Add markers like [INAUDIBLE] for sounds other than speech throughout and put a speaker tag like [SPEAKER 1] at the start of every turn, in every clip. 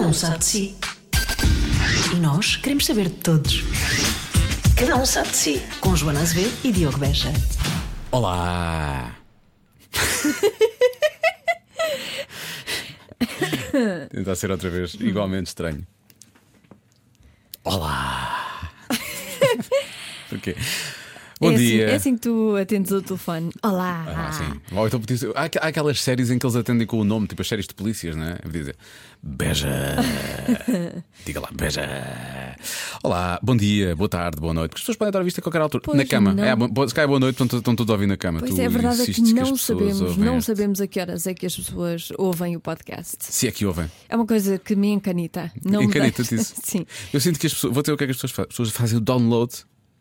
[SPEAKER 1] um sabe de si. E nós queremos saber de todos. Cada um sabe de si. Com Joana Azevedo e Diogo Beja.
[SPEAKER 2] Olá! Tentar ser outra vez igualmente estranho. Olá!
[SPEAKER 3] [LAUGHS]
[SPEAKER 2] Porquê? Bom
[SPEAKER 3] é
[SPEAKER 2] dia!
[SPEAKER 3] Assim, é assim que tu atendes o telefone. Olá!
[SPEAKER 2] Ah, sim. Ou então podia ser- há, aqu- há aquelas séries em que eles atendem com o nome, tipo as séries de polícias, não é? Podia dizer Beja.
[SPEAKER 3] [LAUGHS]
[SPEAKER 2] Diga lá, Beja. Olá, bom dia, boa tarde, boa noite. Porque as pessoas podem estar a vista a qualquer altura.
[SPEAKER 3] Pois
[SPEAKER 2] na cama.
[SPEAKER 3] não.
[SPEAKER 2] É, bo- bo- se calhar é boa noite, estão, estão todos a ouvir na cama.
[SPEAKER 3] Pois
[SPEAKER 2] Tu
[SPEAKER 3] é, a verdade é que
[SPEAKER 2] insistes
[SPEAKER 3] não
[SPEAKER 2] as pessoas
[SPEAKER 3] sabemos,
[SPEAKER 2] ouvem
[SPEAKER 3] não
[SPEAKER 2] este.
[SPEAKER 3] sabemos a que horas é que as pessoas ouvem o podcast.
[SPEAKER 2] Se é que ouvem.
[SPEAKER 3] É uma coisa que me encanita.
[SPEAKER 2] [LAUGHS]
[SPEAKER 3] Não me
[SPEAKER 2] Encanita-te
[SPEAKER 3] deixa.
[SPEAKER 2] isso.
[SPEAKER 3] [LAUGHS] Sim.
[SPEAKER 2] Eu sinto que as pessoas. Vou dizer o que é que as pessoas fazem. As pessoas fazem o download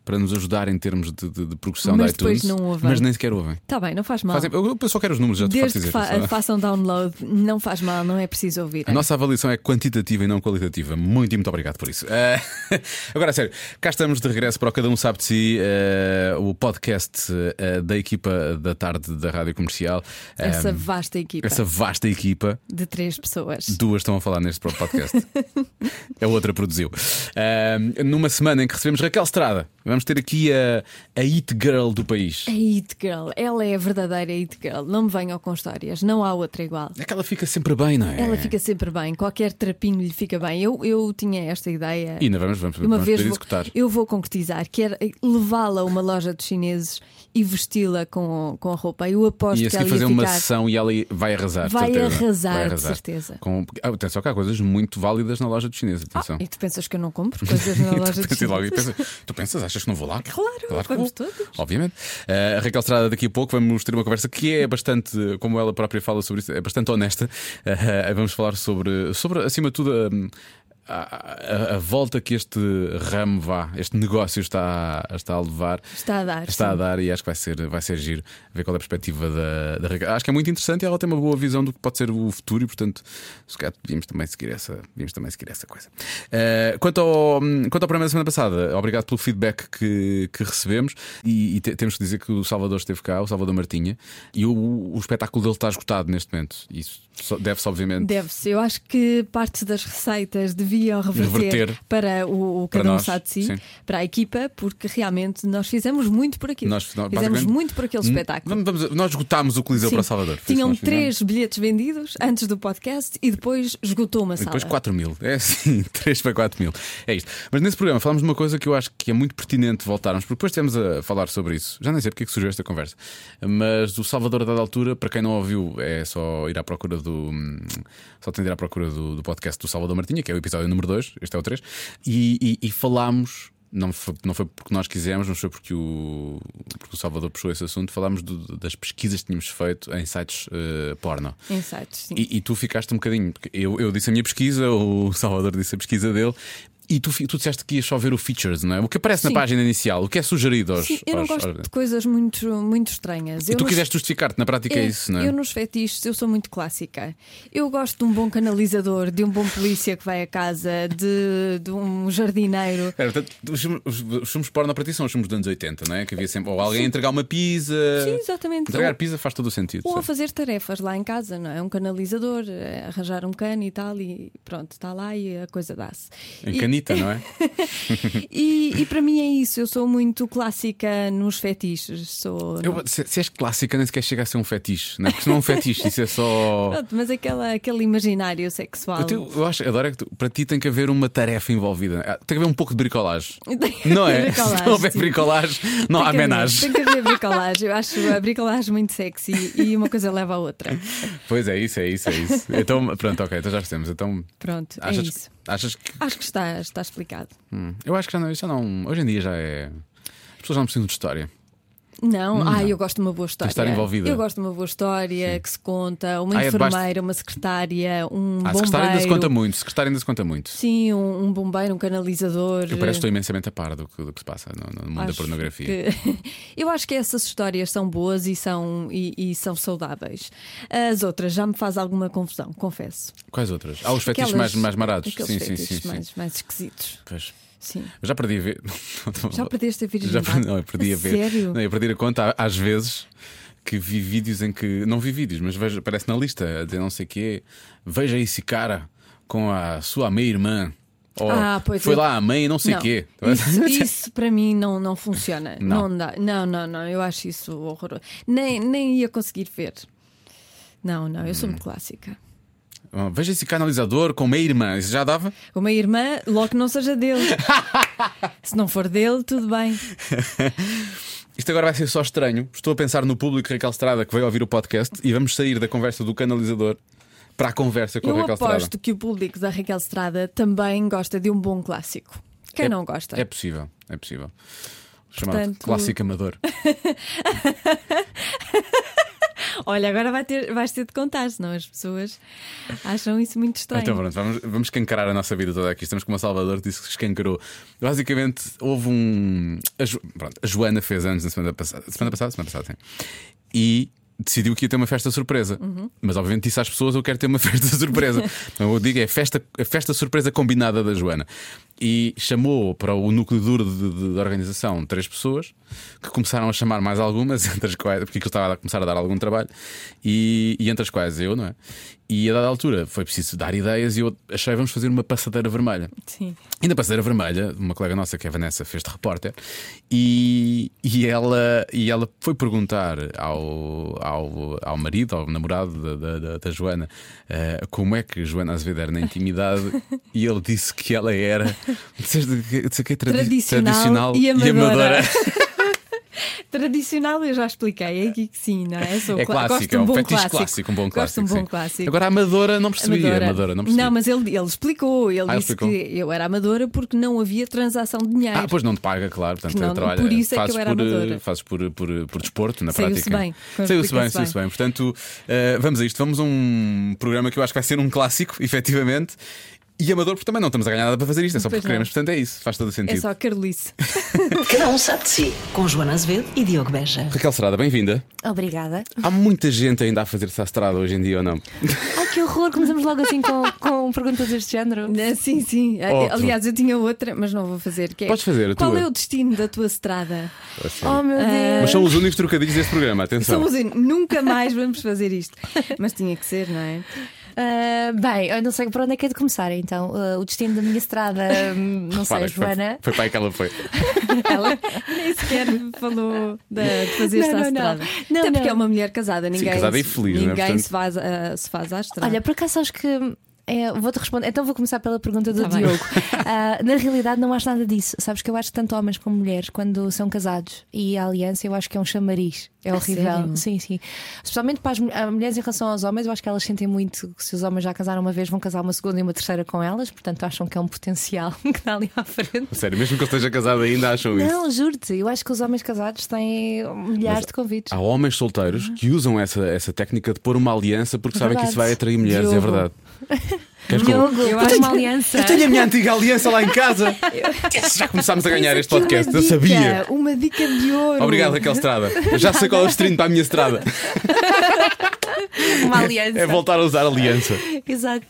[SPEAKER 2] para nos ajudar em termos de, de, de progressão da
[SPEAKER 3] Mas
[SPEAKER 2] iTunes.
[SPEAKER 3] depois não ouvem.
[SPEAKER 2] Mas nem sequer ouvem.
[SPEAKER 3] Está Tá bem, não faz mal.
[SPEAKER 2] Fazem, eu eu só quero os números, já te faço
[SPEAKER 3] Desde que
[SPEAKER 2] dizer.
[SPEAKER 3] fa-
[SPEAKER 2] pessoal.
[SPEAKER 3] façam download, não faz mal, não é preciso ouvir.
[SPEAKER 2] A nossa avaliação é quantitativa e não qualitativa. Muito e muito obrigado por isso. [LAUGHS] Eh, agora, a sério, cá estamos de regresso para o Cada Um Sabe de Si, eh, o podcast eh, da equipa da tarde da Rádio Comercial. Eh,
[SPEAKER 3] Essa vasta equipa
[SPEAKER 2] essa Hum. vasta equipa,
[SPEAKER 3] de três pessoas.
[SPEAKER 2] duas estão a falar neste próprio
[SPEAKER 3] [LAUGHS]
[SPEAKER 2] podcast. a outra produziu. Eh, numa semana em que recebemos Raquel Estrada, vamos ter aqui a, a It Girl do país.
[SPEAKER 3] A It Girl, ela é a verdadeira It Girl. Não me venham com histórias, não há outra igual.
[SPEAKER 2] É que ela fica sempre bem, não é?
[SPEAKER 3] Ela fica sempre bem, qualquer trapinho lhe fica bem. Eu, eu tinha esta ideia.
[SPEAKER 2] E ainda vamos, vamos,
[SPEAKER 3] uma
[SPEAKER 2] vamos
[SPEAKER 3] vez
[SPEAKER 2] poder
[SPEAKER 3] vou-
[SPEAKER 2] executar.
[SPEAKER 3] eu vou concretizar, que era levá-la a uma loja dos chineses e vesti-la com, com a roupa. Eu aposto
[SPEAKER 2] E a
[SPEAKER 3] que
[SPEAKER 2] seguir
[SPEAKER 3] ela
[SPEAKER 2] fazer
[SPEAKER 3] ia
[SPEAKER 2] uma
[SPEAKER 3] ficar.
[SPEAKER 2] sessão e ela i- vai arrasar. de
[SPEAKER 3] Vai
[SPEAKER 2] certeza.
[SPEAKER 3] arrasar, de certeza. Ah,
[SPEAKER 2] Com... Ah, atenção que há coisas muito válidas na loja dos chineses. Atenção. [LAUGHS]
[SPEAKER 3] E tu pensas que eu não compro coisas na
[SPEAKER 2] E tu
[SPEAKER 3] loja dos
[SPEAKER 2] pensas logo, e
[SPEAKER 3] chineses?
[SPEAKER 2] pensas- tu pensas, achas que não vou lá?
[SPEAKER 3] Claro,
[SPEAKER 2] que
[SPEAKER 3] vamos
[SPEAKER 2] vou.
[SPEAKER 3] todos.
[SPEAKER 2] Obviamente. Ah, a Raquel Estrada, daqui a pouco, vamos ter uma conversa que é bastante, como ela própria fala sobre isso, é bastante honesta. Ah, vamos falar sobre, sobre acima de tudo, hum, a, a- a volta que este ramo vá, este negócio está, está a levar.
[SPEAKER 3] Está a dar.
[SPEAKER 2] então Está a
[SPEAKER 3] sim.
[SPEAKER 2] dar e acho que vai ser, vai ser giro ver qual é a perspectiva da, da Raquel. Acho que é muito interessante e ela tem uma boa visão do que pode ser o futuro e, portanto, se calhar devíamos também seguir essa, devíamos também seguir essa coisa. Eh, quanto, ao, quanto ao programa da semana passada, obrigado pelo feedback que, que recebemos e, e te- temos que dizer que o Salvador esteve cá, o Salvador Martinha, e o, o espetáculo dele está esgotado neste momento. Isso só- deve-se, obviamente.
[SPEAKER 3] Deve-se. Eu acho que parte das receitas deviam reverter,
[SPEAKER 2] Reverter.
[SPEAKER 3] para o, o
[SPEAKER 2] Para
[SPEAKER 3] Cada um
[SPEAKER 2] nós,
[SPEAKER 3] Sabe de si,
[SPEAKER 2] sim.
[SPEAKER 3] para a equipa, porque realmente nós fizemos muito por aquilo.
[SPEAKER 2] Nós- nós-
[SPEAKER 3] fizemos
[SPEAKER 2] basicamente- hum,
[SPEAKER 3] muito por aquele espetáculo.
[SPEAKER 2] Vamos- vamos- nós esgotámos o Coliseu
[SPEAKER 3] Sim.
[SPEAKER 2] para Salvador. Foi isso que
[SPEAKER 3] Tinham
[SPEAKER 2] nós fizemos.
[SPEAKER 3] três bilhetes vendidos antes do podcast e depois esgotou uma
[SPEAKER 2] E
[SPEAKER 3] sala.
[SPEAKER 2] depois 4 mil. É [LAUGHS] assim, 3 para 4 mil. É isto. Mas nesse programa falámos de uma coisa que eu acho que é muito pertinente voltarmos, porque depois temos a falar sobre isso. Já nem sei porque é que surgiu esta conversa. Mas o Salvador, a dada altura, para quem não ouviu, é só ir à procura do. hum, Só tem de ir à procura do, do podcast do Salvador Martinha, que é o episódio número 2, este é o 3. E, e- e falámos. Não foi, não foi porque nós quisemos, não foi porque o, porque o Salvador puxou esse assunto. Falámos do- das pesquisas que tínhamos feito em sites eh, porno.
[SPEAKER 3] Insights, sim.
[SPEAKER 2] E, e tu ficaste um bocadinho. porque Eu, eu disse a minha pesquisa, o Salvador disse a pesquisa dele. E tu, fi- tu disseste que ias só ver o features, não é? O que aparece na
[SPEAKER 3] Sim.
[SPEAKER 2] página inicial, o que é sugerido aos.
[SPEAKER 3] Sim, eu não
[SPEAKER 2] aos-
[SPEAKER 3] gosto
[SPEAKER 2] aos-
[SPEAKER 3] de coisas muito, muito estranhas.
[SPEAKER 2] E
[SPEAKER 3] Eu
[SPEAKER 2] tu
[SPEAKER 3] nos-
[SPEAKER 2] quiseste justificar-te, na prática é, isso, não é?
[SPEAKER 3] Eu nos fetiches, eu sou muito clássica. Eu gosto de um bom canalizador, de um bom polícia que vai a casa, de, de um jardineiro.
[SPEAKER 2] Espera, portanto, os filmes- os os filmes porno para ti são os filmes dos anos 80, não é? Que havia sempre. Ou alguém a entregar uma pizza.
[SPEAKER 3] Sim, exatamente.
[SPEAKER 2] Entregar pizza faz todo o sentido.
[SPEAKER 3] Ou a
[SPEAKER 2] sabe?
[SPEAKER 3] fazer tarefas lá em casa, não é? Um canalizador, eh, arranjar um cano e tal, e pronto, está lá e a coisa dá-se.
[SPEAKER 2] Em
[SPEAKER 3] E-
[SPEAKER 2] canita, não é?
[SPEAKER 3] [LAUGHS] E, e para mim é isso, eu sou muito clássica nos fetiches. Sou, é?
[SPEAKER 2] Eu- se, se és clássica, nem sequer chega a ser um fetiche, não é? Porque isso não é um fetiche, isso é só.
[SPEAKER 3] [LAUGHS] Pronto, mas aquela, aquele imaginário sexual.
[SPEAKER 2] Eu,
[SPEAKER 3] [LAUGHS]
[SPEAKER 2] tenho- eu acho, adoro é que tu- para ti tem que haver uma tarefa envolvida. Ah, Tem que haver um pouco de bricolagem. Não [LAUGHS] é? Se não houver
[SPEAKER 3] sim.
[SPEAKER 2] bricolagem, não há
[SPEAKER 3] Tem que haver-
[SPEAKER 2] homenagem.
[SPEAKER 3] Tem que haver bricolagem. Eu acho a bricolagem muito sexy e uma coisa leva à outra.
[SPEAKER 2] Pois é, isso, é isso, é
[SPEAKER 3] [LAUGHS]
[SPEAKER 2] isso. Então, pronto, ok, então já percebemos. Então,
[SPEAKER 3] Pronto, é
[SPEAKER 2] achas,
[SPEAKER 3] isso.
[SPEAKER 2] achas que.
[SPEAKER 3] Acho que está, está explicado.
[SPEAKER 2] hum, eu acho que já não, isso já não. Hoje em dia já é. As pessoas já não precisam de história.
[SPEAKER 3] Não, ah, eu gosto de uma boa
[SPEAKER 2] Hum.
[SPEAKER 3] história.
[SPEAKER 2] estar envolvida.
[SPEAKER 3] Eu gosto de uma boa história que se conta, uma
[SPEAKER 2] Ah, é de baixo-
[SPEAKER 3] enfermeira, uma secretária, um
[SPEAKER 2] Ah, secretário ainda se conta
[SPEAKER 3] bombeiro.
[SPEAKER 2] muito. Secretário ainda se conta muito.
[SPEAKER 3] Sim, um, um bombeiro, um canalizador.
[SPEAKER 2] Eu parece que estou imensamente a par do que, do que se passa no, no mundo da
[SPEAKER 3] Acho
[SPEAKER 2] pornografia.
[SPEAKER 3] que- [LAUGHS] Eu acho que essas histórias são boas e são, e, e são saudáveis. As outras já me faz alguma confusão, confesso.
[SPEAKER 2] Quais outras? Há os fetiches mais,
[SPEAKER 3] Aquelas-
[SPEAKER 2] mais marados.
[SPEAKER 3] Aqueles
[SPEAKER 2] Sim, sim,
[SPEAKER 3] fetiches
[SPEAKER 2] sim. sim.
[SPEAKER 3] mais, mais esquisitos.
[SPEAKER 2] Pois.
[SPEAKER 3] Sim.
[SPEAKER 2] Eu já perdi a ver. [LAUGHS]
[SPEAKER 3] Já perdeste a
[SPEAKER 2] Já
[SPEAKER 3] virgindade?
[SPEAKER 2] perdi, não, eu perdi a ver.
[SPEAKER 3] Sério?
[SPEAKER 2] Não, eu perdi a conta há- às vezes que vi vídeos em que. Não vi vídeos, mas vejo, aparece na lista a dizer não sei o quê. Veja esse cara com a sua meia-irmã. Ou
[SPEAKER 3] Ah, pois
[SPEAKER 2] foi
[SPEAKER 3] eu-
[SPEAKER 2] lá a mãe e não sei o
[SPEAKER 3] Não.
[SPEAKER 2] quê. [LAUGHS]
[SPEAKER 3] Isso, isso para mim não, não funciona.
[SPEAKER 2] Não.
[SPEAKER 3] Não. dá. Não, não, não. Eu acho isso horroroso. Nem, nem ia conseguir ver. Não, não. Eu sou
[SPEAKER 2] Hum.
[SPEAKER 3] muito clássica.
[SPEAKER 2] Ah, [LAUGHS] Veja esse canalizador com meia-irmã. Isso já dava?
[SPEAKER 3] Uma irmã, logo que não
[SPEAKER 2] [LAUGHS]
[SPEAKER 3] seja dele. Se não for dele, tudo bem.
[SPEAKER 2] Isto agora vai ser só estranho. Estou a pensar no público Raquel Estrada que veio ouvir o podcast e vamos sair da conversa do canalizador para a conversa com a
[SPEAKER 3] Eu
[SPEAKER 2] Raquel Estrada.
[SPEAKER 3] aposto que o público da Raquel Estrada também gosta de um bom clássico. Quem
[SPEAKER 2] É-
[SPEAKER 3] não gosta?
[SPEAKER 2] É possível, é possível. Chamado
[SPEAKER 3] Portanto-
[SPEAKER 2] clássico amador.
[SPEAKER 3] Olha, agora vai ter, vais ter de contar, senão as pessoas acham isso muito estranho.
[SPEAKER 2] Então pronto, vamos, vamos escancarar a nossa vida toda aqui. Estamos com uma Salvador que disse que escancarou. Basicamente, houve um. A, Jo- pronto, a Joana fez anos na semana passada. Semana passada? Semana passada, sim. E decidiu que ia ter uma festa surpresa. Mas obviamente disse às pessoas: Eu quero ter uma [LAUGHS] festa surpresa. Então, eu digo: É a festa, a festa surpresa combinada da Joana. E chamou para o núcleo duro de- de- da organização três pessoas que começaram a chamar mais algumas, [LAUGHS] entre as quais, porque aquilo estava a começar a dar algum trabalho, e, e entre as quais eu, não é? E a dada altura foi preciso dar ideias e eu achei vamos fazer uma passadeira vermelha.
[SPEAKER 3] Sim.
[SPEAKER 2] E na passadeira vermelha, uma colega nossa, que é a Vanessa, fez de repórter, e, e, ela, e ela foi perguntar ao, ao, ao marido, ao namorado da, da- da- da Joana, eh, como é que Joana Azevedo era na intimidade, e ele disse que ela era disseste que- disse que é tradi-
[SPEAKER 3] Tradicional,
[SPEAKER 2] tradicional
[SPEAKER 3] e amadora.
[SPEAKER 2] E amadora.
[SPEAKER 3] Tradicional eu já expliquei, é aqui que sim, não é? Sou
[SPEAKER 2] É
[SPEAKER 3] cla- gosto
[SPEAKER 2] clássico,
[SPEAKER 3] de
[SPEAKER 2] é um
[SPEAKER 3] bom
[SPEAKER 2] fetiche
[SPEAKER 3] clássico.
[SPEAKER 2] clássico. um bom clássico.
[SPEAKER 3] Gosto de um
[SPEAKER 2] sim.
[SPEAKER 3] bom clássico.
[SPEAKER 2] Agora a amadora não percebi, a amadora não percebi.
[SPEAKER 3] mas ele, ele explicou, ele
[SPEAKER 2] Ah, ele
[SPEAKER 3] disse
[SPEAKER 2] explicou.
[SPEAKER 3] que eu era amadora porque não havia transação de dinheiro.
[SPEAKER 2] Ah, pois não te paga, claro. Portanto,
[SPEAKER 3] Não,
[SPEAKER 2] eu trabalho,
[SPEAKER 3] por isso é que
[SPEAKER 2] fazes
[SPEAKER 3] eu era
[SPEAKER 2] por, eh,
[SPEAKER 3] amadora.
[SPEAKER 2] Fazes por, por, por desporto, na
[SPEAKER 3] Saiu-se
[SPEAKER 2] prática.
[SPEAKER 3] bem, com a
[SPEAKER 2] Saiu-se bem,
[SPEAKER 3] explicação.
[SPEAKER 2] saiu-se bem. Portanto, eh, vamos a isto. Vamos a um programa que eu acho que vai ser um clássico, [LAUGHS] efetivamente. E amador, porque também não estamos a ganhar nada para fazer isto, é só
[SPEAKER 3] Pois
[SPEAKER 2] porque queremos.
[SPEAKER 3] não.
[SPEAKER 2] Portanto, é isso, faz todo o
[SPEAKER 3] É
[SPEAKER 2] sentido.
[SPEAKER 3] só Carolice. [LAUGHS]
[SPEAKER 1] Cada um sabe de si. Com Joana Azevedo e Diogo Beja.
[SPEAKER 2] Raquel Serrada, bem-vinda.
[SPEAKER 4] Obrigada.
[SPEAKER 2] Há muita gente ainda a fazer-se à estrada hoje em dia ou não?
[SPEAKER 4] Ai, que horror! Começamos logo assim com, com perguntas deste género.
[SPEAKER 3] Né, Sim, sim.
[SPEAKER 2] Ótimo.
[SPEAKER 3] Aliás, eu tinha outra, mas não vou fazer. Que é,
[SPEAKER 2] Podes fazer, a
[SPEAKER 3] Qual
[SPEAKER 2] tua.
[SPEAKER 3] é o destino da tua estrada?
[SPEAKER 4] Oh meu
[SPEAKER 2] Mas
[SPEAKER 4] Deus!
[SPEAKER 2] são os únicos trocadilhos deste programa, atenção.
[SPEAKER 3] Somos in- nunca mais vamos fazer isto. Mas tinha que ser, não é?
[SPEAKER 4] Ah, bem, eu não sei por onde é que é de começar então. Ah, o destino da minha estrada, hum, não sei,
[SPEAKER 2] Repara, foi,
[SPEAKER 4] Joana.
[SPEAKER 2] foi para aí que ela foi.
[SPEAKER 3] Ela nem sequer falou da- de, fazer esta
[SPEAKER 4] Não,
[SPEAKER 3] à
[SPEAKER 4] não, não.
[SPEAKER 3] estrada.
[SPEAKER 4] Não,
[SPEAKER 3] Até porque
[SPEAKER 4] não.
[SPEAKER 3] é uma mulher casada, ninguém,
[SPEAKER 2] casada e
[SPEAKER 3] se-
[SPEAKER 2] feliz, não é?
[SPEAKER 3] ninguém
[SPEAKER 2] Portanto-
[SPEAKER 3] se, faz, ah, se faz à estrada.
[SPEAKER 4] Olha, por acaso acho que. hum, é, Vou-te responder. Então vou começar pela pergunta do
[SPEAKER 3] Tá bem.
[SPEAKER 4] Diogo. Ah, na realidade, não acho nada disso. Sabes que eu acho que tanto homens como mulheres, quando são casados e a aliança, eu acho que é um chamariz. É horrível.
[SPEAKER 3] sério?
[SPEAKER 4] Sim, sim. Especialmente para as mu- ah, mulheres em relação aos homens, eu acho que elas sentem muito que se os homens já casaram uma vez, vão casar uma segunda e uma terceira com elas, portanto acham que é um potencial [LAUGHS] que está ali à frente.
[SPEAKER 2] Sério, mesmo que eu esteja casado ainda, acham isso.
[SPEAKER 4] Não, juro-te, eu acho que os homens casados têm milhares de convites.
[SPEAKER 2] Há homens solteiros que usam essa, essa técnica de pôr uma aliança porque sabem que
[SPEAKER 4] Verdade.
[SPEAKER 2] isso vai atrair mulheres, é
[SPEAKER 3] É Diogo. [LAUGHS]
[SPEAKER 2] verdade. Queres que um- eu-
[SPEAKER 4] Diogo, eu acho uma aliança.
[SPEAKER 2] Eu tenho a minha antiga aliança lá em
[SPEAKER 3] [LAUGHS]
[SPEAKER 2] casa. Já começámos a ganhar
[SPEAKER 3] Tens
[SPEAKER 2] este
[SPEAKER 3] aqui
[SPEAKER 2] podcast,
[SPEAKER 3] uma
[SPEAKER 2] eu
[SPEAKER 3] dica,
[SPEAKER 2] sabia.
[SPEAKER 3] Uma dica de ouro.
[SPEAKER 2] Obrigado, Raquel Estrada. Eu já sei qual é o destino para a minha estrada.
[SPEAKER 4] Uma aliança.
[SPEAKER 2] É voltar a usar aliança.
[SPEAKER 4] [LAUGHS] Exato.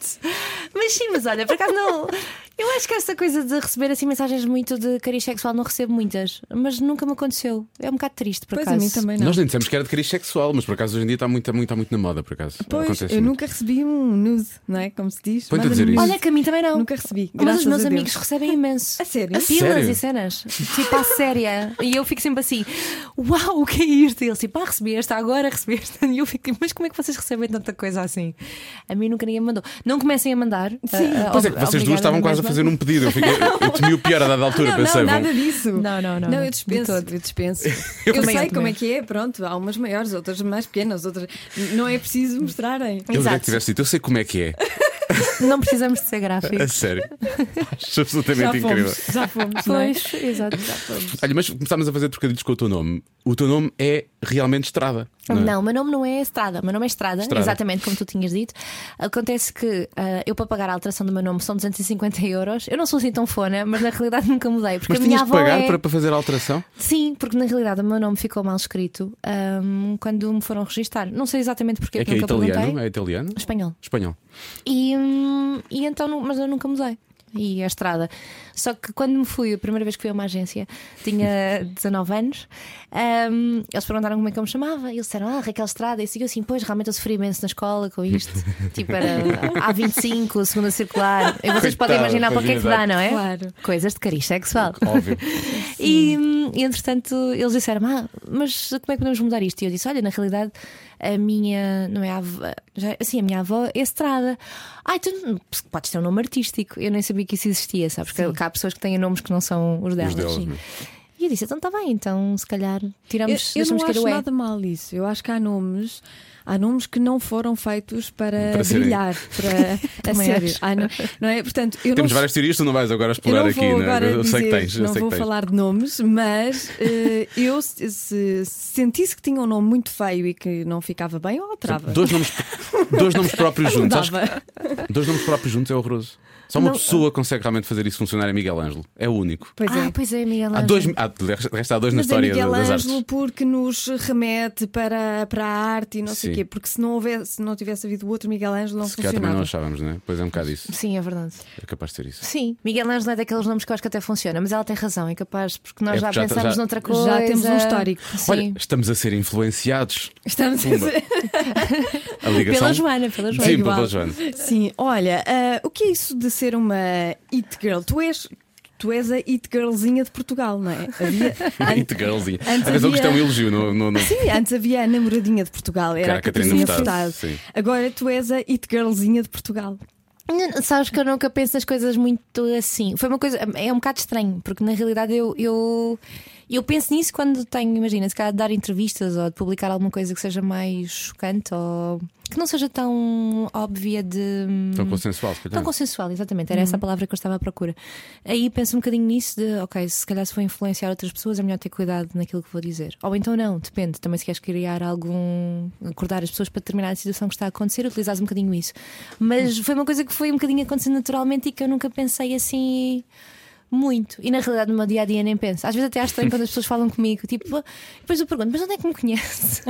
[SPEAKER 4] Mas sim, mas olha, por acaso não. Eu acho que essa coisa de receber assim mensagens muito de cariz sexual não recebo muitas, mas nunca me aconteceu. É um bocado triste, por
[SPEAKER 3] Pois a
[SPEAKER 4] acaso.
[SPEAKER 3] mim também não.
[SPEAKER 2] Nós nem dissemos que era de cariz sexual, mas por acaso hoje em dia está muito, está muito, está muito na moda, por acaso.
[SPEAKER 3] Pois,
[SPEAKER 2] Acontece
[SPEAKER 3] eu
[SPEAKER 2] muito.
[SPEAKER 3] nunca recebi um nude, não é? Como se diz.
[SPEAKER 2] Põe-te a
[SPEAKER 3] Manda-me
[SPEAKER 2] dizer isso.
[SPEAKER 3] nude.
[SPEAKER 4] Olha que a mim também não.
[SPEAKER 3] Nunca recebi.
[SPEAKER 4] Mas
[SPEAKER 3] graças
[SPEAKER 4] os
[SPEAKER 3] a
[SPEAKER 4] meus
[SPEAKER 3] Deus.
[SPEAKER 4] amigos recebem
[SPEAKER 3] [LAUGHS]
[SPEAKER 4] imenso.
[SPEAKER 3] A sério?
[SPEAKER 4] A Pilas
[SPEAKER 2] Sério?
[SPEAKER 4] e cenas. Tipo, à séria. E eu fico sempre assim: Uau, o que é isto? E eles tipo, ah, recebi esta agora, recebi esta. [LAUGHS] E eu fico tipo, mas como é que vocês recebem tanta coisa assim? A mim nunca ninguém me mandou. Não comecem a mandar. eh, Sim,
[SPEAKER 2] Pois é que vocês duas estavam quase a fazer um pedido. Eu, fiquei, eu temi o pior a dada altura,
[SPEAKER 3] Não,
[SPEAKER 2] pensei.
[SPEAKER 3] não,
[SPEAKER 2] bom,
[SPEAKER 3] nada disso.
[SPEAKER 4] Não, não, não.
[SPEAKER 3] Não, eu
[SPEAKER 4] De
[SPEAKER 3] dispenso.
[SPEAKER 4] todo.
[SPEAKER 3] Eu dispenso. eu
[SPEAKER 4] também, eu
[SPEAKER 3] sei como
[SPEAKER 4] também.
[SPEAKER 3] é que é, pronto. Há umas maiores, outras mais pequenas, outras. Não é preciso mostrarem.
[SPEAKER 2] eu devia
[SPEAKER 4] Exato.
[SPEAKER 2] que tivesse dito, eu sei como é que é.
[SPEAKER 4] Não precisamos de ser gráficos.
[SPEAKER 2] A sério. Acho
[SPEAKER 3] Já
[SPEAKER 2] absolutamente incrível. [LAUGHS]
[SPEAKER 3] fomos, já fomos, não é?
[SPEAKER 4] Pois, exato, já fomos.
[SPEAKER 2] Olha, mas começámos a fazer trocadilhos com o teu nome. O teu nome é realmente Estrada. Não, é?
[SPEAKER 4] Não, o meu nome não é Estrada, o meu nome é Estrada,
[SPEAKER 2] Estrada.
[SPEAKER 4] exatamente como tu tinhas dito. Acontece que ah, eu, para pagar a alteração do meu nome, são 250 euros. Eu não sou assim tão fona, mas na realidade [LAUGHS] nunca mudei. Porque
[SPEAKER 2] Mas
[SPEAKER 4] a minha
[SPEAKER 2] tinhas de
[SPEAKER 4] avó
[SPEAKER 2] pagar
[SPEAKER 4] é...
[SPEAKER 2] para, para fazer a alteração?
[SPEAKER 4] Sim, porque na realidade o meu nome ficou mal escrito ahm, quando me foram registrar. Não sei exatamente porque
[SPEAKER 2] é que é
[SPEAKER 4] nunca
[SPEAKER 2] italiano?
[SPEAKER 4] perguntei.
[SPEAKER 2] É italiano?
[SPEAKER 4] Espanhol.
[SPEAKER 2] Espanhol.
[SPEAKER 4] E, hum, e então, nu- mas eu nunca mudei. e a estrada. Só que quando me fui, a primeira vez que fui a uma agência, tinha 19 anos, ahm, eles perguntaram como é que eu me chamava. E eles disseram, ah, Raquel Estrada. E eu assim, pois, realmente eu sofri imenso na escola com isto. tipo, era A25, segunda circular. E vocês
[SPEAKER 2] Coitada,
[SPEAKER 4] podem imaginar para o que é que dá,
[SPEAKER 2] coitada.
[SPEAKER 4] não é?
[SPEAKER 3] Claro.
[SPEAKER 4] Coisas de cariz sexual.
[SPEAKER 3] [LAUGHS]
[SPEAKER 2] Óbvio.
[SPEAKER 4] E, hum, e, entretanto eles disseram: Ah, mas como é que podemos mudar isto? E eu disse: Olha, na realidade, a minha, não é a avó, já- assim, a minha avó é Estrada. Ah, então podes ter um nome artístico. Eu nem sabia que isso existia, sabes? Porque há pessoas que têm nomes que não são os delas.
[SPEAKER 2] delas,
[SPEAKER 4] Sim.
[SPEAKER 2] né?
[SPEAKER 4] E eu disse: Então está bem, então se calhar
[SPEAKER 3] Eu,
[SPEAKER 4] tiramos,
[SPEAKER 3] eu
[SPEAKER 4] deixamos
[SPEAKER 3] não
[SPEAKER 4] ter
[SPEAKER 3] acho
[SPEAKER 4] o E.
[SPEAKER 3] nada mal isso. Eu acho que há nomes, há nomes que não foram feitos para,
[SPEAKER 2] Para serem.
[SPEAKER 3] brilhar, para a
[SPEAKER 4] [LAUGHS] Também
[SPEAKER 3] sério.
[SPEAKER 4] acho.
[SPEAKER 3] Há no- não é? Portanto, eu
[SPEAKER 2] Temos
[SPEAKER 3] não
[SPEAKER 2] várias teorias, tu não vais agora
[SPEAKER 3] Eu
[SPEAKER 2] explorar
[SPEAKER 3] não
[SPEAKER 2] aqui,
[SPEAKER 3] vou
[SPEAKER 2] né?
[SPEAKER 3] agora
[SPEAKER 2] eu sei que
[SPEAKER 3] dizer-
[SPEAKER 2] tens, eu
[SPEAKER 3] não
[SPEAKER 2] sei
[SPEAKER 3] vou
[SPEAKER 2] que tens.
[SPEAKER 3] falar de nomes, mas eh, eu se, se sentisse que tinha um nome muito feio e que não ficava bem, eu alterava.
[SPEAKER 2] Dois nomes, dois nomes próprios juntos. Sabes
[SPEAKER 3] Mudava.
[SPEAKER 2] que dois nomes próprios juntos é horroroso. Só uma pessoa consegue realmente fazer isso funcionar é Miguel Ângelo. É o único.
[SPEAKER 3] Pois é.
[SPEAKER 4] Ah, pois é, Miguel
[SPEAKER 2] Há
[SPEAKER 4] Ângelo.
[SPEAKER 2] dois, há, de resto há dois na
[SPEAKER 3] Mas é
[SPEAKER 2] história
[SPEAKER 3] Miguel
[SPEAKER 2] das artes.
[SPEAKER 3] Ângelo porque nos remete para, para a arte e não sei o
[SPEAKER 2] Sim.
[SPEAKER 3] quê, porque se não, houvesse, se não tivesse havido outro Miguel Ângelo não
[SPEAKER 2] Se calhar também
[SPEAKER 3] funcionava.
[SPEAKER 2] não achávamos, não é? Pois é um bocado isso.
[SPEAKER 4] Sim, é verdade.
[SPEAKER 2] É capaz de ser isso.
[SPEAKER 4] Sim, Miguel Ângelo é daqueles nomes que eu acho que até funciona, mas ela tem razão, é capaz, porque nós
[SPEAKER 2] É
[SPEAKER 4] já
[SPEAKER 2] porque já-
[SPEAKER 4] pensámos
[SPEAKER 2] já-
[SPEAKER 4] noutra coisa.
[SPEAKER 3] Já temos um histórico.
[SPEAKER 4] Sim.
[SPEAKER 2] Olha, estamos a ser influenciados.
[SPEAKER 3] Estamos a
[SPEAKER 2] Pumba.
[SPEAKER 3] dizer-
[SPEAKER 2] A ligação.
[SPEAKER 4] Pela Joana, pela Joana. É
[SPEAKER 2] Sim,
[SPEAKER 3] igual.
[SPEAKER 2] pela Joana.
[SPEAKER 3] Sim, olha, ah, o que é isso de ser uma it girl? Tu és, tu és a it girlzinha de Portugal, não é?
[SPEAKER 2] [LAUGHS]
[SPEAKER 3] Havia-
[SPEAKER 2] It girlzinha.
[SPEAKER 3] antes
[SPEAKER 2] Atenção que isto é um
[SPEAKER 3] havia-
[SPEAKER 2] elogio. Não, não, não-
[SPEAKER 3] Sim, antes havia a namoradinha de Portugal,
[SPEAKER 2] Que
[SPEAKER 3] era
[SPEAKER 2] era
[SPEAKER 3] a
[SPEAKER 2] a Catarina
[SPEAKER 3] Catarina
[SPEAKER 2] Furtado,
[SPEAKER 3] Furtado.
[SPEAKER 2] sim.
[SPEAKER 3] Agora tu és a it girlzinha de Portugal.
[SPEAKER 4] Não, Sabes que eu nunca penso nas coisas muito assim. Foi uma coisa. É um bocado estranho, porque na realidade eu. eu... Eu penso nisso quando tenho, imagina, se calhar de dar entrevistas ou de publicar alguma coisa que seja mais chocante ou que não seja tão óbvia de. hum,
[SPEAKER 2] Tão consensual, se
[SPEAKER 4] Tão
[SPEAKER 2] calhar.
[SPEAKER 4] consensual, exatamente, era essa a palavra que eu estava à procura. Aí penso um bocadinho nisso de, ok, se calhar se for influenciar outras pessoas é melhor ter cuidado naquilo que vou dizer. Ou então não, depende, também se queres criar algum. acordar as pessoas para determinada situação que está a acontecer, utilizares um bocadinho isso. Mas foi uma coisa que foi um bocadinho acontecendo naturalmente e que eu nunca pensei assim. Muito. E na realidade, no meu dia a dia, nem penso. Às vezes até acho estranho quando as pessoas falam comigo. Tipo, depois eu pergunto, mas onde é que me
[SPEAKER 2] [LAUGHS]
[SPEAKER 4] conhece?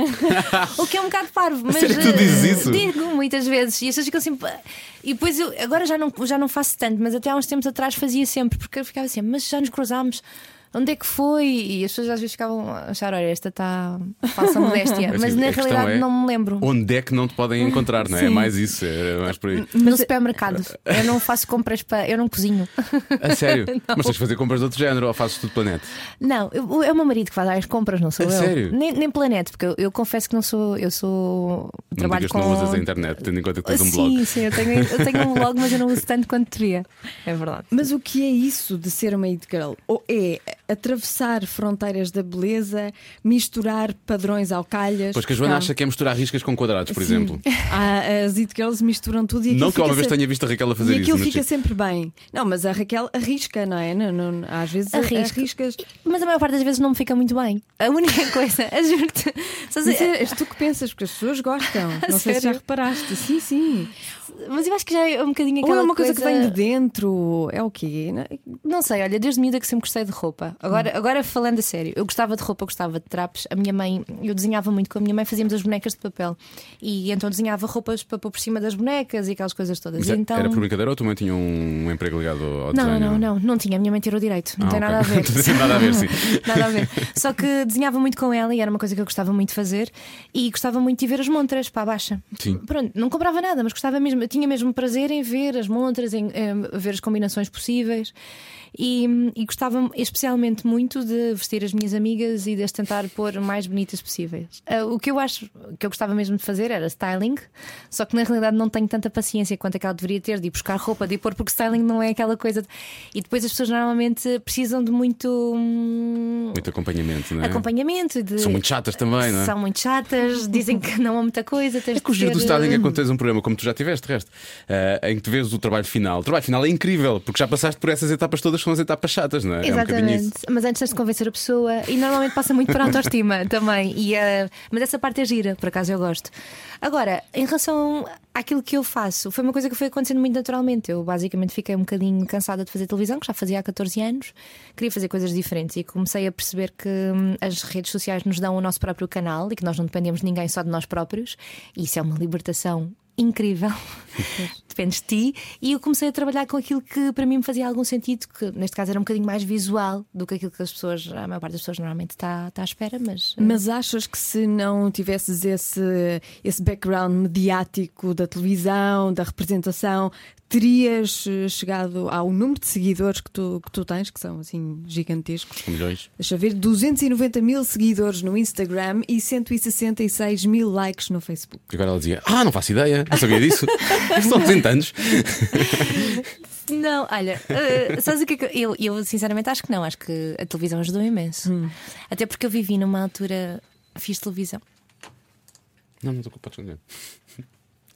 [SPEAKER 4] o que é um bocado parvo. Mas
[SPEAKER 2] sério que tu
[SPEAKER 4] eh,
[SPEAKER 2] dizes isso?
[SPEAKER 4] Digo muitas vezes. E as pessoas ficam sempre. E depois eu. Agora já não, já não faço tanto, mas até há uns tempos atrás fazia sempre, porque eu ficava assim, mas já nos cruzámos. Onde é que foi? E as pessoas às vezes ficavam a achar, olha, esta está. falsa modéstia.
[SPEAKER 2] Assim,
[SPEAKER 4] Mas na
[SPEAKER 2] a questão
[SPEAKER 4] realidade
[SPEAKER 2] é
[SPEAKER 4] não me lembro.
[SPEAKER 2] Onde é que não te podem encontrar, não é? É
[SPEAKER 3] Sim.
[SPEAKER 2] mais isso, é mais por aí.
[SPEAKER 4] No supermercado.
[SPEAKER 2] é-
[SPEAKER 4] Eu não faço compras para. Eu não cozinho.
[SPEAKER 2] A
[SPEAKER 4] [LAUGHS]
[SPEAKER 2] sério? Mas tens de fazer compras de outro género ou fazes tudo planeta?
[SPEAKER 4] Não, eu- é o meu marido que faz as compras, não sou
[SPEAKER 2] A
[SPEAKER 4] eu.
[SPEAKER 2] sério?
[SPEAKER 4] Nem, nem planeta, porque eu, eu confesso que não sou. Eu sou.
[SPEAKER 2] Não
[SPEAKER 4] trabalho
[SPEAKER 2] digas
[SPEAKER 4] com.
[SPEAKER 2] que não usas a internet, tendo em conta que tens um
[SPEAKER 4] sim,
[SPEAKER 2] blog.
[SPEAKER 4] sim, eu tenho, eu tenho um blog, mas eu não uso tanto quanto teria. É verdade.
[SPEAKER 3] Mas o que é isso de ser uma it girl? Ou é atravessar fronteiras da beleza, misturar padrões ao calhas?
[SPEAKER 2] Pois que a Joana
[SPEAKER 3] Não.
[SPEAKER 2] acha que é misturar riscas com quadrados, por exemplo.
[SPEAKER 3] Ah, as it girls misturam tudo e aquilo
[SPEAKER 2] Não que eu
[SPEAKER 3] fica
[SPEAKER 2] alguma vez
[SPEAKER 4] assim-
[SPEAKER 3] sempre-
[SPEAKER 2] tenha visto a Raquel a fazer
[SPEAKER 3] E aquilo
[SPEAKER 2] isso.
[SPEAKER 3] fica
[SPEAKER 2] mas tipo, sim.
[SPEAKER 3] sempre bem. Não, mas a Raquel arrisca, não é? Não, não- às vezes
[SPEAKER 4] Arrisca.
[SPEAKER 3] arriscas.
[SPEAKER 4] Mas a maior parte das vezes não me fica muito bem. A única [LAUGHS] coisa, a juro-te. só
[SPEAKER 3] Mas
[SPEAKER 4] sei-
[SPEAKER 3] é, és tu que pensas, porque as pessoas [LAUGHS] gostam. Não sei se já
[SPEAKER 4] sério?
[SPEAKER 3] reparaste. Sim, sim.
[SPEAKER 4] Mas eu acho que já é um bocadinho
[SPEAKER 3] Ou
[SPEAKER 4] aquela
[SPEAKER 3] é uma coisa, que vem de dentro, é o quê? Não-
[SPEAKER 4] Não sei, olha, desde miúda que sempre gostei de roupa. Agora,
[SPEAKER 3] Hum.
[SPEAKER 4] agora falando a sério, eu gostava de roupa, eu gostava de trapos. A minha mãe, eu desenhava muito com a minha mãe, fazíamos as bonecas de papel. E então desenhava roupas para pôr por cima das bonecas e aquelas coisas todas.
[SPEAKER 2] Mas
[SPEAKER 4] E
[SPEAKER 2] é-
[SPEAKER 4] então...
[SPEAKER 2] Era por brincadeira ou tu também tinha um emprego ligado ao
[SPEAKER 4] Não,
[SPEAKER 2] design? é?
[SPEAKER 4] não, não, não tinha. A minha mãe tirou direito. Não
[SPEAKER 2] Ah,
[SPEAKER 4] tem
[SPEAKER 2] ok.
[SPEAKER 4] nada a ver.
[SPEAKER 2] [LAUGHS] Não tem nada a ver, sim.
[SPEAKER 4] [LAUGHS] Nada a ver. Só que desenhava muito com ela e era uma coisa que eu gostava muito de fazer. E gostava muito de ver as montras para a baixa.
[SPEAKER 2] Sim.
[SPEAKER 4] Pronto, não comprava nada, mas gostava mesmo. Eu tinha mesmo prazer em ver as montras, em, em ver as combinações possíveis. E, e gostava especialmente muito de vestir as minhas amigas e de as tentar pôr mais bonitas possíveis. Ah, o que eu acho que eu gostava mesmo de fazer era styling, só que na realidade não tenho tanta paciência quanto aquela deveria ter de ir buscar roupa, de ir pôr, porque styling não é aquela coisa. de- E depois as pessoas normalmente precisam de muito hum,
[SPEAKER 2] Muito acompanhamento, não é?
[SPEAKER 4] acompanhamento. De...
[SPEAKER 2] São muito chatas também, não é?
[SPEAKER 4] São muito chatas, dizem que não há muita coisa. Tens
[SPEAKER 2] É que o giro
[SPEAKER 4] de hum,
[SPEAKER 2] do
[SPEAKER 4] ser, eh,
[SPEAKER 2] Starling é quando tens um programa como tu já tiveste, de resto, eh, em que tu vês o trabalho final. O trabalho final é incrível, porque já passaste por essas etapas todas, que são as etapas chatas, não é? É um bocadinho
[SPEAKER 4] Exatamente,
[SPEAKER 2] isso.
[SPEAKER 4] mas antes tens de convencer a pessoa e normalmente passa muito para a
[SPEAKER 2] [LAUGHS]
[SPEAKER 4] autoestima também. E, eh, mas essa parte é gira, por acaso eu gosto. Agora, em relação àquilo que eu faço, foi uma coisa que foi acontecendo muito naturalmente. Eu basicamente fiquei um bocadinho cansada de fazer televisão, que já fazia há 14 anos, queria fazer coisas diferentes e comecei a perceber que hum, as redes sociais nos dão o nosso próprio canal e [LAUGHS] que nós não dependemos de ninguém, só de nós próprios. E isso é uma libertação incrível. dependes de ti. E eu comecei a trabalhar com aquilo que para mim me fazia algum sentido, que neste caso era um bocadinho mais visual do que aquilo que as pessoas, a maior parte das pessoas normalmente está, está à espera, mas. eh,
[SPEAKER 3] Mas achas que se não tivesses esse, esse background mediático da televisão, da representação, terias eh, chegado ao número de seguidores que tu, que tu tens, que são assim gigantescos?
[SPEAKER 2] Milhões.
[SPEAKER 3] Deixa eu ver, 290 mil seguidores no Instagram e 166 mil likes no Facebook.
[SPEAKER 2] E agora ela dizia: Ah, não faço ideia, não sabia
[SPEAKER 4] [LAUGHS]
[SPEAKER 2] disso. São 200 anos.
[SPEAKER 4] Não, olha, eh, sabes o que é que eu, eu sinceramente acho que não, acho que a televisão ajudou imenso. Até porque eu vivi numa altura, fiz televisão.
[SPEAKER 2] Não, não estou com responder.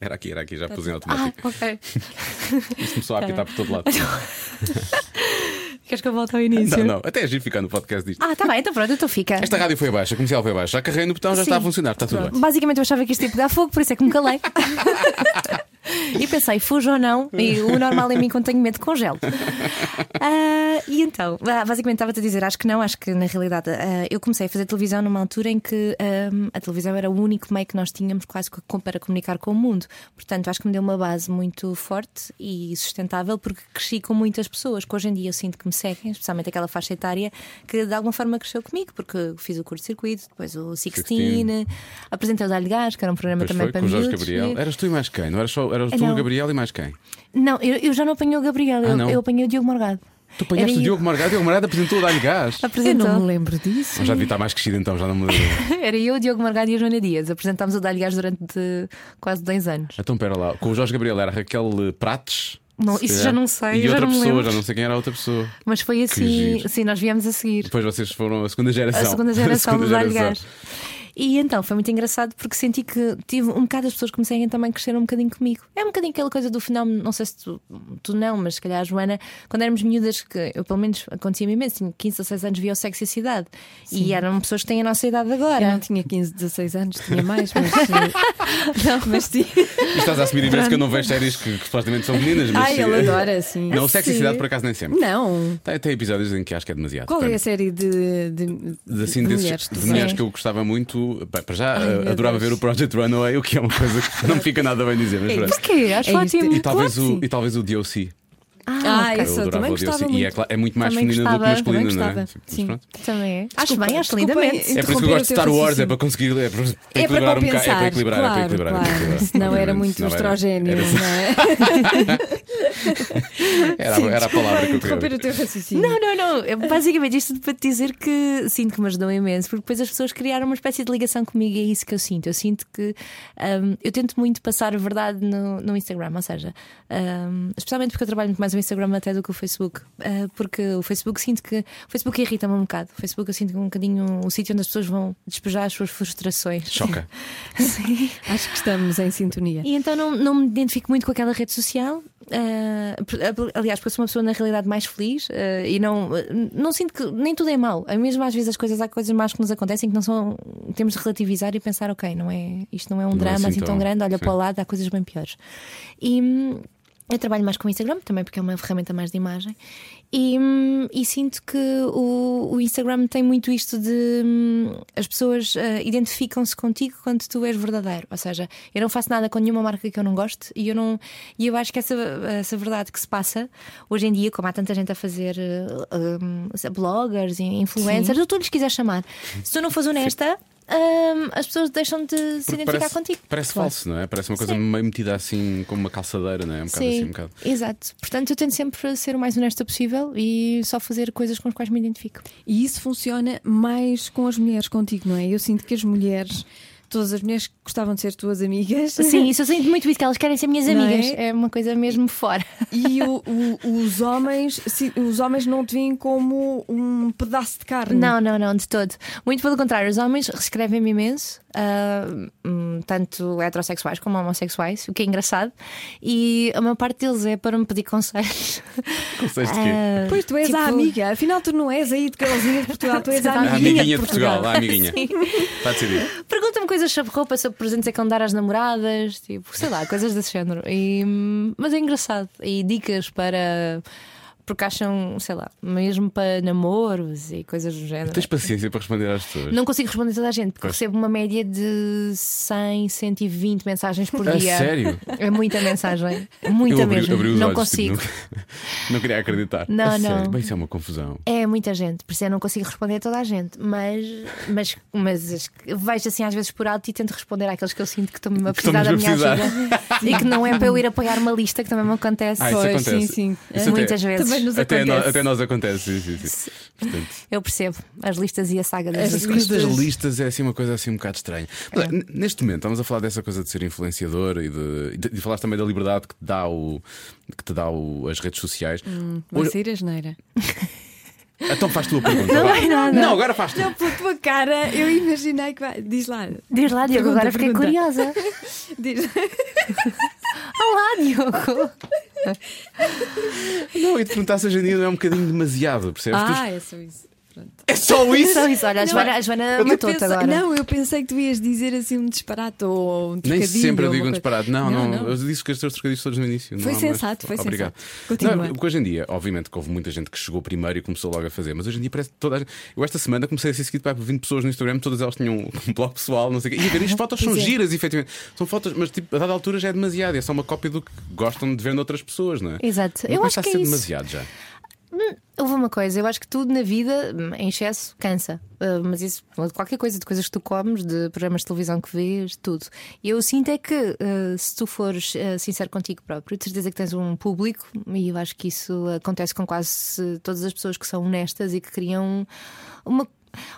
[SPEAKER 2] Era aqui, era aqui, já pus em
[SPEAKER 4] Ah,
[SPEAKER 2] automático.
[SPEAKER 4] ok. Ah,
[SPEAKER 2] Isto começou a apitar por todo lado.
[SPEAKER 4] [LAUGHS] Queres que eu volte ao início?
[SPEAKER 2] Não, não, até é giro ficar no podcast disto.
[SPEAKER 4] Ah, tá bem, então pronto, então fica.
[SPEAKER 2] Esta rádio foi abaixo, a comercial foi abaixo. Já carreguei no botão, Então já
[SPEAKER 4] Sim.
[SPEAKER 2] está a funcionar, está tudo bem.
[SPEAKER 4] Basicamente eu achava que isto ia pegar fogo, por isso é que
[SPEAKER 2] [LAUGHS]
[SPEAKER 4] me calei. e pensei, fujo ou não, e o normal em mim quando tenho medo congelo. Ah, e então, ah, basicamente estava-te a dizer, acho que não, acho que na realidade ah, eu comecei a fazer televisão numa altura em que ah, a televisão era o único meio que nós tínhamos quase que com- para comunicar com o mundo. Portanto, acho que me deu uma base muito forte e sustentável porque cresci com muitas pessoas que hoje em dia eu sinto que me seguem, especialmente aquela faixa etária que de alguma forma cresceu comigo, porque fiz o curto-circuito, depois o Sixteen, apresentei o Dar-lhe Gás, que era um programa
[SPEAKER 2] Pois
[SPEAKER 4] também
[SPEAKER 2] foi,
[SPEAKER 4] para
[SPEAKER 2] com o Jorge
[SPEAKER 4] miúdos.
[SPEAKER 2] Gabriel. Eras tu e mais quem? Não eras só, eras
[SPEAKER 4] Ah,
[SPEAKER 2] tu, o
[SPEAKER 4] não.
[SPEAKER 2] Gabriel e mais quem?
[SPEAKER 4] Não, eu, eu já não apanhei o Gabriel,
[SPEAKER 2] Ah,
[SPEAKER 4] eu,
[SPEAKER 2] não?
[SPEAKER 4] eu apanhei o Diogo Morgado.
[SPEAKER 2] Tu apanhaste
[SPEAKER 4] Era
[SPEAKER 2] o
[SPEAKER 4] eu-
[SPEAKER 2] Diogo Margado, o Diogo Margado apresentou o Dá-lhe Gás.
[SPEAKER 3] Eu
[SPEAKER 4] Apresentou.
[SPEAKER 3] não me lembro disso.
[SPEAKER 2] Então, Já devia estar mais crescido então, já não me lembro.
[SPEAKER 4] [LAUGHS] Era eu, o Diogo Morgado e a Joana Dias. Apresentámos o Dar-lhe Gás durante quase 10 anos.
[SPEAKER 2] Então, pera lá, com o Jorge Gabriel era Raquel eh, Prates.
[SPEAKER 4] Não,
[SPEAKER 2] se
[SPEAKER 4] isso
[SPEAKER 2] calhar.
[SPEAKER 4] já não sei,
[SPEAKER 2] E
[SPEAKER 4] eu já
[SPEAKER 2] outra
[SPEAKER 4] não me
[SPEAKER 2] pessoa,
[SPEAKER 4] lembro.
[SPEAKER 2] já não sei quem era a outra pessoa.
[SPEAKER 4] Mas foi assim,
[SPEAKER 2] giro.
[SPEAKER 4] sim, nós viemos a seguir.
[SPEAKER 2] Depois vocês foram [LAUGHS] a segunda geração.
[SPEAKER 4] A segunda geração
[SPEAKER 2] segunda
[SPEAKER 4] do Dar-lhe
[SPEAKER 2] geração.
[SPEAKER 4] Gás. E então foi muito engraçado porque senti que tive um bocado as pessoas que me seguem também cresceram um bocadinho comigo. É um bocadinho aquela coisa do fenómeno, não sei se tu, tu não, mas se calhar a Joana, quando éramos miúdas, que eu pelo menos acontecia-me imenso, tinha 15 ou 16 anos, via o sexo e a cidade. E eram pessoas que têm a nossa idade
[SPEAKER 3] Eu não
[SPEAKER 4] agora.
[SPEAKER 3] tinha 15, 16 anos, tinha mais, [LAUGHS] mas. eh, não, mas tinha.
[SPEAKER 2] E estás a assumir imenso que eu não vejo séries que, que supostamente são meninas, mas.
[SPEAKER 3] Ai, ele adora, assim.
[SPEAKER 2] Não, o sexo e cidade por acaso nem sempre.
[SPEAKER 3] Não.
[SPEAKER 2] Tem, tem episódios em que acho que é demasiado.
[SPEAKER 3] Qual
[SPEAKER 2] para
[SPEAKER 3] é
[SPEAKER 2] mim.
[SPEAKER 3] a série de, de,
[SPEAKER 2] De, assim,
[SPEAKER 3] de
[SPEAKER 2] desses-
[SPEAKER 3] mulheres? que tu
[SPEAKER 2] de mulheres
[SPEAKER 3] sabes?
[SPEAKER 2] que eu gostava muito, pá, para já
[SPEAKER 3] meu
[SPEAKER 2] eh, adorava
[SPEAKER 3] Deus.
[SPEAKER 2] ver o Project Runaway, o que é uma coisa que não me fica nada bem dizer, mas pronto.
[SPEAKER 4] Porquê? Acho
[SPEAKER 3] É isto.
[SPEAKER 4] ótimo.
[SPEAKER 2] E talvez,
[SPEAKER 3] claro que
[SPEAKER 2] o, e talvez o DOC.
[SPEAKER 4] Ah,
[SPEAKER 3] Ah,
[SPEAKER 4] ok.
[SPEAKER 3] isso eu
[SPEAKER 2] adorava
[SPEAKER 3] também
[SPEAKER 2] o
[SPEAKER 3] gostava.
[SPEAKER 2] DOC.
[SPEAKER 3] Muito.
[SPEAKER 2] E é, cla- é muito mais
[SPEAKER 4] Também
[SPEAKER 2] feminina do que
[SPEAKER 4] gostava,
[SPEAKER 2] masculina,
[SPEAKER 4] também
[SPEAKER 2] não é?
[SPEAKER 3] gostava,
[SPEAKER 2] Mas
[SPEAKER 3] sim.
[SPEAKER 2] pronto.
[SPEAKER 4] Também é. Acho
[SPEAKER 3] Desculpa-
[SPEAKER 4] bem, acho
[SPEAKER 3] desculpa
[SPEAKER 4] lindamente.
[SPEAKER 3] aí.
[SPEAKER 2] É por isso que eu
[SPEAKER 3] Interromper
[SPEAKER 2] gosto de
[SPEAKER 3] o teu
[SPEAKER 2] Star Wars, é
[SPEAKER 3] raciocínio.
[SPEAKER 2] para conseguir. É para,
[SPEAKER 3] É para
[SPEAKER 2] equilibrar um bocado. É
[SPEAKER 3] compensar.
[SPEAKER 2] para equilibrar,
[SPEAKER 3] claro,
[SPEAKER 2] é para equilibrar. É
[SPEAKER 3] claro.
[SPEAKER 2] para equilibrar.
[SPEAKER 3] Senão era
[SPEAKER 2] Obviamente,
[SPEAKER 3] muito
[SPEAKER 2] senão era-
[SPEAKER 3] estrogênio,
[SPEAKER 2] Era,
[SPEAKER 3] não é?
[SPEAKER 2] era-
[SPEAKER 3] Sim,
[SPEAKER 2] era a palavra que eu queria.
[SPEAKER 3] [LAUGHS] Interromper o
[SPEAKER 2] ouvir.
[SPEAKER 3] teu raciocínio.
[SPEAKER 4] Não, não, não. É Basicamente, isto para te dizer que sinto que me ajudou imenso, porque depois as pessoas criaram uma espécie de ligação comigo e é isso que eu sinto. Eu sinto que hum, eu tento muito passar a verdade no, no Instagram, ou seja, hum, especialmente porque eu trabalho muito mais no Instagram até do que o Facebook, ah, porque o Facebook sinto que. O Facebook irrita-me um bocado. O Facebook eu sinto que é um bocadinho o sítio onde as pessoas vão despejar as suas frustrações.
[SPEAKER 2] Choca.
[SPEAKER 4] [LAUGHS] Sim.
[SPEAKER 3] Acho que estamos em sintonia.
[SPEAKER 4] E então não, não me identifico muito com aquela rede social. Ah, por- aliás, porque sou uma pessoa na realidade mais feliz ah, e não, não sinto que nem tudo é mau. Ah, Mesmo às vezes as coisas, há coisas más que nos acontecem que não são. Temos de relativizar e pensar, ok, não é, isto não é um
[SPEAKER 2] Não é
[SPEAKER 4] drama
[SPEAKER 2] assim
[SPEAKER 4] assim tão
[SPEAKER 2] tão-
[SPEAKER 4] grande, olha
[SPEAKER 2] sim.
[SPEAKER 4] para o lado, há coisas bem piores. E. hum, Eu trabalho mais com o Instagram também, porque é uma ferramenta mais de imagem. E, hum, e sinto que o, o Instagram tem muito isto de hum, as pessoas ah, identificam-se contigo quando tu és verdadeiro. Ou seja, eu não faço nada com nenhuma marca que eu não goste e eu não e eu acho que essa, essa verdade que se passa hoje em dia, como há tanta gente a fazer ah, hum, bloggers e influencers, o que tu lhes quiser chamar, se tu não fores honesta, hum, as pessoas deixam de se
[SPEAKER 2] Porque
[SPEAKER 4] identificar
[SPEAKER 2] parece,
[SPEAKER 4] contigo.
[SPEAKER 2] Parece
[SPEAKER 4] Claro.
[SPEAKER 2] falso, não é? Parece uma coisa
[SPEAKER 4] Sim.
[SPEAKER 2] meio metida assim, como uma calçadeira, não é? Um bocado assim, um bocado.
[SPEAKER 4] exato. Portanto, eu tento sempre ser o mais honesta possível e só fazer coisas com as quais me identifico.
[SPEAKER 3] E isso funciona mais com as mulheres contigo, não é? Eu sinto que as mulheres, todas as mulheres que gostavam de ser tuas amigas.
[SPEAKER 4] Sim, isso eu sinto muito isso, que elas querem ser minhas
[SPEAKER 3] Não é?
[SPEAKER 4] amigas. Uhum. É? uma coisa mesmo fora.
[SPEAKER 3] [LAUGHS] E o- o- os homens, se- os homens não te veem como um pedaço de carne.
[SPEAKER 4] [LAUGHS] Não, não, não, de todo. Muito pelo contrário, os homens escrevem-me imenso, ah, hum, tanto heterossexuais como homossexuais, o que é engraçado. E a maior parte deles é para me pedir conselhos.
[SPEAKER 2] Conselhos de quê?
[SPEAKER 4] Ah,
[SPEAKER 3] Pois tu és a
[SPEAKER 4] tipo-
[SPEAKER 3] amiga, afinal tu não és aí de Carolzinha de Portugal, tu és [LAUGHS] a
[SPEAKER 2] A
[SPEAKER 3] amiguinha,
[SPEAKER 2] amiguinha
[SPEAKER 3] de
[SPEAKER 2] de
[SPEAKER 3] Portugal.
[SPEAKER 2] Portugal, a amiguinha. Está decidido.
[SPEAKER 4] Pergunta-me coisas sobre roupa, sobre presentes é que vão dar às namoradas, tipo, sei lá, coisas desse género. E, hum, mas é engraçado. E dicas para. porque acham, sei lá, mesmo para namoros e coisas do género.
[SPEAKER 2] Tens paciência para responder às pessoas?
[SPEAKER 4] Não consigo responder toda a gente, porque recebo uma média de 100, 120 mensagens por
[SPEAKER 2] A
[SPEAKER 4] dia.
[SPEAKER 2] sério?
[SPEAKER 4] É muita mensagem. Muita
[SPEAKER 2] eu abri,
[SPEAKER 4] mesmo.
[SPEAKER 2] abri os
[SPEAKER 4] não
[SPEAKER 2] olhos, tipo,
[SPEAKER 4] consigo.
[SPEAKER 2] não, não queria acreditar.
[SPEAKER 4] Não,
[SPEAKER 2] A sério?
[SPEAKER 4] não.
[SPEAKER 2] Bem, isso é uma confusão.
[SPEAKER 4] É muita gente, por isso eu não consigo responder a toda a gente, mas, mas, mas as que- vejo assim às vezes por alto e tento responder àqueles que eu sinto que estão mesmo a
[SPEAKER 2] Que
[SPEAKER 4] precisar da
[SPEAKER 2] estão-nos
[SPEAKER 4] minha
[SPEAKER 2] a
[SPEAKER 4] ajuda e que não é para eu ir apagar uma lista que também me acontece
[SPEAKER 2] Ah, isso
[SPEAKER 3] Pois,
[SPEAKER 2] acontece.
[SPEAKER 3] sim, sim.
[SPEAKER 2] Isso até-
[SPEAKER 4] muitas vezes.
[SPEAKER 3] Também nos
[SPEAKER 2] até,
[SPEAKER 3] acontece.
[SPEAKER 2] nó- até nós acontece, sim, sim, sim. Portanto,
[SPEAKER 4] Eu percebo as listas e a saga das
[SPEAKER 3] As
[SPEAKER 2] essa
[SPEAKER 4] listas.
[SPEAKER 2] coisa das
[SPEAKER 3] listas.
[SPEAKER 2] listas é assim uma coisa assim um bocado estranha. Mas, n- Neste momento, estamos a falar dessa coisa de ser influenciador e de, e de, falar também da liberdade que te dá, o, que te dá o- as redes sociais.
[SPEAKER 3] Vai
[SPEAKER 2] Hoje-
[SPEAKER 3] sair a geneira.
[SPEAKER 2] Então faz tu a pergunta. Não,
[SPEAKER 4] é nada.
[SPEAKER 2] não agora faz tu.
[SPEAKER 3] Não, pela tua cara, eu imaginei que vai. Diz lá.
[SPEAKER 4] Diz lá, Diogo,
[SPEAKER 3] Pergunta,
[SPEAKER 4] agora fiquei
[SPEAKER 3] pergunta.
[SPEAKER 4] curiosa.
[SPEAKER 3] Diz.
[SPEAKER 4] Olá, Diogo.
[SPEAKER 2] Não, e te perguntar se a Janina é um bocadinho demasiado, percebes? Tu-
[SPEAKER 3] Ah, é só isso. Pronto.
[SPEAKER 2] É só isso?
[SPEAKER 4] Só isso, olha, a Joana, a Joana
[SPEAKER 3] Eu
[SPEAKER 4] matou-te
[SPEAKER 3] pensei-
[SPEAKER 4] agora.
[SPEAKER 3] Não, eu pensei que tu ias dizer assim um disparate ou um
[SPEAKER 2] Nem
[SPEAKER 3] trocadilho
[SPEAKER 2] sempre eu
[SPEAKER 3] ou
[SPEAKER 2] digo
[SPEAKER 3] uma
[SPEAKER 2] um
[SPEAKER 3] coisa.
[SPEAKER 2] disparate. Não, não,
[SPEAKER 3] não.
[SPEAKER 2] Eu disse que os teus trocadilhos todos no início.
[SPEAKER 3] Foi
[SPEAKER 2] não há mais-
[SPEAKER 3] sensato, foi
[SPEAKER 2] Obrigado.
[SPEAKER 3] sensato. Continua.
[SPEAKER 2] Não, porque hoje em dia, obviamente, que houve muita gente que chegou primeiro e começou logo a fazer, mas hoje em dia parece que toda a gente. Eu esta semana comecei a ser seguido para 20 pessoas no Instagram, todas elas tinham [LAUGHS] um blog pessoal, não sei o quê. E a ver,
[SPEAKER 3] [LAUGHS]
[SPEAKER 2] isto fotos são
[SPEAKER 4] Pois é.
[SPEAKER 2] giras, efetivamente. São fotos, mas tipo, a dada altura já é demasiado. É só uma cópia do que gostam de ver noutras pessoas, não é?
[SPEAKER 4] Exato.
[SPEAKER 2] Não
[SPEAKER 4] Eu
[SPEAKER 2] começa
[SPEAKER 4] acho
[SPEAKER 2] a
[SPEAKER 4] que é
[SPEAKER 2] ser
[SPEAKER 4] isso.
[SPEAKER 2] demasiado já.
[SPEAKER 4] Hum, Houve uma coisa, eu acho que tudo na vida, hum, em excesso, cansa. Ah, mas isso, de qualquer coisa, de coisas que tu comes, de programas de televisão que vês, tudo. E eu sinto é que, ah, se tu fores ah, sincero contigo próprio, de certeza que tens um público, e eu acho que isso acontece com quase todas as pessoas que são honestas e que criam uma.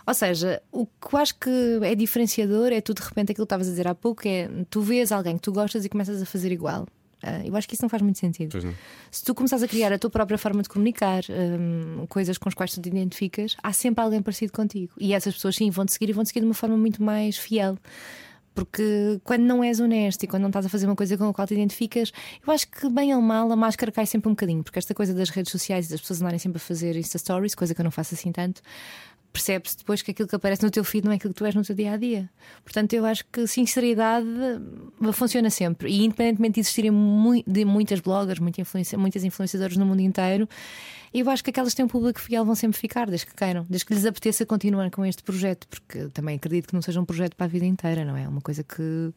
[SPEAKER 4] Ou seja, o que eu acho que é diferenciador é tu de repente aquilo que estavas a dizer há pouco: é tu vês alguém que tu gostas e começas a fazer igual. Ah, eu acho que isso não faz muito sentido.
[SPEAKER 2] Pois não.
[SPEAKER 4] Se tu começares a criar a tua própria forma de comunicar, hum, coisas com as quais tu te identificas, há sempre alguém parecido contigo. E essas pessoas sim vão te seguir e vão te seguir de uma forma muito mais fiel. Porque quando não és honesto e quando não estás a fazer uma coisa com a qual te identificas, eu acho que bem ou mal a máscara cai sempre um bocadinho, porque esta coisa das redes sociais e das pessoas andarem sempre a fazer Insta Stories, coisa que eu não faço assim tanto, percebe-se depois que aquilo que aparece no teu feed não é aquilo que tu és no teu dia a dia. Portanto, eu acho que sinceridade hum, funciona sempre. E independentemente de existirem mui- de muitas bloggers, muita influência- muitas influenciadoras no mundo inteiro, eu acho que aquelas que têm um público fiel vão sempre ficar, desde que queiram, desde que lhes apeteça continuar com este projeto, porque também acredito que não seja um projeto para a vida inteira, não é? É uma coisa que.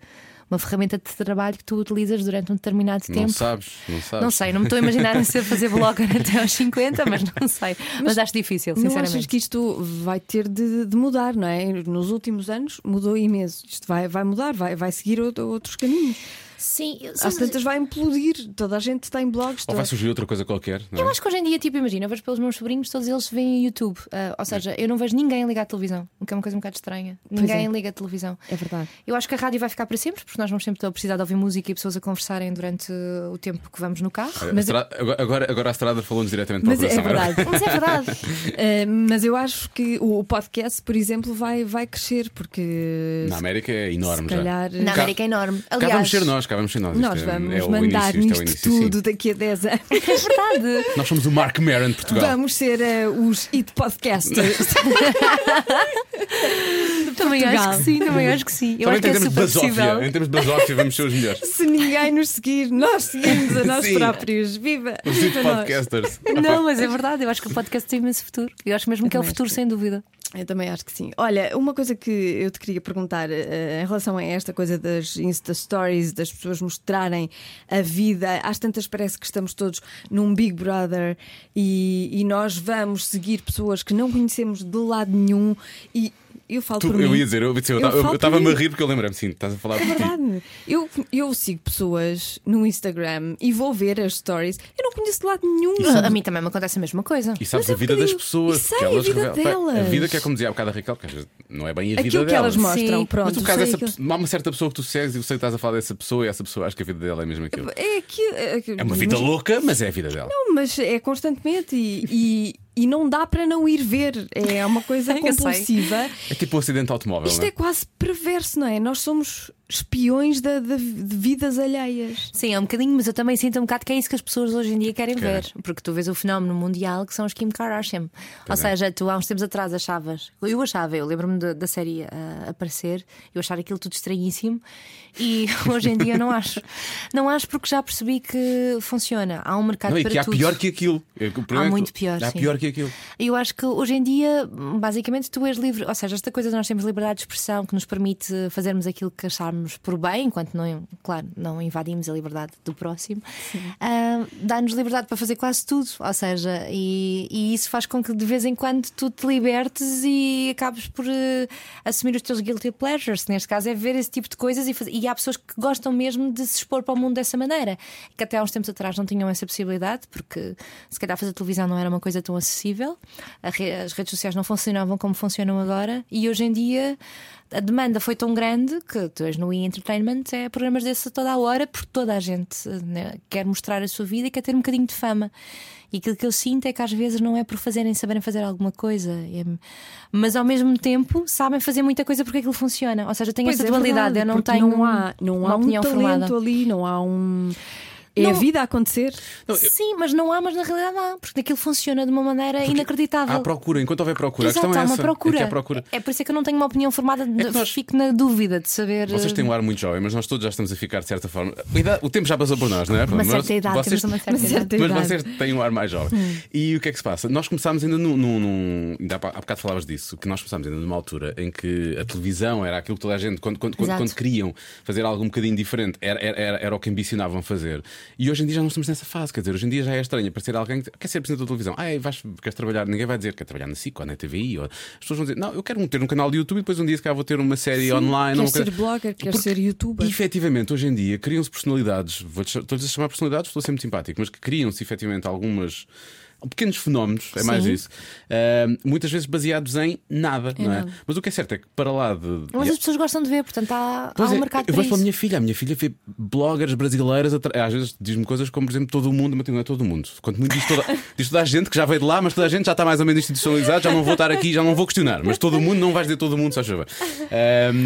[SPEAKER 4] uma ferramenta de trabalho que tu utilizas durante um determinado
[SPEAKER 2] Não
[SPEAKER 4] tempo.
[SPEAKER 2] sabes, não sabes.
[SPEAKER 4] Não sei, não me estou a imaginar a ser fazer blogger [LAUGHS] até aos 50, mas não sei. Mas, acho difícil,
[SPEAKER 3] Não
[SPEAKER 4] sinceramente.
[SPEAKER 3] achas que isto vai ter de, de mudar, não é? Nos últimos anos mudou imenso. Isto vai, vai mudar, vai, vai seguir outro- outros caminhos.
[SPEAKER 4] Sim, eu,
[SPEAKER 3] Às tantas vai implodir. Toda a gente tem blogs.
[SPEAKER 2] Ou
[SPEAKER 3] toda-
[SPEAKER 2] vai surgir outra coisa qualquer, não é?
[SPEAKER 4] Eu acho que hoje em dia, tipo, imagina, eu vejo pelos meus sobrinhos, todos eles veem YouTube. Ah, ou seja, eu não vejo ninguém ligar a televisão, o que é uma coisa um bocado estranha. ninguém
[SPEAKER 3] é.
[SPEAKER 4] liga a televisão.
[SPEAKER 3] É verdade.
[SPEAKER 4] Eu acho que a rádio vai ficar para sempre, porque nós vamos sempre ter a oportunidade de ouvir música e pessoas a conversarem durante uh, o tempo que vamos no carro.
[SPEAKER 2] A Estrada- agora- agora, agora a Estrada falou-nos diretamente para
[SPEAKER 3] Mas
[SPEAKER 2] o
[SPEAKER 3] é
[SPEAKER 2] coração. era?
[SPEAKER 3] verdade. [LAUGHS]
[SPEAKER 4] Mas
[SPEAKER 2] [LAUGHS]
[SPEAKER 4] é verdade.
[SPEAKER 3] Eh, mas eu acho que o o podcast, por exemplo, vai, vai crescer, porque
[SPEAKER 2] Na América é enorme
[SPEAKER 3] se calhar.
[SPEAKER 4] Na
[SPEAKER 2] Cá-
[SPEAKER 4] América é enorme.
[SPEAKER 2] Cá vamos
[SPEAKER 4] Aliás,
[SPEAKER 2] ser nós, cá vamos ser nós. Isto
[SPEAKER 3] Nós
[SPEAKER 2] é-
[SPEAKER 3] vamos
[SPEAKER 2] é o
[SPEAKER 3] mandar
[SPEAKER 2] início, isto é o
[SPEAKER 3] nisto
[SPEAKER 2] início, sim.
[SPEAKER 3] tudo daqui a 10 anos.
[SPEAKER 4] é verdade.
[SPEAKER 2] Nós somos o Mark Maron de Portugal.
[SPEAKER 3] [LAUGHS] Vamos ser eh, os It
[SPEAKER 2] [LAUGHS]
[SPEAKER 3] Podcasters.
[SPEAKER 4] Também
[SPEAKER 3] Portugal.
[SPEAKER 4] acho que sim, também acho que sim. Eu
[SPEAKER 2] Também
[SPEAKER 4] acho que
[SPEAKER 2] em
[SPEAKER 4] é
[SPEAKER 2] termos
[SPEAKER 4] super
[SPEAKER 2] de basófia. [LAUGHS]
[SPEAKER 4] possível.
[SPEAKER 2] Em termos de basófia, vamos ser os melhores.
[SPEAKER 3] Se ninguém nos seguir, nós seguimos a nós
[SPEAKER 2] Sim.
[SPEAKER 3] próprios. Viva!
[SPEAKER 2] Os hit
[SPEAKER 3] Viva nós.
[SPEAKER 2] podcasters.
[SPEAKER 4] Não, mas é verdade, eu acho que o podcast tem imenso futuro. Eu acho mesmo que é o
[SPEAKER 3] também acho
[SPEAKER 4] futuro,
[SPEAKER 3] que
[SPEAKER 4] sem dúvida.
[SPEAKER 3] Eu também acho que sim. Olha, uma coisa que eu te queria perguntar eh, em relação a esta coisa das Insta Stories, das pessoas mostrarem a vida, às tantas parece que estamos todos num Big Brother e, e nós vamos seguir pessoas que não conhecemos de lado nenhum e eu falo
[SPEAKER 2] Tu-
[SPEAKER 3] por
[SPEAKER 2] eu
[SPEAKER 3] mim.
[SPEAKER 2] ia dizer, eu eu-
[SPEAKER 3] falo
[SPEAKER 2] eu
[SPEAKER 3] por
[SPEAKER 2] estava-me
[SPEAKER 3] mim.
[SPEAKER 2] a rir porque eu lembrei-me, sim, estás a falar
[SPEAKER 3] É
[SPEAKER 2] por ti.
[SPEAKER 3] verdade. Eu, eu sigo pessoas no Instagram e vou ver as stories. Eu não conheço de lado nenhum.
[SPEAKER 4] A mim também me acontece a mesma coisa.
[SPEAKER 2] E sabes
[SPEAKER 3] Mas é
[SPEAKER 2] a vida das
[SPEAKER 3] bocadinho-
[SPEAKER 2] pessoas.
[SPEAKER 3] e sei
[SPEAKER 2] porque
[SPEAKER 3] a vida
[SPEAKER 2] revelam- Pá, A
[SPEAKER 3] delas.
[SPEAKER 2] vida que é como dizia há bocado a Raquel, porque às vezes não é bem a vida
[SPEAKER 3] Aquilo que
[SPEAKER 2] delas.
[SPEAKER 3] elas mostram,
[SPEAKER 4] Sim.
[SPEAKER 3] pronto.
[SPEAKER 2] Mas tu caso é
[SPEAKER 3] sei
[SPEAKER 2] essa,
[SPEAKER 3] aquilo-
[SPEAKER 2] pe- há uma certa pessoa que tu segues e eu sei que estás a falar dessa pessoa e essa pessoa acho que a vida dela é mesmo aquilo.
[SPEAKER 3] É, aquilo, é, aquilo-
[SPEAKER 2] É uma vida
[SPEAKER 3] mas-
[SPEAKER 2] louca, mas é a vida dela.
[SPEAKER 3] Não, mas é constantemente e, e, e não dá para não ir ver. É uma coisa
[SPEAKER 4] [LAUGHS] Eu sei.
[SPEAKER 3] compulsiva.
[SPEAKER 2] É tipo um acidente de automóvel,
[SPEAKER 3] Isto
[SPEAKER 2] não
[SPEAKER 3] é quase perverso, não é? Nós somos espiões da, da- de vidas alheias.
[SPEAKER 4] Sim, é um bocadinho, mas eu também sinto um bocado que é isso que as pessoas hoje em dia querem
[SPEAKER 2] Querem.
[SPEAKER 4] ver. Porque tu vês o fenómeno mundial que são os Kim Kardashian. Ou
[SPEAKER 2] é.
[SPEAKER 4] seja, tu há uns tempos atrás achavas, eu achava, eu lembro-me da- da série ah, aparecer, eu achava aquilo tudo estranhíssimo e [LAUGHS] hoje em dia não acho. Não acho porque já percebi que funciona. Há um mercado
[SPEAKER 2] Não, e
[SPEAKER 4] para
[SPEAKER 2] que há
[SPEAKER 4] tudo.
[SPEAKER 2] pior que aquilo. Eu- o problema é que
[SPEAKER 4] muito pior,
[SPEAKER 2] Há
[SPEAKER 4] sim.
[SPEAKER 2] pior que aquilo.
[SPEAKER 4] Eu acho que hoje em dia, basicamente, tu és livre. Ou seja, esta coisa de nós temos liberdade de expressão que nos permite fazermos aquilo que acharmos por bem, enquanto não, claro, não invadimos a liberdade do próximo, Ah, dá-nos liberdade para fazer quase tudo. Ou seja, e, e isso faz com que de vez em quando tu te libertes e acabes por eh, assumir os teus guilty pleasures. Neste caso, é ver esse tipo de coisas e, faz- e há pessoas que gostam mesmo de se expor para o mundo dessa maneira, que até há uns tempos atrás não tinham essa possibilidade, porque se calhar fazer televisão não era uma coisa tão acessível, a re- as redes sociais não funcionavam como funcionam agora, e hoje em dia a demanda foi tão grande que tu és no e Entertainment, é programas desses a toda a hora, porque toda a gente né, quer mostrar a sua vida e quer ter um bocadinho de fama. E aquilo que eu sinto é que às vezes não é por fazerem saberem fazer alguma coisa, é- mas ao mesmo tempo sabem fazer muita coisa porque aquilo funciona. Ou seja, eu tenho
[SPEAKER 3] Pois
[SPEAKER 4] essa
[SPEAKER 3] é
[SPEAKER 4] dualidade,
[SPEAKER 3] verdade,
[SPEAKER 4] eu não
[SPEAKER 3] porque
[SPEAKER 4] tenho
[SPEAKER 3] Não há, não
[SPEAKER 4] uma
[SPEAKER 3] há um
[SPEAKER 4] opinião
[SPEAKER 3] talento
[SPEAKER 4] formada.
[SPEAKER 3] ali, não há um. É a
[SPEAKER 4] Não.
[SPEAKER 3] vida a acontecer.
[SPEAKER 4] Sim, mas não há, mas na realidade há, porque aquilo funciona de uma maneira inacreditável.
[SPEAKER 2] Há procura, enquanto houver procura. a
[SPEAKER 4] Exato,
[SPEAKER 2] questão
[SPEAKER 4] há
[SPEAKER 2] é
[SPEAKER 4] uma
[SPEAKER 2] essa.
[SPEAKER 4] procura.
[SPEAKER 2] É que há procura.
[SPEAKER 4] É por isso é que eu não tenho uma opinião formada, de-
[SPEAKER 2] nós-
[SPEAKER 4] fico na dúvida de saber. eh,
[SPEAKER 2] Vocês têm um ar muito jovem, mas nós todos já estamos a ficar de certa forma. A idade- O tempo já passou por nós, não é?
[SPEAKER 4] uma
[SPEAKER 2] Mas
[SPEAKER 4] certa idade,
[SPEAKER 2] vocês-
[SPEAKER 4] temos uma certa
[SPEAKER 3] Mas
[SPEAKER 4] idade.
[SPEAKER 3] certa
[SPEAKER 4] Hum.
[SPEAKER 2] Mas
[SPEAKER 3] idade.
[SPEAKER 2] vocês têm um ar mais jovem. E o que é que se passa? Nós começámos ainda num. num- num- ainda há, pa- há bocado falavas disso, que nós começámos ainda numa altura em que a televisão era aquilo que toda a gente, quando, quando, quando,
[SPEAKER 4] Exato.
[SPEAKER 2] quando queriam fazer algo um bocadinho diferente, era, era, era, era o que ambicionavam fazer. E hoje em dia já não estamos nessa fase, quer dizer, hoje em dia já é estranho aparecer alguém que quer ser apresentador de televisão. Ah, vais, queres trabalhar? Ninguém vai dizer que quer trabalhar na SIC ou na TVI. Ou... As pessoas vão dizer, não, eu quero ter um canal de YouTube e depois um dia se calhar vou ter uma série online. ou
[SPEAKER 3] Quer
[SPEAKER 2] uma coisa-
[SPEAKER 3] ser blogger, quer
[SPEAKER 2] Porque-
[SPEAKER 3] ser youtuber.
[SPEAKER 2] e, efetivamente, hoje em dia, criam-se personalidades. vou- Estou-lhes a chamar personalidades, estou a ser muito simpático, mas que criam-se efetivamente algumas. Pequenos fenómenos, é mais
[SPEAKER 4] Sim.
[SPEAKER 2] isso. Ahm, muitas vezes baseados em nada, não é?
[SPEAKER 3] nada.
[SPEAKER 2] Mas o que é certo é que, para lá de.
[SPEAKER 4] Mas as pessoas gostam de ver, portanto há, há
[SPEAKER 2] Pois
[SPEAKER 4] um
[SPEAKER 2] é,
[SPEAKER 4] mercado
[SPEAKER 2] eu
[SPEAKER 4] para
[SPEAKER 2] vejo
[SPEAKER 4] isso.
[SPEAKER 2] para a minha filha. A minha filha vê bloggers brasileiras. atra- Às vezes diz-me coisas como, por exemplo, todo o mundo, mas não é todo o mundo. Quanto muito diz toda, diz toda a gente que já veio de lá, mas toda a gente já está mais ou menos institucionalizado. Já não vou estar aqui, já não vou questionar. Mas todo o mundo, não vais dizer todo o mundo, só chuva.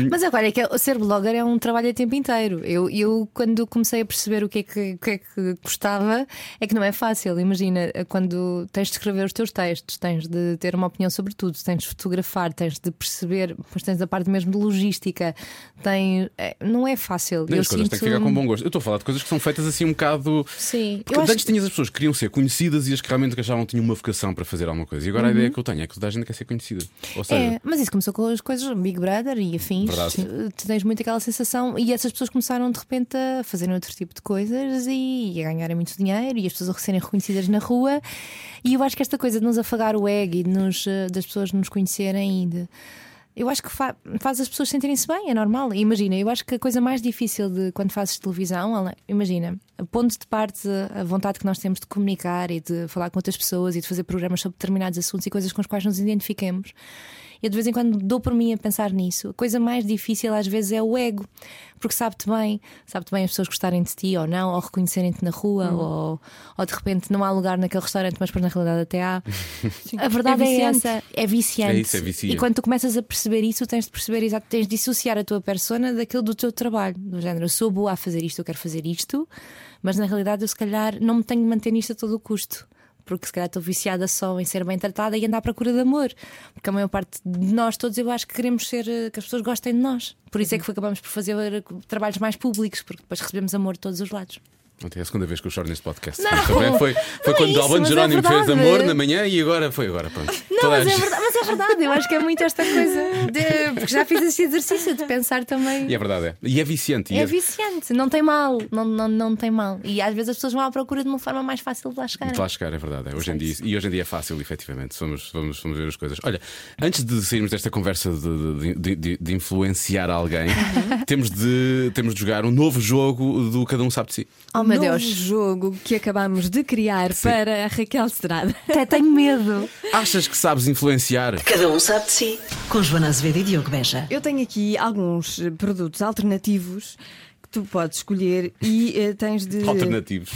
[SPEAKER 4] Mas agora é que é- ser blogger é um trabalho a tempo inteiro. Eu, eu quando comecei a perceber o que, é que, o que é que custava, é que não é fácil. Imagina, quando tens de escrever os teus textos, tens de ter uma opinião sobre tudo, tens de fotografar, tens de perceber, depois tens a parte mesmo de logística. Tem, é- não é fácil.
[SPEAKER 2] Nem
[SPEAKER 4] eu
[SPEAKER 2] as coisas têm que ficar com bom gosto. Eu estou a falar de coisas que são feitas assim um bocado.
[SPEAKER 4] Sim,
[SPEAKER 2] Porque
[SPEAKER 4] eu acho
[SPEAKER 2] antes tinhas as pessoas que queriam ser conhecidas e as que realmente achavam que tinham uma vocação para fazer alguma coisa. E agora a
[SPEAKER 4] Uhum.
[SPEAKER 2] ideia que eu tenho é que toda a gente quer ser conhecida. Ou seja,
[SPEAKER 4] É, mas isso começou com as coisas Big Brother e afins.
[SPEAKER 2] Verdade.
[SPEAKER 4] Tu- Tu tens muito aquela sensação e essas pessoas começaram de repente a fazerem outro tipo de coisas e, a ganharem muito dinheiro e as pessoas a serem reconhecidas na rua. E eu acho que esta coisa de nos afagar o ego e de nos, eh, das pessoas nos conhecerem e de. Eu acho que fa- faz as pessoas sentirem-se bem, é normal. E Imagina, eu acho que a coisa mais difícil de quando fazes televisão, ela- imagina, pondo de parte a vontade que nós temos de comunicar e de falar com outras pessoas e de fazer programas sobre determinados assuntos e coisas com as quais nos identifiquemos. Eu de vez em quando dou por mim a pensar nisso. A coisa mais difícil às vezes é o ego, porque sabe-te bem, sabe-te bem as pessoas gostarem de ti ou não, ou reconhecerem-te na rua,
[SPEAKER 3] Hum.
[SPEAKER 4] ou, ou de repente não há lugar naquele restaurante, mas depois na realidade
[SPEAKER 3] [LAUGHS]
[SPEAKER 4] até há. A verdade
[SPEAKER 3] É
[SPEAKER 4] é,
[SPEAKER 3] viciante.
[SPEAKER 4] essa, é viciante.
[SPEAKER 2] É isso, é vicia.
[SPEAKER 4] E quando tu começas a perceber isso, tens de perceber exato, tens de dissociar a tua persona daquilo do teu trabalho, do género, eu sou boa a fazer isto, eu quero fazer isto, mas na realidade eu se calhar não me tenho de manter nisto a todo o custo. Porque se calhar estou viciada só em ser bem tratada e andar à procura de amor. Porque a maior parte de nós todos eu acho que queremos ser eh, que as pessoas gostem de nós. Por isso é que acabamos por fazer eh, trabalhos mais públicos, porque depois recebemos amor de todos os lados.
[SPEAKER 2] ontem é a segunda vez que eu choro neste podcast.
[SPEAKER 4] Não,
[SPEAKER 2] Mas também foi, foi
[SPEAKER 4] não é
[SPEAKER 2] quando
[SPEAKER 4] isso,
[SPEAKER 2] Albano
[SPEAKER 4] mas é
[SPEAKER 2] Jerónimo fez
[SPEAKER 4] verdade.
[SPEAKER 2] amor na manhã e agora foi agora. Pronto.
[SPEAKER 4] Não,
[SPEAKER 2] Toda a
[SPEAKER 4] mas é,
[SPEAKER 2] gente-
[SPEAKER 4] verdade, mas é verdade, eu acho que é muito esta coisa. de- porque já fiz esse exercício de pensar também.
[SPEAKER 2] E é verdade, é. E é viciante. e
[SPEAKER 4] É viciante, não tem mal, não, não, não tem mal. E às vezes as pessoas vão à procura de uma forma mais fácil de lá chegar.
[SPEAKER 2] De lá chegar, é verdade. É. Hoje em dia, e hoje em dia é fácil, efetivamente. Vamos, vamos, vamos ver as coisas. Olha, antes de sairmos desta conversa de, de- de- de- de influenciar alguém,
[SPEAKER 3] Uhum.
[SPEAKER 2] [LAUGHS] temos, de, temos de jogar um novo jogo do Cada Um Sabe de Si.
[SPEAKER 4] Oh meu
[SPEAKER 3] Novo
[SPEAKER 4] Deus,
[SPEAKER 3] jogo que acabámos de criar para a Raquel Estrada.
[SPEAKER 4] até tenho medo.
[SPEAKER 2] Achas que sabes influenciar?
[SPEAKER 1] Cada um sabe de si. Com Joana Azevedo e Diogo Beja.
[SPEAKER 3] Eu tenho aqui alguns eh, produtos alternativos que tu podes escolher e eh, tens de. [LAUGHS]
[SPEAKER 2] Alternativos.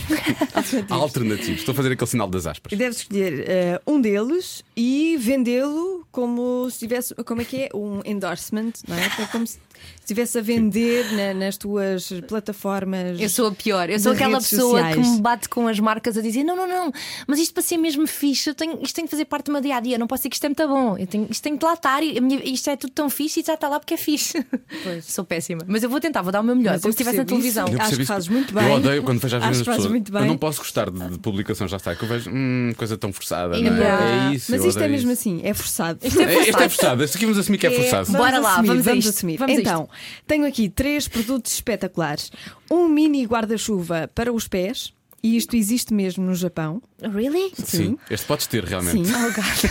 [SPEAKER 2] Alternativos. Estou a fazer aquele sinal das aspas.
[SPEAKER 3] Deves escolher eh, um deles e vendê-lo como se tivesse, como é que é? Um endorsement, não é? Então, como se estivesse a vender na- nas tuas plataformas.
[SPEAKER 4] Eu sou a pior. Eu sou
[SPEAKER 3] Das
[SPEAKER 4] aquela
[SPEAKER 3] redes
[SPEAKER 4] pessoa que
[SPEAKER 3] sociais.
[SPEAKER 4] me bate com as marcas a dizer: não, não, não, mas isto para ser mesmo fixe, eu tenho, isto tem que fazer parte do meu dia a dia. Não posso dizer que isto é muito bom. Eu tenho, isto tem que lá estar. e a minha- isto é tudo tão fixe e já está lá porque é fixe. [LAUGHS] Sou péssima. Mas eu vou tentar, vou dar o meu melhor,
[SPEAKER 3] Mas
[SPEAKER 4] como
[SPEAKER 3] eu
[SPEAKER 4] se estivesse na
[SPEAKER 3] percebo isso.
[SPEAKER 4] televisão.
[SPEAKER 3] Eu- Acho
[SPEAKER 2] percebo
[SPEAKER 3] que
[SPEAKER 2] isso.
[SPEAKER 3] fazes muito bem.
[SPEAKER 2] Eu odeio quando vejo as
[SPEAKER 3] Acho
[SPEAKER 2] vezes
[SPEAKER 3] que fazes
[SPEAKER 2] pessoas.
[SPEAKER 3] muito bem.
[SPEAKER 2] Eu não posso gostar de, de publicação, já está. Que eu vejo hum, coisa tão forçada. Não
[SPEAKER 3] Ah,
[SPEAKER 2] é? é isso.
[SPEAKER 3] Mas
[SPEAKER 2] eu
[SPEAKER 3] isto é
[SPEAKER 2] odeio
[SPEAKER 3] mesmo
[SPEAKER 2] isso.
[SPEAKER 3] assim, é forçado.
[SPEAKER 2] É, Este é forçado. Este aqui vamos assumir que é forçado.
[SPEAKER 4] Bora lá,
[SPEAKER 3] assumir,
[SPEAKER 4] vamos a isto.
[SPEAKER 3] assumir.
[SPEAKER 4] Vamos a isto.
[SPEAKER 3] então, tenho aqui três produtos espetaculares: um mini guarda-chuva para os pés, e isto existe mesmo no Japão.
[SPEAKER 4] Really?
[SPEAKER 2] Sim. Este podes ter realmente.
[SPEAKER 3] Sim.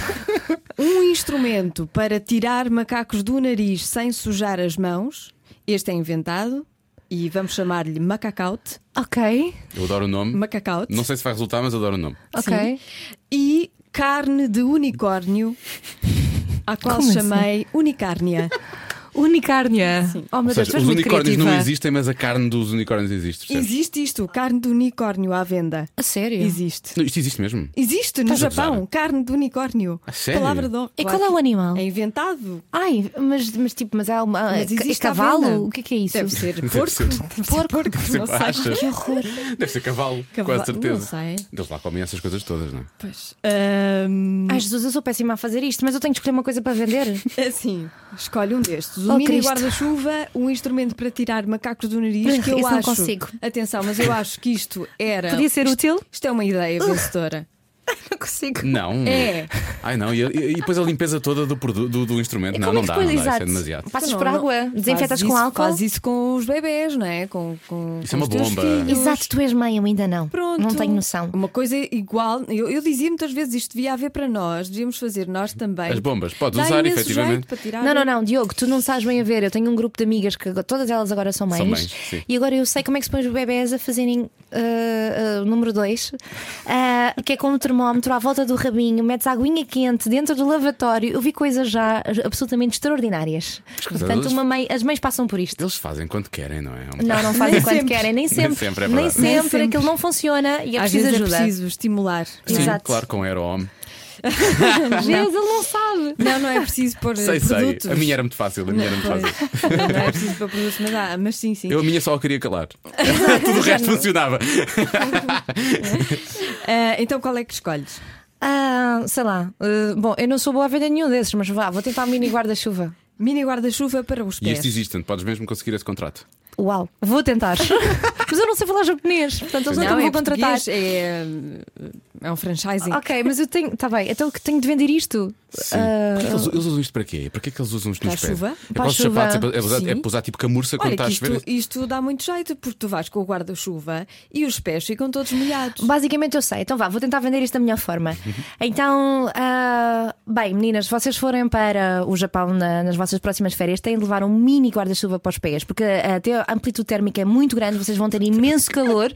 [SPEAKER 3] [LAUGHS] um instrumento para tirar macacos do nariz sem sujar as mãos. Este é inventado e vamos chamar-lhe macacaute.
[SPEAKER 4] Ok,
[SPEAKER 2] Eu adoro o nome.
[SPEAKER 3] Macacaute.
[SPEAKER 2] Não sei se vai resultar, mas adoro o nome.
[SPEAKER 4] ok.
[SPEAKER 3] E carne de unicórnio, à qual
[SPEAKER 4] Como assim?
[SPEAKER 3] chamei unicárnia.
[SPEAKER 4] Unicárnia. Oh
[SPEAKER 2] Ou
[SPEAKER 4] meu Deus,
[SPEAKER 2] seja,
[SPEAKER 4] tu és
[SPEAKER 2] os
[SPEAKER 4] muito
[SPEAKER 2] unicórnios
[SPEAKER 4] criativa.
[SPEAKER 2] não existem, mas a carne dos unicórnios existe. percebes?
[SPEAKER 3] Existe isto, carne de unicórnio à venda.
[SPEAKER 4] A sério?
[SPEAKER 3] Existe.
[SPEAKER 2] Não, Isto existe mesmo.
[SPEAKER 3] Existe no
[SPEAKER 2] Estás a
[SPEAKER 3] Japão,
[SPEAKER 2] gozar?
[SPEAKER 3] carne de unicórnio.
[SPEAKER 2] A sério?
[SPEAKER 3] Palavra de honra.
[SPEAKER 4] E
[SPEAKER 3] Claro
[SPEAKER 4] qual é o animal?
[SPEAKER 3] que É inventado.
[SPEAKER 4] Ai, mas, mas tipo, mas é uma.
[SPEAKER 3] Mas
[SPEAKER 4] é
[SPEAKER 3] existe à venda.
[SPEAKER 4] cavalo? O que é que é isso?
[SPEAKER 3] Deve ser
[SPEAKER 2] Deve
[SPEAKER 3] porco.
[SPEAKER 2] ser.
[SPEAKER 3] Deve ser porco. Não
[SPEAKER 2] Sempre
[SPEAKER 3] sei.
[SPEAKER 2] achas.
[SPEAKER 4] Que horror.
[SPEAKER 2] Deve ser cavalo,
[SPEAKER 3] Cavalo-
[SPEAKER 2] com a certeza.
[SPEAKER 3] não sei.
[SPEAKER 2] Eles lá comem essas coisas todas, não é?
[SPEAKER 3] Pois. Ahm,
[SPEAKER 4] Ai Jesus, eu sou péssima a fazer isto, mas eu tenho que escolher uma coisa para
[SPEAKER 3] [LAUGHS]
[SPEAKER 4] vender.
[SPEAKER 3] Assim, escolhe um destes. Um
[SPEAKER 4] Oh,
[SPEAKER 3] mini
[SPEAKER 4] Cristo.
[SPEAKER 3] guarda-chuva, um instrumento para tirar macacos do nariz, que eu
[SPEAKER 4] Isso não
[SPEAKER 3] acho.
[SPEAKER 4] consigo.
[SPEAKER 3] Atenção, mas eu acho que isto era.
[SPEAKER 4] Podia ser
[SPEAKER 3] isto,
[SPEAKER 4] útil?
[SPEAKER 3] Isto é uma ideia vencedora.
[SPEAKER 4] Não consigo.
[SPEAKER 2] Não.
[SPEAKER 3] É.
[SPEAKER 2] Ai não, e, e- e depois a limpeza toda do, produ- do, do instrumento. não,
[SPEAKER 4] Como é
[SPEAKER 2] não
[SPEAKER 4] que
[SPEAKER 2] dá,
[SPEAKER 4] depois-
[SPEAKER 2] não dá, isso é
[SPEAKER 4] exato.
[SPEAKER 2] demasiado.
[SPEAKER 4] Passas
[SPEAKER 3] Então Não,
[SPEAKER 4] por
[SPEAKER 3] não-
[SPEAKER 4] água, desinfetas
[SPEAKER 3] faz
[SPEAKER 4] com
[SPEAKER 3] isso-
[SPEAKER 4] álcool.
[SPEAKER 3] Faz isso com os bebés, não é? Com, com,
[SPEAKER 2] Isso
[SPEAKER 3] com
[SPEAKER 2] é uma
[SPEAKER 3] os teus
[SPEAKER 2] bomba.
[SPEAKER 3] filhos.
[SPEAKER 4] Exato, tu és mãe, eu ainda não.
[SPEAKER 3] Pronto.
[SPEAKER 4] Não tenho noção.
[SPEAKER 3] Uma coisa igual. Eu, eu dizia muitas vezes isto devia haver para nós, devíamos fazer nós também.
[SPEAKER 2] As bombas, podes
[SPEAKER 3] Dá
[SPEAKER 2] usar,
[SPEAKER 3] imenso
[SPEAKER 2] efetivamente.
[SPEAKER 3] jeito para tirar
[SPEAKER 4] Não, não, não, Diogo, tu não sabes bem a ver. Eu tenho um grupo de amigas que agora- todas elas agora são mães.
[SPEAKER 2] São mães, sim.
[SPEAKER 4] e agora eu sei como é que se põe os bebés a fazerem ah, ah, o número 2, que é com um termómetro à volta do rabinho, metes aguinha quente dentro do lavatório. Eu vi coisas já absolutamente extraordinárias.
[SPEAKER 2] coisas-
[SPEAKER 4] Portanto, uma mãe- as mães passam por isto.
[SPEAKER 2] Eles fazem quando querem, não é?
[SPEAKER 4] Não, não fazem
[SPEAKER 3] Nem
[SPEAKER 4] quanto
[SPEAKER 3] sempre.
[SPEAKER 4] querem, nem sempre.
[SPEAKER 2] sempre, é
[SPEAKER 4] nem
[SPEAKER 2] verdade.
[SPEAKER 4] sempre,
[SPEAKER 3] Nem sempre.
[SPEAKER 4] aquilo não funciona e é
[SPEAKER 3] Às
[SPEAKER 4] preciso
[SPEAKER 3] vezes
[SPEAKER 4] ajuda.
[SPEAKER 3] é preciso estimular. é?
[SPEAKER 2] Sim,
[SPEAKER 4] Exato.
[SPEAKER 2] assim, claro, com aero-homem.
[SPEAKER 4] Às [LAUGHS] vezes ele não sabe.
[SPEAKER 3] Não, não é preciso pôr
[SPEAKER 2] Sei, sei.
[SPEAKER 3] produtos.
[SPEAKER 2] A minha era muito fácil, a minha era muito
[SPEAKER 3] Pois.
[SPEAKER 2] fácil.
[SPEAKER 3] [LAUGHS] Não é preciso para produtos, mas, há- mas sim, sim.
[SPEAKER 2] Eu a minha só a queria
[SPEAKER 4] [LAUGHS]
[SPEAKER 2] calar. Tudo o resto funcionava.
[SPEAKER 3] Ah, então qual é que escolhes?
[SPEAKER 4] Ah, sei lá. Ah, bom, eu não sou boa a vender nenhum desses, mas vá, vou tentar o mini guarda-chuva.
[SPEAKER 3] Mini guarda-chuva para os
[SPEAKER 2] E
[SPEAKER 3] pés.
[SPEAKER 2] este existe, portantes, podes mesmo conseguir esse contrato.
[SPEAKER 4] Uau,
[SPEAKER 3] [LAUGHS]
[SPEAKER 4] vou tentar. mas eu não sei falar japonês, portanto eles
[SPEAKER 3] não,
[SPEAKER 4] nunca me
[SPEAKER 3] é
[SPEAKER 4] vão contratar.
[SPEAKER 3] português, É, é um franchising.
[SPEAKER 4] Ok, mas eu tenho. Está bem, então que tenho de vender isto.
[SPEAKER 2] Sim.
[SPEAKER 4] Ah,
[SPEAKER 2] Porquê que eles, eles usam isto para quê? Para que é que eles usam isto
[SPEAKER 3] Para
[SPEAKER 2] nos
[SPEAKER 3] a
[SPEAKER 2] pés?
[SPEAKER 3] chuva?
[SPEAKER 2] É
[SPEAKER 4] Para a
[SPEAKER 2] para os
[SPEAKER 4] chuva.
[SPEAKER 2] sapatos, é para, é para usar- é
[SPEAKER 3] Sim.
[SPEAKER 2] para usar tipo camurça quando
[SPEAKER 3] Olha,
[SPEAKER 2] está a
[SPEAKER 3] que
[SPEAKER 2] chover.
[SPEAKER 3] isto, isto dá muito jeito, porque tu vais com o guarda-chuva e os pés ficam todos molhados.
[SPEAKER 4] Basicamente eu sei, então vá, vou tentar vender isto da melhor forma. Então, ah, bem, meninas, se vocês forem para o Japão na- nas vossas próximas férias, têm de levar um mini guarda-chuva para os pés, porque ah, até a amplitude térmica é muito grande, vocês vão ter imenso calor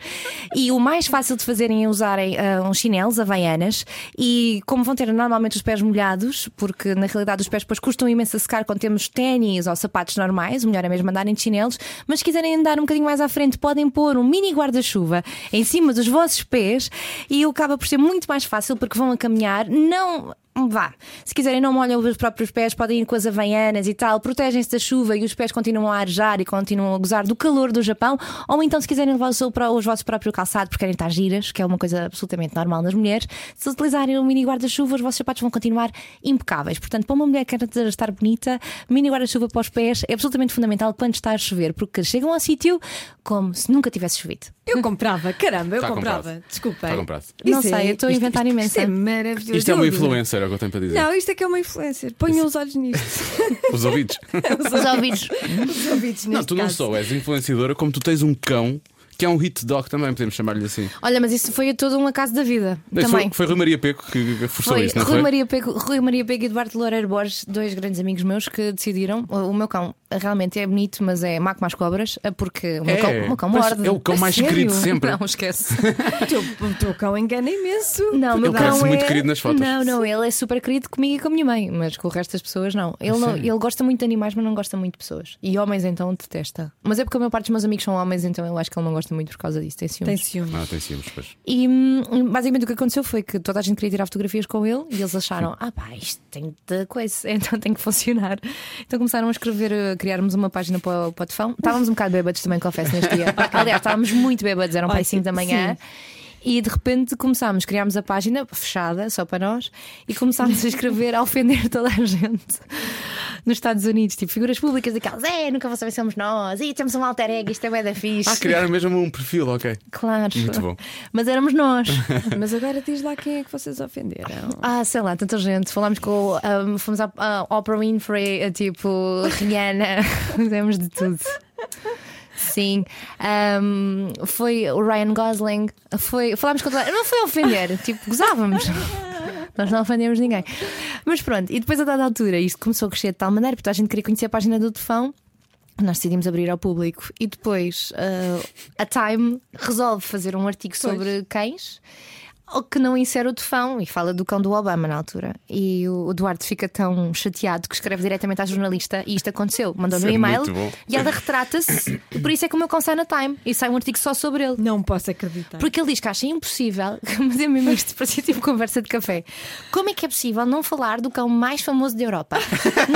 [SPEAKER 4] e o mais fácil de fazerem é usarem ah, uns chinelos havaianas e como vão ter normalmente os pés molhados, porque na realidade os pés depois custam imenso a secar quando temos ténis ou sapatos normais, o melhor é mesmo andarem de chinelos, mas se quiserem andar um bocadinho mais à frente, podem pôr um mini guarda-chuva em cima dos vossos pés e o acaba por ser muito mais fácil porque vão a caminhar, não. Vá, se quiserem não molham os próprios pés, podem ir com as havaianas e tal, protegem-se da chuva e os pés continuam a arejar e continuam a gozar do calor do Japão, ou então se quiserem levar o seu, pró- os vossos próprios calçado porque querem estar giras, que é uma coisa absolutamente normal nas mulheres, se utilizarem o mini guarda-chuva, os vossos sapatos vão continuar impecáveis. Portanto, para uma mulher que quer estar bonita, mini guarda-chuva para os pés é absolutamente fundamental quando está a chover, porque chegam ao sítio como se nunca tivesse chovido.
[SPEAKER 3] Eu comprava, caramba, eu
[SPEAKER 2] Está Tá comprado.
[SPEAKER 3] comprava. Desculpa.
[SPEAKER 2] Está comprado.
[SPEAKER 4] Não sei, eu estou a inventar
[SPEAKER 3] isto,
[SPEAKER 4] imensa.
[SPEAKER 3] Isto é maravilhoso.
[SPEAKER 2] Isto é uma
[SPEAKER 3] Diogo.
[SPEAKER 2] influencer, é o que eu tenho para dizer.
[SPEAKER 3] Não, isto é que é uma influencer. Ponham os olhos
[SPEAKER 2] [LAUGHS]
[SPEAKER 3] nisto.
[SPEAKER 2] Os
[SPEAKER 3] [LAUGHS]
[SPEAKER 2] ouvidos.
[SPEAKER 4] Os ouvidos.
[SPEAKER 3] os ouvidos
[SPEAKER 2] Não,
[SPEAKER 3] neste
[SPEAKER 2] tu não
[SPEAKER 3] caso.
[SPEAKER 2] só és influenciadora, como tu tens um cão que é um hit dog também, podemos chamar-lhe assim.
[SPEAKER 4] Olha, mas isso foi todo um acaso da vida.
[SPEAKER 2] Isso
[SPEAKER 4] também.
[SPEAKER 2] Foi, foi Rui Maria Peco que que forçou
[SPEAKER 4] Foi
[SPEAKER 2] isto, não
[SPEAKER 4] Rui,
[SPEAKER 2] foi?
[SPEAKER 4] Maria Pego, Rui Maria Pego e Eduardo Loureiro Borges, dois grandes amigos meus, que decidiram. O meu cão realmente é bonito, mas é maco mais cobras, porque o meu
[SPEAKER 2] É.
[SPEAKER 4] cão, o meu cão
[SPEAKER 2] Mas
[SPEAKER 4] morde.
[SPEAKER 2] é o cão
[SPEAKER 4] A
[SPEAKER 2] mais
[SPEAKER 4] sério?
[SPEAKER 2] querido sempre.
[SPEAKER 4] Não, [LAUGHS] esquece.
[SPEAKER 3] O teu, o teu cão engana imenso.
[SPEAKER 4] Não, o meu
[SPEAKER 2] Ele
[SPEAKER 4] cão
[SPEAKER 2] parece
[SPEAKER 4] é...
[SPEAKER 2] muito querido nas fotos.
[SPEAKER 4] Não, não, ele é super querido comigo e com a minha mãe, mas com o resto das pessoas não. Ele, não, ele gosta muito de animais, mas não gosta muito de pessoas. E homens então detesta. Mas é porque a maior parte dos meus amigos são homens, então eu acho que ele não gosta gosto muito por causa disso, tem ciúmes.
[SPEAKER 3] Tem ciúmes.
[SPEAKER 2] Ah, tem ciúmes, pois.
[SPEAKER 4] E hum, basicamente o que aconteceu foi que toda a gente queria tirar fotografias com ele e eles acharam, ah pá, isto tem de coisa, [LAUGHS] então tem que funcionar. Então começaram a escrever, a criarmos uma página para o Potefão. Estávamos um bocado bêbados também, confesso, neste
[SPEAKER 2] [LAUGHS]
[SPEAKER 4] dia. Aliás, estávamos muito bêbados, eram para as 5 da manhã. E de repente começámos, criámos a página fechada, só para nós, e começámos a escrever a ofender toda a gente nos Estados Unidos, tipo figuras públicas daquelas, é, nunca vou saber se somos nós, e temos um alter ego, isto é bué da fixe.
[SPEAKER 2] Ah, criaram mesmo um perfil, ok.
[SPEAKER 4] Claro.
[SPEAKER 2] Muito bom.
[SPEAKER 4] Mas
[SPEAKER 2] [LAUGHS]
[SPEAKER 4] éramos nós.
[SPEAKER 3] Mas agora diz lá quem é que vocês ofenderam.
[SPEAKER 4] Ah, sei lá, tanta gente. Falámos com. ahm, fomos à à Oprah Winfrey, a tipo Rihanna, [LAUGHS] fizemos de tudo. Sim, Ahm, foi o Ryan Gosling. Foi, falámos com toda Não foi ofender, tipo, gozávamos. Nós não ofendemos ninguém. Mas pronto, e depois a dada altura, isto começou a crescer de tal maneira, porque toda a gente queria conhecer a página do Tufão. Nós decidimos abrir ao público e depois ah, a Time resolve fazer um artigo sobre cães o que não insere o tufão e fala do cão do Obama na altura. E o o Duarte fica tão chateado que escreve diretamente à jornalista e isto aconteceu. Mandou-lhe um
[SPEAKER 2] Isso é
[SPEAKER 4] e-mail
[SPEAKER 2] muito bom.
[SPEAKER 4] e ela retrata-se. Por isso é que o meu cão sai na Time e sai um artigo só sobre ele.
[SPEAKER 3] Não posso acreditar.
[SPEAKER 4] Porque ele diz que acha impossível, [LAUGHS] mas é mesmo isto, parecia tipo conversa de café. Como é que é possível não falar do cão mais famoso da Europa? [LAUGHS]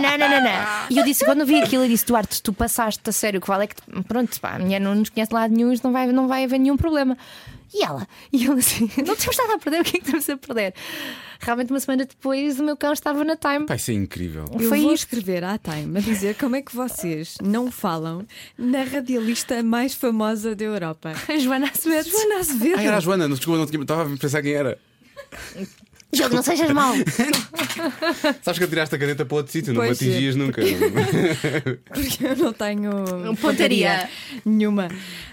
[SPEAKER 4] Nananana. E eu disse, quando vi aquilo, eu disse, Duarte, tu passaste a sério, que vale é que. tu- Pronto, pá, a mulher não nos conhece de lado nenhum, isto não vai, não vai haver nenhum problema. E ela, e ele assim, [LAUGHS] não temos nada a perder, o que é que temos a perder? Realmente, uma semana depois, o meu cão estava na time.
[SPEAKER 2] Pá, isso é incrível.
[SPEAKER 3] Eu
[SPEAKER 4] Foi
[SPEAKER 3] vou
[SPEAKER 4] isto.
[SPEAKER 3] escrever à Time a dizer como é que vocês não falam na radialista mais famosa da Europa.
[SPEAKER 4] A Joana Acevedo.
[SPEAKER 3] [LAUGHS] Joana Azevedo.
[SPEAKER 2] Ah, era a Joana, não, desculpa, não tinha. Estava a pensar quem era.
[SPEAKER 4] Diogo, não sejas mau.
[SPEAKER 2] Sabes que eu tiraste a caneta para outro sítio, não me
[SPEAKER 3] Pois é.
[SPEAKER 2] atingias
[SPEAKER 3] [LAUGHS]
[SPEAKER 2] nunca.
[SPEAKER 3] Porque eu não tenho
[SPEAKER 4] Pontaria.
[SPEAKER 3] nenhuma.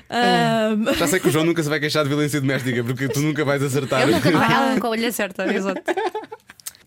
[SPEAKER 3] Ah, Ahm,
[SPEAKER 2] Já sei que o João nunca se vai queixar de violência doméstica, porque tu nunca vais acertar.
[SPEAKER 4] Eu nunca ela com a olha certa, exato.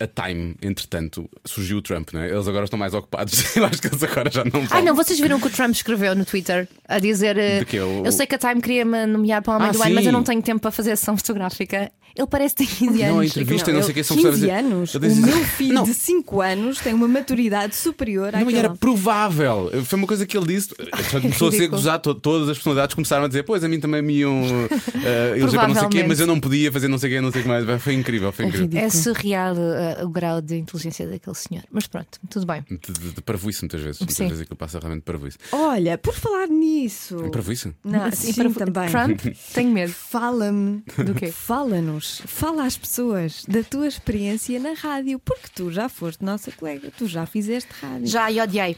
[SPEAKER 2] A Time, entretanto, surgiu o Trump, não é? Eles agora estão mais ocupados. [LAUGHS] Eu acho que eles agora já não vão.
[SPEAKER 4] Ah, não, vocês viram o que o Trump escreveu no Twitter a dizer: eh,
[SPEAKER 2] De quê? O-
[SPEAKER 4] Eu sei que a Time queria me nomear para o Homem
[SPEAKER 2] Ah,
[SPEAKER 4] do Ano, mas
[SPEAKER 2] sim.
[SPEAKER 4] eu não tenho tempo para fazer sessão fotográfica. Ele parece ter 15
[SPEAKER 2] Não, a
[SPEAKER 4] anos.
[SPEAKER 2] entrevista, não,
[SPEAKER 3] não, eu-
[SPEAKER 2] sei o que são
[SPEAKER 3] 15 anos. O meu filho
[SPEAKER 2] Não,
[SPEAKER 3] de 5 anos tem uma maturidade superior
[SPEAKER 2] não, e era
[SPEAKER 3] àquela.
[SPEAKER 2] provável. Foi uma coisa que ele
[SPEAKER 4] [LAUGHS]
[SPEAKER 2] disse. Só Começou a ser
[SPEAKER 4] Ridículo.
[SPEAKER 2] gozado. to- Todas as personalidades começaram a dizer: Pois, a mim também me
[SPEAKER 4] [LAUGHS]
[SPEAKER 2] iam eh, eleger para não sei o quê,
[SPEAKER 4] Provavelmente.
[SPEAKER 2] mas eu não podia fazer não sei o quê, não sei o que mais. Foi incrível, foi incrível.
[SPEAKER 4] É surreal eh, o grau de inteligência daquele senhor. Mas pronto, tudo bem.
[SPEAKER 2] De, de, de parvoíce, muitas vezes. Muitas
[SPEAKER 4] Sim.
[SPEAKER 2] vezes aquilo passa realmente parvoíce.
[SPEAKER 3] Olha, por falar nisso.
[SPEAKER 2] Parvoíce?
[SPEAKER 3] Não, sim,
[SPEAKER 4] Assim, para-
[SPEAKER 3] também.
[SPEAKER 4] Trump,
[SPEAKER 2] [LAUGHS]
[SPEAKER 4] tenho medo.
[SPEAKER 3] Fala-me
[SPEAKER 4] Do quê?
[SPEAKER 3] Fala-nos, fala às pessoas da tua experiência na rádio, porque tu já foste nossa colega, tu já fizeste rádio.
[SPEAKER 4] Já e odiei.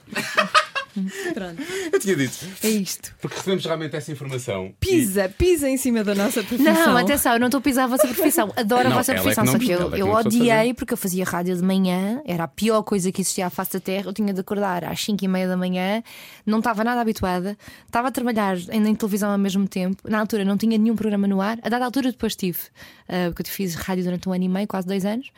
[SPEAKER 3] Pronto,
[SPEAKER 2] Eu tinha dito.
[SPEAKER 3] é isto.
[SPEAKER 2] Porque recebemos realmente essa informação.
[SPEAKER 3] Pisa, pisa em cima da nossa profissão.
[SPEAKER 4] Não, atenção, eu não estou a pisar a vossa profissão. Adoro
[SPEAKER 2] Não,
[SPEAKER 4] a vossa
[SPEAKER 2] ela é que
[SPEAKER 4] profissão,
[SPEAKER 2] não-
[SPEAKER 4] só que
[SPEAKER 2] ela é
[SPEAKER 4] eu,
[SPEAKER 2] que
[SPEAKER 4] eu
[SPEAKER 2] não começou a
[SPEAKER 4] odiei
[SPEAKER 2] fazer.
[SPEAKER 4] porque eu fazia rádio de manhã, era a pior coisa que existia à face da terra. Eu tinha de acordar às 5 e meia da manhã, não estava nada habituada, estava a trabalhar ainda em televisão ao mesmo tempo. Na altura não tinha nenhum programa no ar. A dada altura depois tive, ah, porque eu fiz rádio durante um ano e meio, quase dois anos.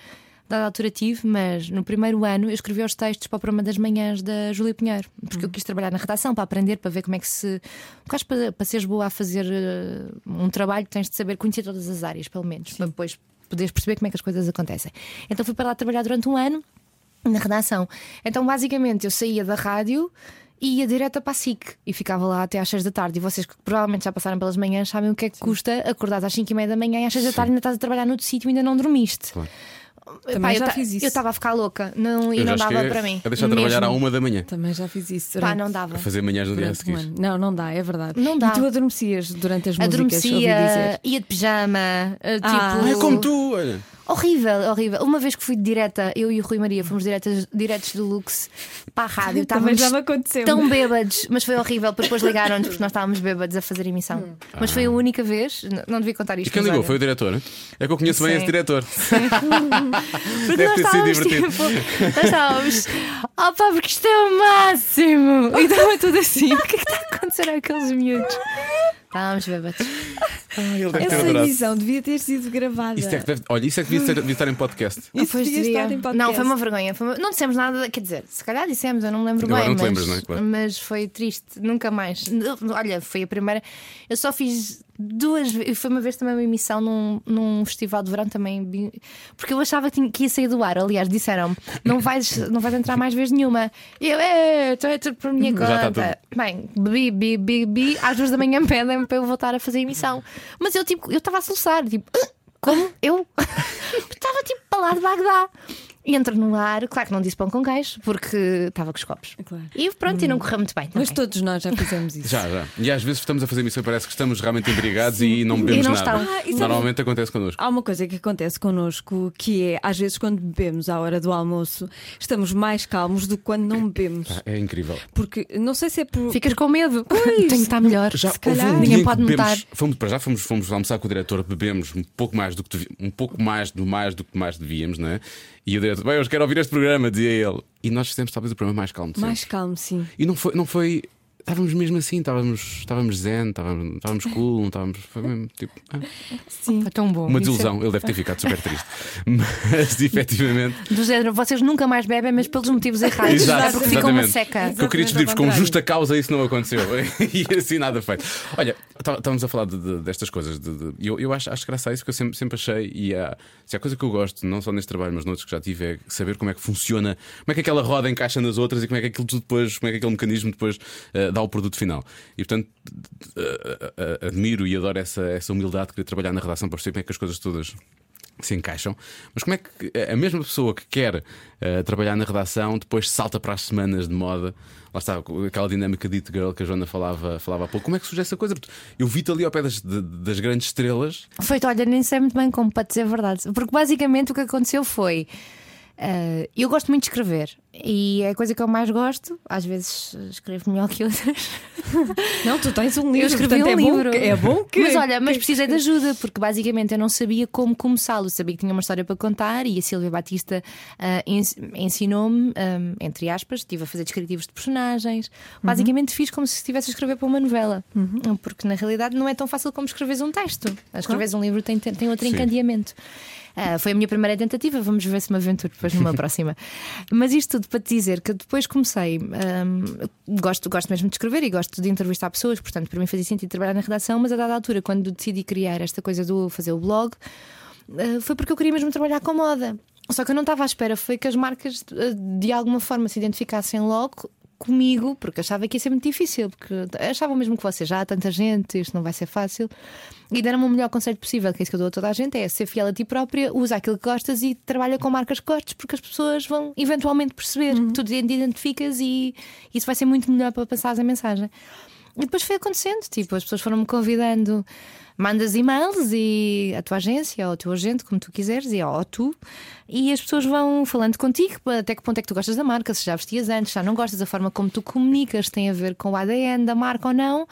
[SPEAKER 4] A dada altura tive, mas no primeiro ano eu escrevi os textos para o programa das manhãs da Júlia Pinheiro, porque eu quis trabalhar na redação para aprender, para ver como é que se. Quase para, para seres boa a fazer eh, um trabalho, tens de saber conhecer todas as áreas, pelo menos, para depois poderes perceber como é que as coisas acontecem. Então fui para lá trabalhar durante um ano na redação. Então, basicamente, eu saía da rádio e ia direta para a SIC e ficava lá até às 6 da tarde. E vocês que provavelmente já passaram pelas manhãs sabem o que é que custa acordar às 5 e meia da manhã e às 6 da tarde ainda estás a trabalhar noutro sítio e ainda não dormiste.
[SPEAKER 2] Claro.
[SPEAKER 4] Epá,
[SPEAKER 3] Também
[SPEAKER 4] eu
[SPEAKER 3] já
[SPEAKER 4] ta-
[SPEAKER 3] fiz isso.
[SPEAKER 4] Eu estava a ficar louca não, e
[SPEAKER 2] eu
[SPEAKER 4] não
[SPEAKER 2] já
[SPEAKER 4] dava
[SPEAKER 2] cheguei
[SPEAKER 4] para mim.
[SPEAKER 2] A deixar de trabalhar um à
[SPEAKER 4] mesmo. Tá
[SPEAKER 2] uma da manhã.
[SPEAKER 3] Também já fiz isso durante,
[SPEAKER 4] Pá, não dava.
[SPEAKER 2] A fazer manhãs no dia a
[SPEAKER 3] durante um
[SPEAKER 2] seguir.
[SPEAKER 3] ano. Não, não dá, é verdade.
[SPEAKER 4] Não dá.
[SPEAKER 3] E tu adormecias durante as músicas, ouvi
[SPEAKER 4] Adormecia,
[SPEAKER 3] dizer.
[SPEAKER 4] ia de pijama, eh,
[SPEAKER 3] Ah.
[SPEAKER 4] tipo.
[SPEAKER 2] É como tu, olha.
[SPEAKER 4] Horrível, horrível. Uma vez que fui direta, eu e o Rui Maria fomos diretas, diretos do Lux
[SPEAKER 3] [LAUGHS]
[SPEAKER 4] para a rádio.
[SPEAKER 3] Também
[SPEAKER 4] Estávamos
[SPEAKER 3] já me aconteceu.
[SPEAKER 4] tão bêbados, mas foi horrível. porque Depois ligaram-nos porque nós estávamos bêbados a fazer emissão.
[SPEAKER 3] Hum.
[SPEAKER 4] Mas foi a única vez, n- não devia contar isto.
[SPEAKER 2] E quem
[SPEAKER 4] mas
[SPEAKER 2] ligou?
[SPEAKER 4] olha.
[SPEAKER 2] Foi o diretor. né? É que eu conheço bem
[SPEAKER 4] Sim.
[SPEAKER 2] esse diretor.
[SPEAKER 4] Porque
[SPEAKER 2] Deve
[SPEAKER 4] nós
[SPEAKER 2] ter sido
[SPEAKER 4] estávamos
[SPEAKER 2] divertido.
[SPEAKER 4] tipo, nós estávamos, oh pá, porque isto é o máximo! E estava tudo assim, o que é que está a acontecer àqueles miúdos? Estávamos bêbados.
[SPEAKER 2] Ele deve ter
[SPEAKER 3] Essa
[SPEAKER 2] adorado.
[SPEAKER 3] emissão devia ter sido gravada.
[SPEAKER 2] Isso é que deve- Olha, isso é que devia, ser- devia estar em podcast.
[SPEAKER 3] Isso
[SPEAKER 4] Pois
[SPEAKER 3] devia
[SPEAKER 4] devia.
[SPEAKER 3] estar em podcast.
[SPEAKER 4] Não, foi uma vergonha. foi uma- Não dissemos nada, quer dizer, se calhar dissemos, eu não me lembro
[SPEAKER 2] Agora
[SPEAKER 4] bem.
[SPEAKER 2] não te
[SPEAKER 4] mas...
[SPEAKER 2] lembras, não é? Claro.
[SPEAKER 4] mas foi triste, nunca mais. Olha, foi a primeira. Eu só fiz duas vezes. Foi uma vez também uma emissão num, num festival de verão também. bi- Porque eu achava que, tinha- que ia sair do ar. Aliás, disseram-me: não vais, não vais entrar mais vez nenhuma. E eu, "É, então é tudo por minha
[SPEAKER 2] Já está
[SPEAKER 4] conta. Bem, bebi, bebi, bebi. Às duas da manhã [LAUGHS] pedem para eu voltar a fazer a emissão. Mas eu, tipo, eu estava a soluçar, tipo, "Ah, como? Eu? [LAUGHS] Estava tipo para lá de Bagdá. Entro no ar, claro que não disse pão com queijo, porque estava com os copos.
[SPEAKER 3] Claro.
[SPEAKER 4] E pronto, e não correu muito bem.
[SPEAKER 3] Mas
[SPEAKER 4] também.
[SPEAKER 3] todos nós já fizemos isso.
[SPEAKER 2] Já, já. E às vezes estamos a fazer missão e parece que estamos realmente embrigados e não bebemos
[SPEAKER 4] não
[SPEAKER 2] nada.
[SPEAKER 4] estão. Ah,
[SPEAKER 3] isso é-
[SPEAKER 2] Normalmente acontece connosco.
[SPEAKER 3] Há uma coisa que acontece connosco que é, às vezes, quando bebemos à hora do almoço, estamos mais calmos do que quando não bebemos.
[SPEAKER 2] Pá, É incrível.
[SPEAKER 3] Porque não sei se é por.
[SPEAKER 4] Ficas com [LAUGHS] medo.
[SPEAKER 3] Pois.
[SPEAKER 4] Tenho que estar melhor.
[SPEAKER 3] Já Se calhar. houve um
[SPEAKER 4] Ninguém
[SPEAKER 2] Dia em
[SPEAKER 4] pode
[SPEAKER 2] que bebemos-
[SPEAKER 4] notar.
[SPEAKER 2] Fomos, para já fomos, fomos almoçar com o diretor, bebemos um pouco mais do que devi- um pouco mais do mais do que mais devíamos, né? E o diretor, bem, hoje quero ouvir este programa, dizia ele. E nós fizemos talvez o programa mais calmo de sempre.
[SPEAKER 3] Mais calmo, sim.
[SPEAKER 2] E não foi, não foi. Estávamos mesmo assim, estávamos, estávamos zen, estávamos, estávamos cool, não estávamos. Foi mesmo tipo. ah,
[SPEAKER 3] Sim.
[SPEAKER 4] Foi tão bom.
[SPEAKER 2] Uma
[SPEAKER 4] Isso é-
[SPEAKER 2] desilusão, ele deve ter ficado super triste. [LAUGHS] Mas efetivamente.
[SPEAKER 4] Do género, vocês nunca mais bebem, mas pelos motivos errados. é porque ficam uma
[SPEAKER 2] exatamente.
[SPEAKER 4] seca.
[SPEAKER 2] O que eu queria
[SPEAKER 3] Exatamente ao
[SPEAKER 2] despedir-vos com
[SPEAKER 3] contrário.
[SPEAKER 2] justa causa isso não aconteceu. [LAUGHS] e assim nada feito. Olha, tá- estávamos a falar de- de- destas coisas. de- de- eu eu acho, acho graça a isso que eu sempre, sempre achei. E há, se há coisa que eu gosto, não só neste trabalho, mas noutros que já tive, é saber como é que funciona, como é que aquela roda encaixa nas outras e como é que aquilo tudo depois, como é que aquele mecanismo depois eh, dá o produto final. E portanto, eh, eh, admiro e adoro essa, essa humildade de querer trabalhar na redação para perceber como é que as coisas todas se encaixam, mas como é que a mesma pessoa que quer eh, trabalhar na redação depois salta para as semanas de moda? Lá está, com aquela dinâmica de It Girl que a Joana falava, falava há pouco. Como é que surge essa coisa? Porque Eu vi-te ali ao pé das, de- das grandes estrelas.
[SPEAKER 4] Feito, olha, nem sei muito bem como para dizer a verdade. Porque basicamente o que aconteceu foi. ah, eu gosto muito de escrever e é a coisa que eu mais gosto. Às vezes ah, escrevo melhor que outras.
[SPEAKER 3] Não, tu tens um
[SPEAKER 4] Eu
[SPEAKER 3] livro,
[SPEAKER 4] escrevi
[SPEAKER 3] portanto
[SPEAKER 4] um
[SPEAKER 3] é
[SPEAKER 4] livro.
[SPEAKER 3] bom. que- É bom que.
[SPEAKER 4] Mas olha, mas precisei de ajuda, porque basicamente eu não sabia como começá-lo. Sabia que tinha uma história para contar e a Silvia Batista ah, ens- ensinou-me, ahm, entre aspas, estive a fazer descritivos de personagens.
[SPEAKER 3] Uhum.
[SPEAKER 4] Basicamente fiz como se estivesse a escrever para uma novela, porque na realidade não é tão fácil como escreveres um texto. Escreveres um livro tem, tem outro
[SPEAKER 2] Sim.
[SPEAKER 4] encandeamento. Ah, foi a minha primeira tentativa, vamos ver se me aventuro depois numa próxima. Mas isto tudo para te dizer que depois comecei. hum, gosto, gosto mesmo de escrever e gosto de entrevistar pessoas, portanto, para mim fazia sentido trabalhar na redação, mas a dada altura, quando decidi criar esta coisa do fazer o blog, ah, foi porque eu queria mesmo trabalhar com moda. Só que eu não estava à espera, foi que as marcas ah, de alguma forma se identificassem logo comigo, porque achava que ia ser muito difícil, porque achava mesmo que vocês já há tanta gente, isto não vai ser fácil. E deram-me o melhor conselho possível, que é isso que eu dou a toda a gente: é ser fiel a ti própria, usa aquilo que gostas e trabalha com marcas que gostes, porque as pessoas vão eventualmente perceber que tu te identificas e isso vai ser muito melhor para passares a mensagem. E depois foi acontecendo, tipo, as pessoas foram-me convidando, mandas e-mails e a tua agência, ou o teu agente, como tu quiseres, e ou tu, e as pessoas vão falando contigo, até que ponto é que tu gostas da marca, se já vestias antes, já não gostas, a forma como tu comunicas tem a ver com o ADN da marca ou não.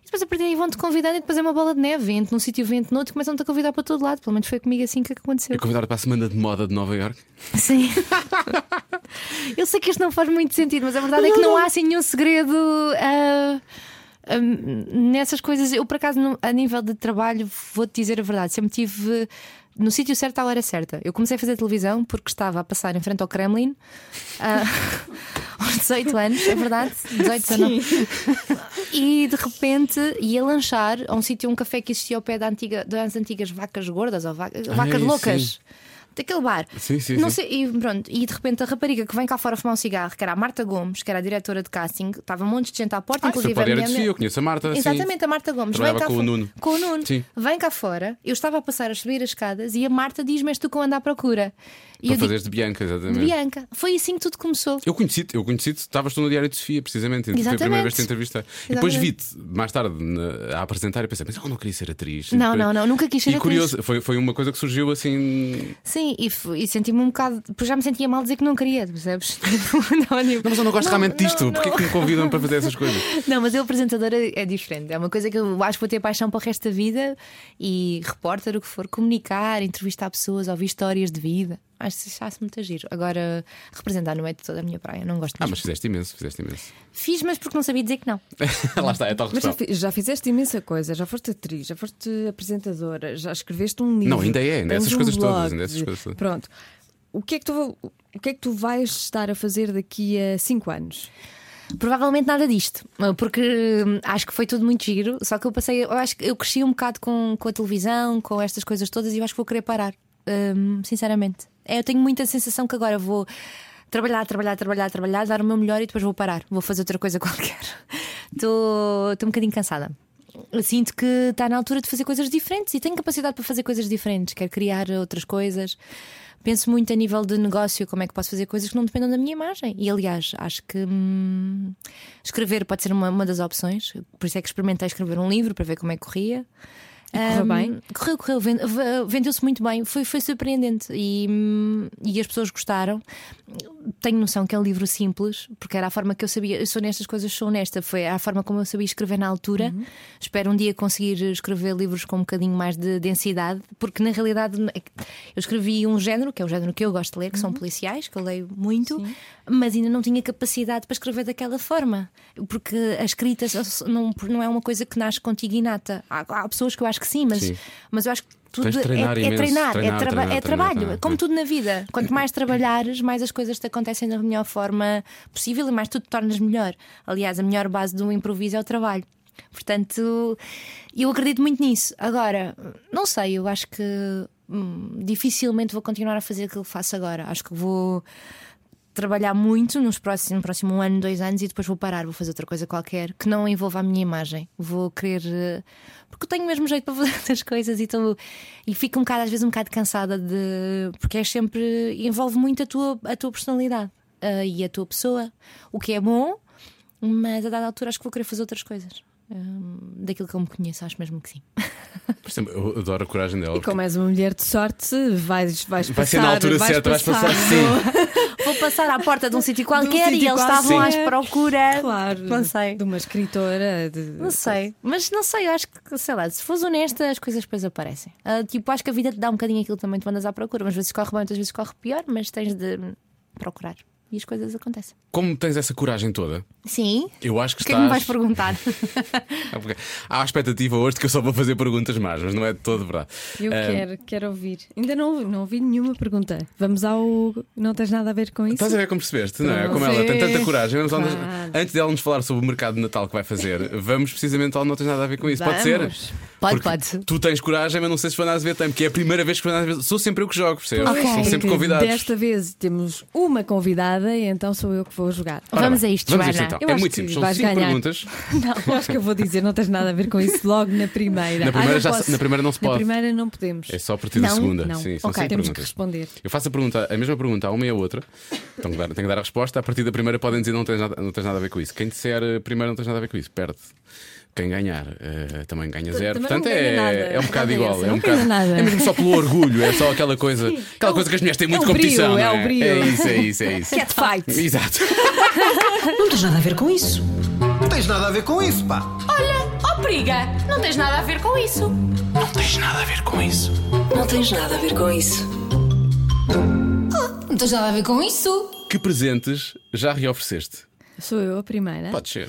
[SPEAKER 4] E depois a partir daí vão-te convidando e depois é uma bola de neve, vente num sítio, vente noutro, e começam-te a convidar para todo lado. Pelo menos foi comigo assim que aconteceu.
[SPEAKER 2] Eu convidado para a semana de moda de Nova York.
[SPEAKER 4] Sim. [LAUGHS] Eu sei que isto não faz muito sentido, mas a verdade é que não há assim nenhum segredo. ah, ah, nessas coisas, eu por acaso, no- a nível de trabalho, vou-te dizer a verdade, sempre tive no sítio certo à hora certa. Eu comecei a fazer televisão porque estava a passar em frente ao Kremlin ah, [LAUGHS] aos 18 anos, é verdade? 18 anos. E de repente ia lanchar a um sítio, um café que existia ao pé da antiga, das antigas vacas gordas ou va- vacas
[SPEAKER 2] sim.
[SPEAKER 4] loucas. Daquele bar.
[SPEAKER 2] Sim, sim,
[SPEAKER 4] Não
[SPEAKER 2] sim.
[SPEAKER 4] sei, e pronto, e de repente a rapariga que vem cá fora fumar um cigarro, que era a Marta Gomes, que era a diretora de casting, estava um monte de gente à porta,
[SPEAKER 2] Ah, isso
[SPEAKER 4] inclusive
[SPEAKER 2] pode
[SPEAKER 4] a
[SPEAKER 2] era
[SPEAKER 4] minha
[SPEAKER 2] de si, eu conheço a Marta. sim.
[SPEAKER 4] Exatamente, a Marta Gomes.
[SPEAKER 2] Trabalhava
[SPEAKER 4] vem cá
[SPEAKER 2] com o
[SPEAKER 4] fo-
[SPEAKER 2] Nuno.
[SPEAKER 4] Com o Nuno.
[SPEAKER 2] Sim.
[SPEAKER 4] Vem cá fora. Eu estava a passar a subir as escadas e a Marta diz-me: És tu que eu ando à procura. E
[SPEAKER 2] Para
[SPEAKER 4] eu
[SPEAKER 2] fazeres
[SPEAKER 4] digo,
[SPEAKER 2] de Bianca, exatamente.
[SPEAKER 4] de Bianca. Foi assim que tudo começou.
[SPEAKER 2] Eu conheci-te, eu conheci-te, estavas tu no Diário de Sofia, precisamente. Foi a primeira
[SPEAKER 4] Exatamente.
[SPEAKER 2] vez que te entrevistei. E depois
[SPEAKER 4] Exatamente.
[SPEAKER 2] vi-te mais tarde na- a apresentar e pensei, mas eu não queria ser atriz. E
[SPEAKER 4] Não,
[SPEAKER 2] depois-
[SPEAKER 4] não, não, nunca quis ser
[SPEAKER 2] E
[SPEAKER 4] atriz.
[SPEAKER 2] curioso, foi, foi uma coisa que surgiu assim.
[SPEAKER 4] Sim, e, f- e senti-me um bocado. Porque já me sentia mal dizer que não queria, percebes? [LAUGHS] Tipo, não, tipo,
[SPEAKER 2] Não, mas eu não gosto realmente disto.
[SPEAKER 4] não,
[SPEAKER 2] Porquê
[SPEAKER 4] não.
[SPEAKER 2] que me convidam para fazer essas [LAUGHS] coisas?
[SPEAKER 4] Não, mas eu apresentadora é diferente. É uma coisa que eu acho que vou ter paixão para o resto da vida e repórter, o que for, comunicar, entrevistar pessoas, ouvir histórias de vida. Acho que acho muito giro. Agora, representar não é de toda a minha praia, não gosto
[SPEAKER 2] Ah,
[SPEAKER 4] mesmo.
[SPEAKER 2] mas fizeste imenso, fizeste imenso.
[SPEAKER 4] Fiz, mas porque não sabia dizer que não.
[SPEAKER 2] [LAUGHS] Lá está, é tal
[SPEAKER 3] Mas já,
[SPEAKER 2] questão.
[SPEAKER 3] fi- já fizeste imensa coisa, já foste atriz, já foste apresentadora, já escreveste um livro.
[SPEAKER 2] Não, ainda é, ainda é
[SPEAKER 3] tens
[SPEAKER 2] essas
[SPEAKER 3] um
[SPEAKER 2] coisas todas,
[SPEAKER 3] blog.
[SPEAKER 2] ainda é essas coisas todas.
[SPEAKER 3] Pronto. O que, é que tu, o que é que tu vais estar a fazer daqui a 5 anos?
[SPEAKER 4] Provavelmente nada disto, porque hum, acho que foi tudo muito giro. Só que eu passei, eu acho que eu cresci um bocado com, com a televisão, com estas coisas todas, e eu acho que vou querer parar, hum, sinceramente. É, Eu tenho muita sensação que agora vou trabalhar, trabalhar, trabalhar, trabalhar, dar o meu melhor e depois vou parar, vou fazer outra coisa [LAUGHS] qualquer. Estou estou um bocadinho cansada. Eu Sinto que está na altura de fazer coisas diferentes e tenho capacidade para fazer coisas diferentes. Quero criar outras coisas. Penso muito a nível de negócio, como é que posso fazer coisas que não dependam da minha imagem. E aliás, acho que hum, escrever pode ser uma, uma das opções. Por isso é que experimentei escrever um livro para ver como é que corria.
[SPEAKER 3] correu
[SPEAKER 4] Hum,
[SPEAKER 3] bem?
[SPEAKER 4] Correu, correu, vend- v- vendeu-se muito bem, foi, foi surpreendente e, hum, e as pessoas gostaram. Tenho noção que é um livro simples, porque era a forma que eu sabia. Eu sou nestas coisas, sou honesta, foi a forma como eu sabia escrever na altura. Espero um dia conseguir escrever livros com um bocadinho mais de densidade, porque na realidade é que eu escrevi um género, que é o género que eu gosto de ler, que são policiais, que eu leio muito, mas ainda não tinha capacidade para escrever daquela forma, porque a escrita só- só- não, não é uma coisa que nasce contigo inata. Há, há pessoas que eu acho que sim, mas,
[SPEAKER 2] Sim.
[SPEAKER 4] mas eu acho que tudo
[SPEAKER 2] Tens de treinar
[SPEAKER 4] é, é
[SPEAKER 2] imenso.
[SPEAKER 4] treinar,
[SPEAKER 2] Treinar,
[SPEAKER 4] é, traba-
[SPEAKER 2] treinar,
[SPEAKER 4] é
[SPEAKER 2] treinar,
[SPEAKER 4] trabalho,
[SPEAKER 2] treinar.
[SPEAKER 4] como tudo na vida. Quanto mais trabalhares, mais as coisas te acontecem da melhor forma possível e mais tu te tornas melhor. Aliás, a melhor base de um improviso é o trabalho. Portanto, eu acredito muito nisso. Agora, não sei, eu acho que hum, dificilmente vou continuar a fazer aquilo que faço agora. Acho que vou trabalhar muito nos próximos, no próximo ano, dois anos e depois vou parar, vou fazer outra coisa qualquer que não envolva a minha imagem. Vou querer. eh, Porque eu tenho o mesmo jeito para fazer [LAUGHS] outras coisas e, tô, e fico um bocado, às vezes, um bocado cansada de. Porque é sempre. envolve muito a tua, a tua personalidade eh, e a tua pessoa, o que é bom, mas a dada altura acho que vou querer fazer outras coisas. Hum, daquilo que eu me conheço, acho mesmo que sim.
[SPEAKER 2] Por exemplo, eu adoro a coragem dela.
[SPEAKER 3] E como és uma mulher de sorte, vais, vais
[SPEAKER 2] Vai ser
[SPEAKER 3] passar-
[SPEAKER 2] na altura
[SPEAKER 3] vais
[SPEAKER 2] certa, vais passar
[SPEAKER 3] no-
[SPEAKER 2] sim.
[SPEAKER 4] Vou passar à porta [LAUGHS] de um sítio qualquer e
[SPEAKER 3] sítio
[SPEAKER 4] eles estavam
[SPEAKER 3] qualquer.
[SPEAKER 4] à procura.
[SPEAKER 3] Claro,
[SPEAKER 4] Não sei.
[SPEAKER 3] de uma escritora. de-
[SPEAKER 4] Não sei, mas não sei, eu acho que, sei lá, se fores honesta, as coisas depois aparecem. Ah, tipo, acho que a vida te dá um bocadinho aquilo também, tu andas à procura. Umas vezes corre bem, outras vezes corre pior, mas tens de hum, procurar. E as coisas acontecem.
[SPEAKER 2] Como tens essa coragem toda,
[SPEAKER 4] Sim.
[SPEAKER 2] eu acho que
[SPEAKER 4] O que é que me
[SPEAKER 2] estás.
[SPEAKER 4] vais perguntar?
[SPEAKER 2] Ah, porque Há a expectativa hoje de que eu só vou fazer perguntas más, mas não é de todo verdade.
[SPEAKER 3] Eu
[SPEAKER 2] Ah,
[SPEAKER 3] quero, quero ouvir. Ainda não, ouvi- não ouvi nenhuma pergunta. Vamos ao. Não tens nada a ver com isso?
[SPEAKER 2] Estás a ver como percebeste, não é?
[SPEAKER 3] Pronto.
[SPEAKER 2] Como ela tem tanta
[SPEAKER 3] Sim.
[SPEAKER 2] coragem. Vamos lá nos-
[SPEAKER 3] Claro.
[SPEAKER 2] Antes dela nos falar sobre o mercado de Natal que vai fazer, vamos precisamente ao Não Tens Nada a Ver com Isso. Pode
[SPEAKER 3] Vamos.
[SPEAKER 2] ser?
[SPEAKER 4] Pode,
[SPEAKER 2] Porque
[SPEAKER 4] pode.
[SPEAKER 2] Tu tens coragem, mas não sei se Joana Azevedo tem, porque é a primeira vez que Joana Azevedo. Sou sempre eu que jogo, percebes?
[SPEAKER 4] Ok.
[SPEAKER 2] São sempre convidados.
[SPEAKER 3] Desta vez temos uma convidada, e então sou eu que vou jogar.
[SPEAKER 2] Ora
[SPEAKER 4] Vamos
[SPEAKER 2] bem,
[SPEAKER 4] a isto,
[SPEAKER 2] vamos
[SPEAKER 4] Joana.
[SPEAKER 2] então.
[SPEAKER 3] Eu
[SPEAKER 2] É
[SPEAKER 3] acho
[SPEAKER 2] muito
[SPEAKER 3] que
[SPEAKER 2] simples. São
[SPEAKER 3] vais
[SPEAKER 2] cinco
[SPEAKER 3] ganhar.
[SPEAKER 2] perguntas.
[SPEAKER 3] [LAUGHS] Não, acho que eu vou dizer, não tens nada a ver com isso logo na primeira.
[SPEAKER 2] Na primeira
[SPEAKER 3] Ah, não
[SPEAKER 2] já se-
[SPEAKER 3] posso.
[SPEAKER 2] na primeira não se pode.
[SPEAKER 3] Na primeira não podemos.
[SPEAKER 2] É só a partir da
[SPEAKER 4] Não,
[SPEAKER 2] segunda.
[SPEAKER 3] não.
[SPEAKER 2] Sim, são
[SPEAKER 4] Ok.
[SPEAKER 2] cinco
[SPEAKER 3] Temos que
[SPEAKER 2] perguntas.
[SPEAKER 3] responder.
[SPEAKER 2] Eu faço a, pergunta, a mesma pergunta a uma e a outra. Então, claro, tenho que dar a resposta. A partir da primeira podem dizer não tens nada, não tens nada a ver com isso. Quem disser eh, primeiro não tens nada a ver com isso, perde. Quem ganhar eh, também ganha zero.
[SPEAKER 3] também
[SPEAKER 2] Portanto,
[SPEAKER 3] não ganha
[SPEAKER 2] é,
[SPEAKER 3] nada.
[SPEAKER 2] é um bocado
[SPEAKER 3] Não
[SPEAKER 2] igual.
[SPEAKER 3] ganha
[SPEAKER 2] é, um
[SPEAKER 3] nada.
[SPEAKER 2] bocado,
[SPEAKER 3] Não ganha nada. É
[SPEAKER 2] é mesmo só pelo orgulho, é só
[SPEAKER 3] [LAUGHS]
[SPEAKER 2] aquela coisa, aquela coisa que as mulheres têm muito
[SPEAKER 3] o
[SPEAKER 2] competição.
[SPEAKER 3] brio, é
[SPEAKER 2] não
[SPEAKER 3] o brio.
[SPEAKER 2] é isso, é isso, é isso.
[SPEAKER 3] Catfight.
[SPEAKER 2] [LAUGHS] Exato.
[SPEAKER 1] Não tens nada a ver com isso.
[SPEAKER 5] Não tens nada a ver com isso, pá.
[SPEAKER 6] Oh, periga, não tens nada a ver com isso.
[SPEAKER 1] Não tens nada a ver com isso.
[SPEAKER 6] Não tens nada a ver com isso.
[SPEAKER 2] Que presentes já reofereceste?
[SPEAKER 3] Sou eu a primeira.
[SPEAKER 2] Pode ser.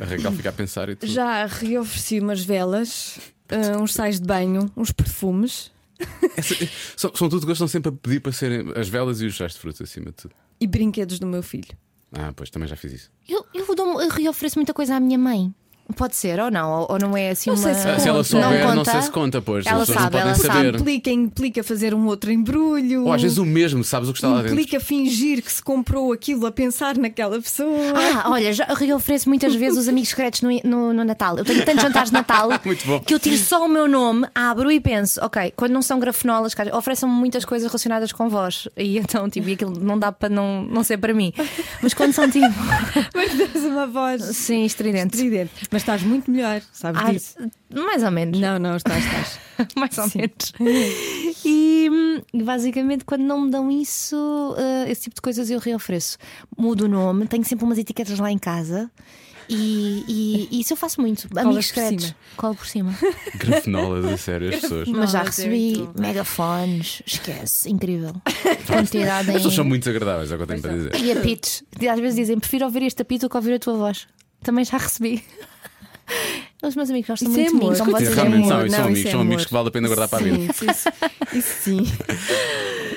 [SPEAKER 2] A Raquel fica a pensar e tu.
[SPEAKER 3] Já reofereci umas velas, ah, uns sais de banho, uns perfumes
[SPEAKER 2] Essa- são, são tudo que eles estão sempre a pedir para serem as velas e os chás de frutos acima de tudo.
[SPEAKER 3] e brinquedos do meu filho.
[SPEAKER 2] Ah, pois também já fiz isso.
[SPEAKER 4] [LAUGHS] Eu, eu, dou, eu reofereço muita coisa à minha mãe. Pode ser ou não, ou, ou não é assim
[SPEAKER 3] Não
[SPEAKER 4] uma.
[SPEAKER 3] sei se
[SPEAKER 2] Ah, se ela
[SPEAKER 3] Conta.
[SPEAKER 2] souber, não,
[SPEAKER 4] Não
[SPEAKER 2] sei
[SPEAKER 4] conta?
[SPEAKER 2] se conta, pois.
[SPEAKER 4] Ela
[SPEAKER 2] As pessoas
[SPEAKER 4] sabe,
[SPEAKER 2] não
[SPEAKER 4] ela
[SPEAKER 2] podem
[SPEAKER 4] sabe.
[SPEAKER 2] saber.
[SPEAKER 3] Implica, implica fazer um outro embrulho.
[SPEAKER 2] Ou Oh, às vezes o mesmo, sabes o que está lá dentro.
[SPEAKER 3] implica fingir que se comprou aquilo a pensar naquela pessoa.
[SPEAKER 4] Ah, olha, já
[SPEAKER 2] [LAUGHS]
[SPEAKER 4] reofereço muitas vezes os amigos secretos no, no- no Natal. Eu tenho tantos jantares de Natal
[SPEAKER 2] Muito bom.
[SPEAKER 4] que eu tiro só o meu nome, abro e penso, ok, quando não são grafenolas, cara, oferecem-me muitas coisas relacionadas com vós. E então, tipo, e aquilo não dá para não, não ser para mim. Mas quando são
[SPEAKER 2] [LAUGHS]
[SPEAKER 4] tipo.
[SPEAKER 2] Ah.
[SPEAKER 3] [LAUGHS] Mas tens uma voz
[SPEAKER 4] Sim, estridente.
[SPEAKER 3] estridente. Mas estás muito melhor, sabes
[SPEAKER 4] Ah,
[SPEAKER 3] disso?
[SPEAKER 4] mais ou menos.
[SPEAKER 3] Não, não, estás, estás.
[SPEAKER 4] mais ou
[SPEAKER 3] Sim.
[SPEAKER 4] menos. [LAUGHS] E hum, basicamente, quando não me dão isso, eh, esse tipo de coisas eu reofereço. Mudo o nome, tenho sempre umas etiquetas lá em casa. E, e- e isso eu faço muito. Amigos
[SPEAKER 3] por
[SPEAKER 4] secretos.
[SPEAKER 3] cima.
[SPEAKER 4] Cola por cima.
[SPEAKER 2] Grafenolas, a sério, as pessoas. As
[SPEAKER 4] [LAUGHS] Mas já
[SPEAKER 3] mas é
[SPEAKER 4] recebi
[SPEAKER 3] muito
[SPEAKER 4] megafones. Esquece. Incrível. Quantidade em.
[SPEAKER 2] pessoas são muito desagradáveis, é o que eu tenho para dizer.
[SPEAKER 4] E [LAUGHS] apitos. E Às vezes dizem: prefiro ouvir este apito que ouvir a tua voz. Também já recebi. Os meus amigos gostam
[SPEAKER 3] Isso
[SPEAKER 4] muito
[SPEAKER 3] é
[SPEAKER 4] de mim,
[SPEAKER 3] amor.
[SPEAKER 4] são vocês.
[SPEAKER 3] Isso é
[SPEAKER 2] Realmente são,
[SPEAKER 3] amor.
[SPEAKER 2] e são
[SPEAKER 3] Não,
[SPEAKER 2] amigos,
[SPEAKER 3] isso é
[SPEAKER 2] são amigos
[SPEAKER 3] amor.
[SPEAKER 2] que vale a pena guardar Tá para a vida.
[SPEAKER 3] Sim, sim, sim. Isso sim.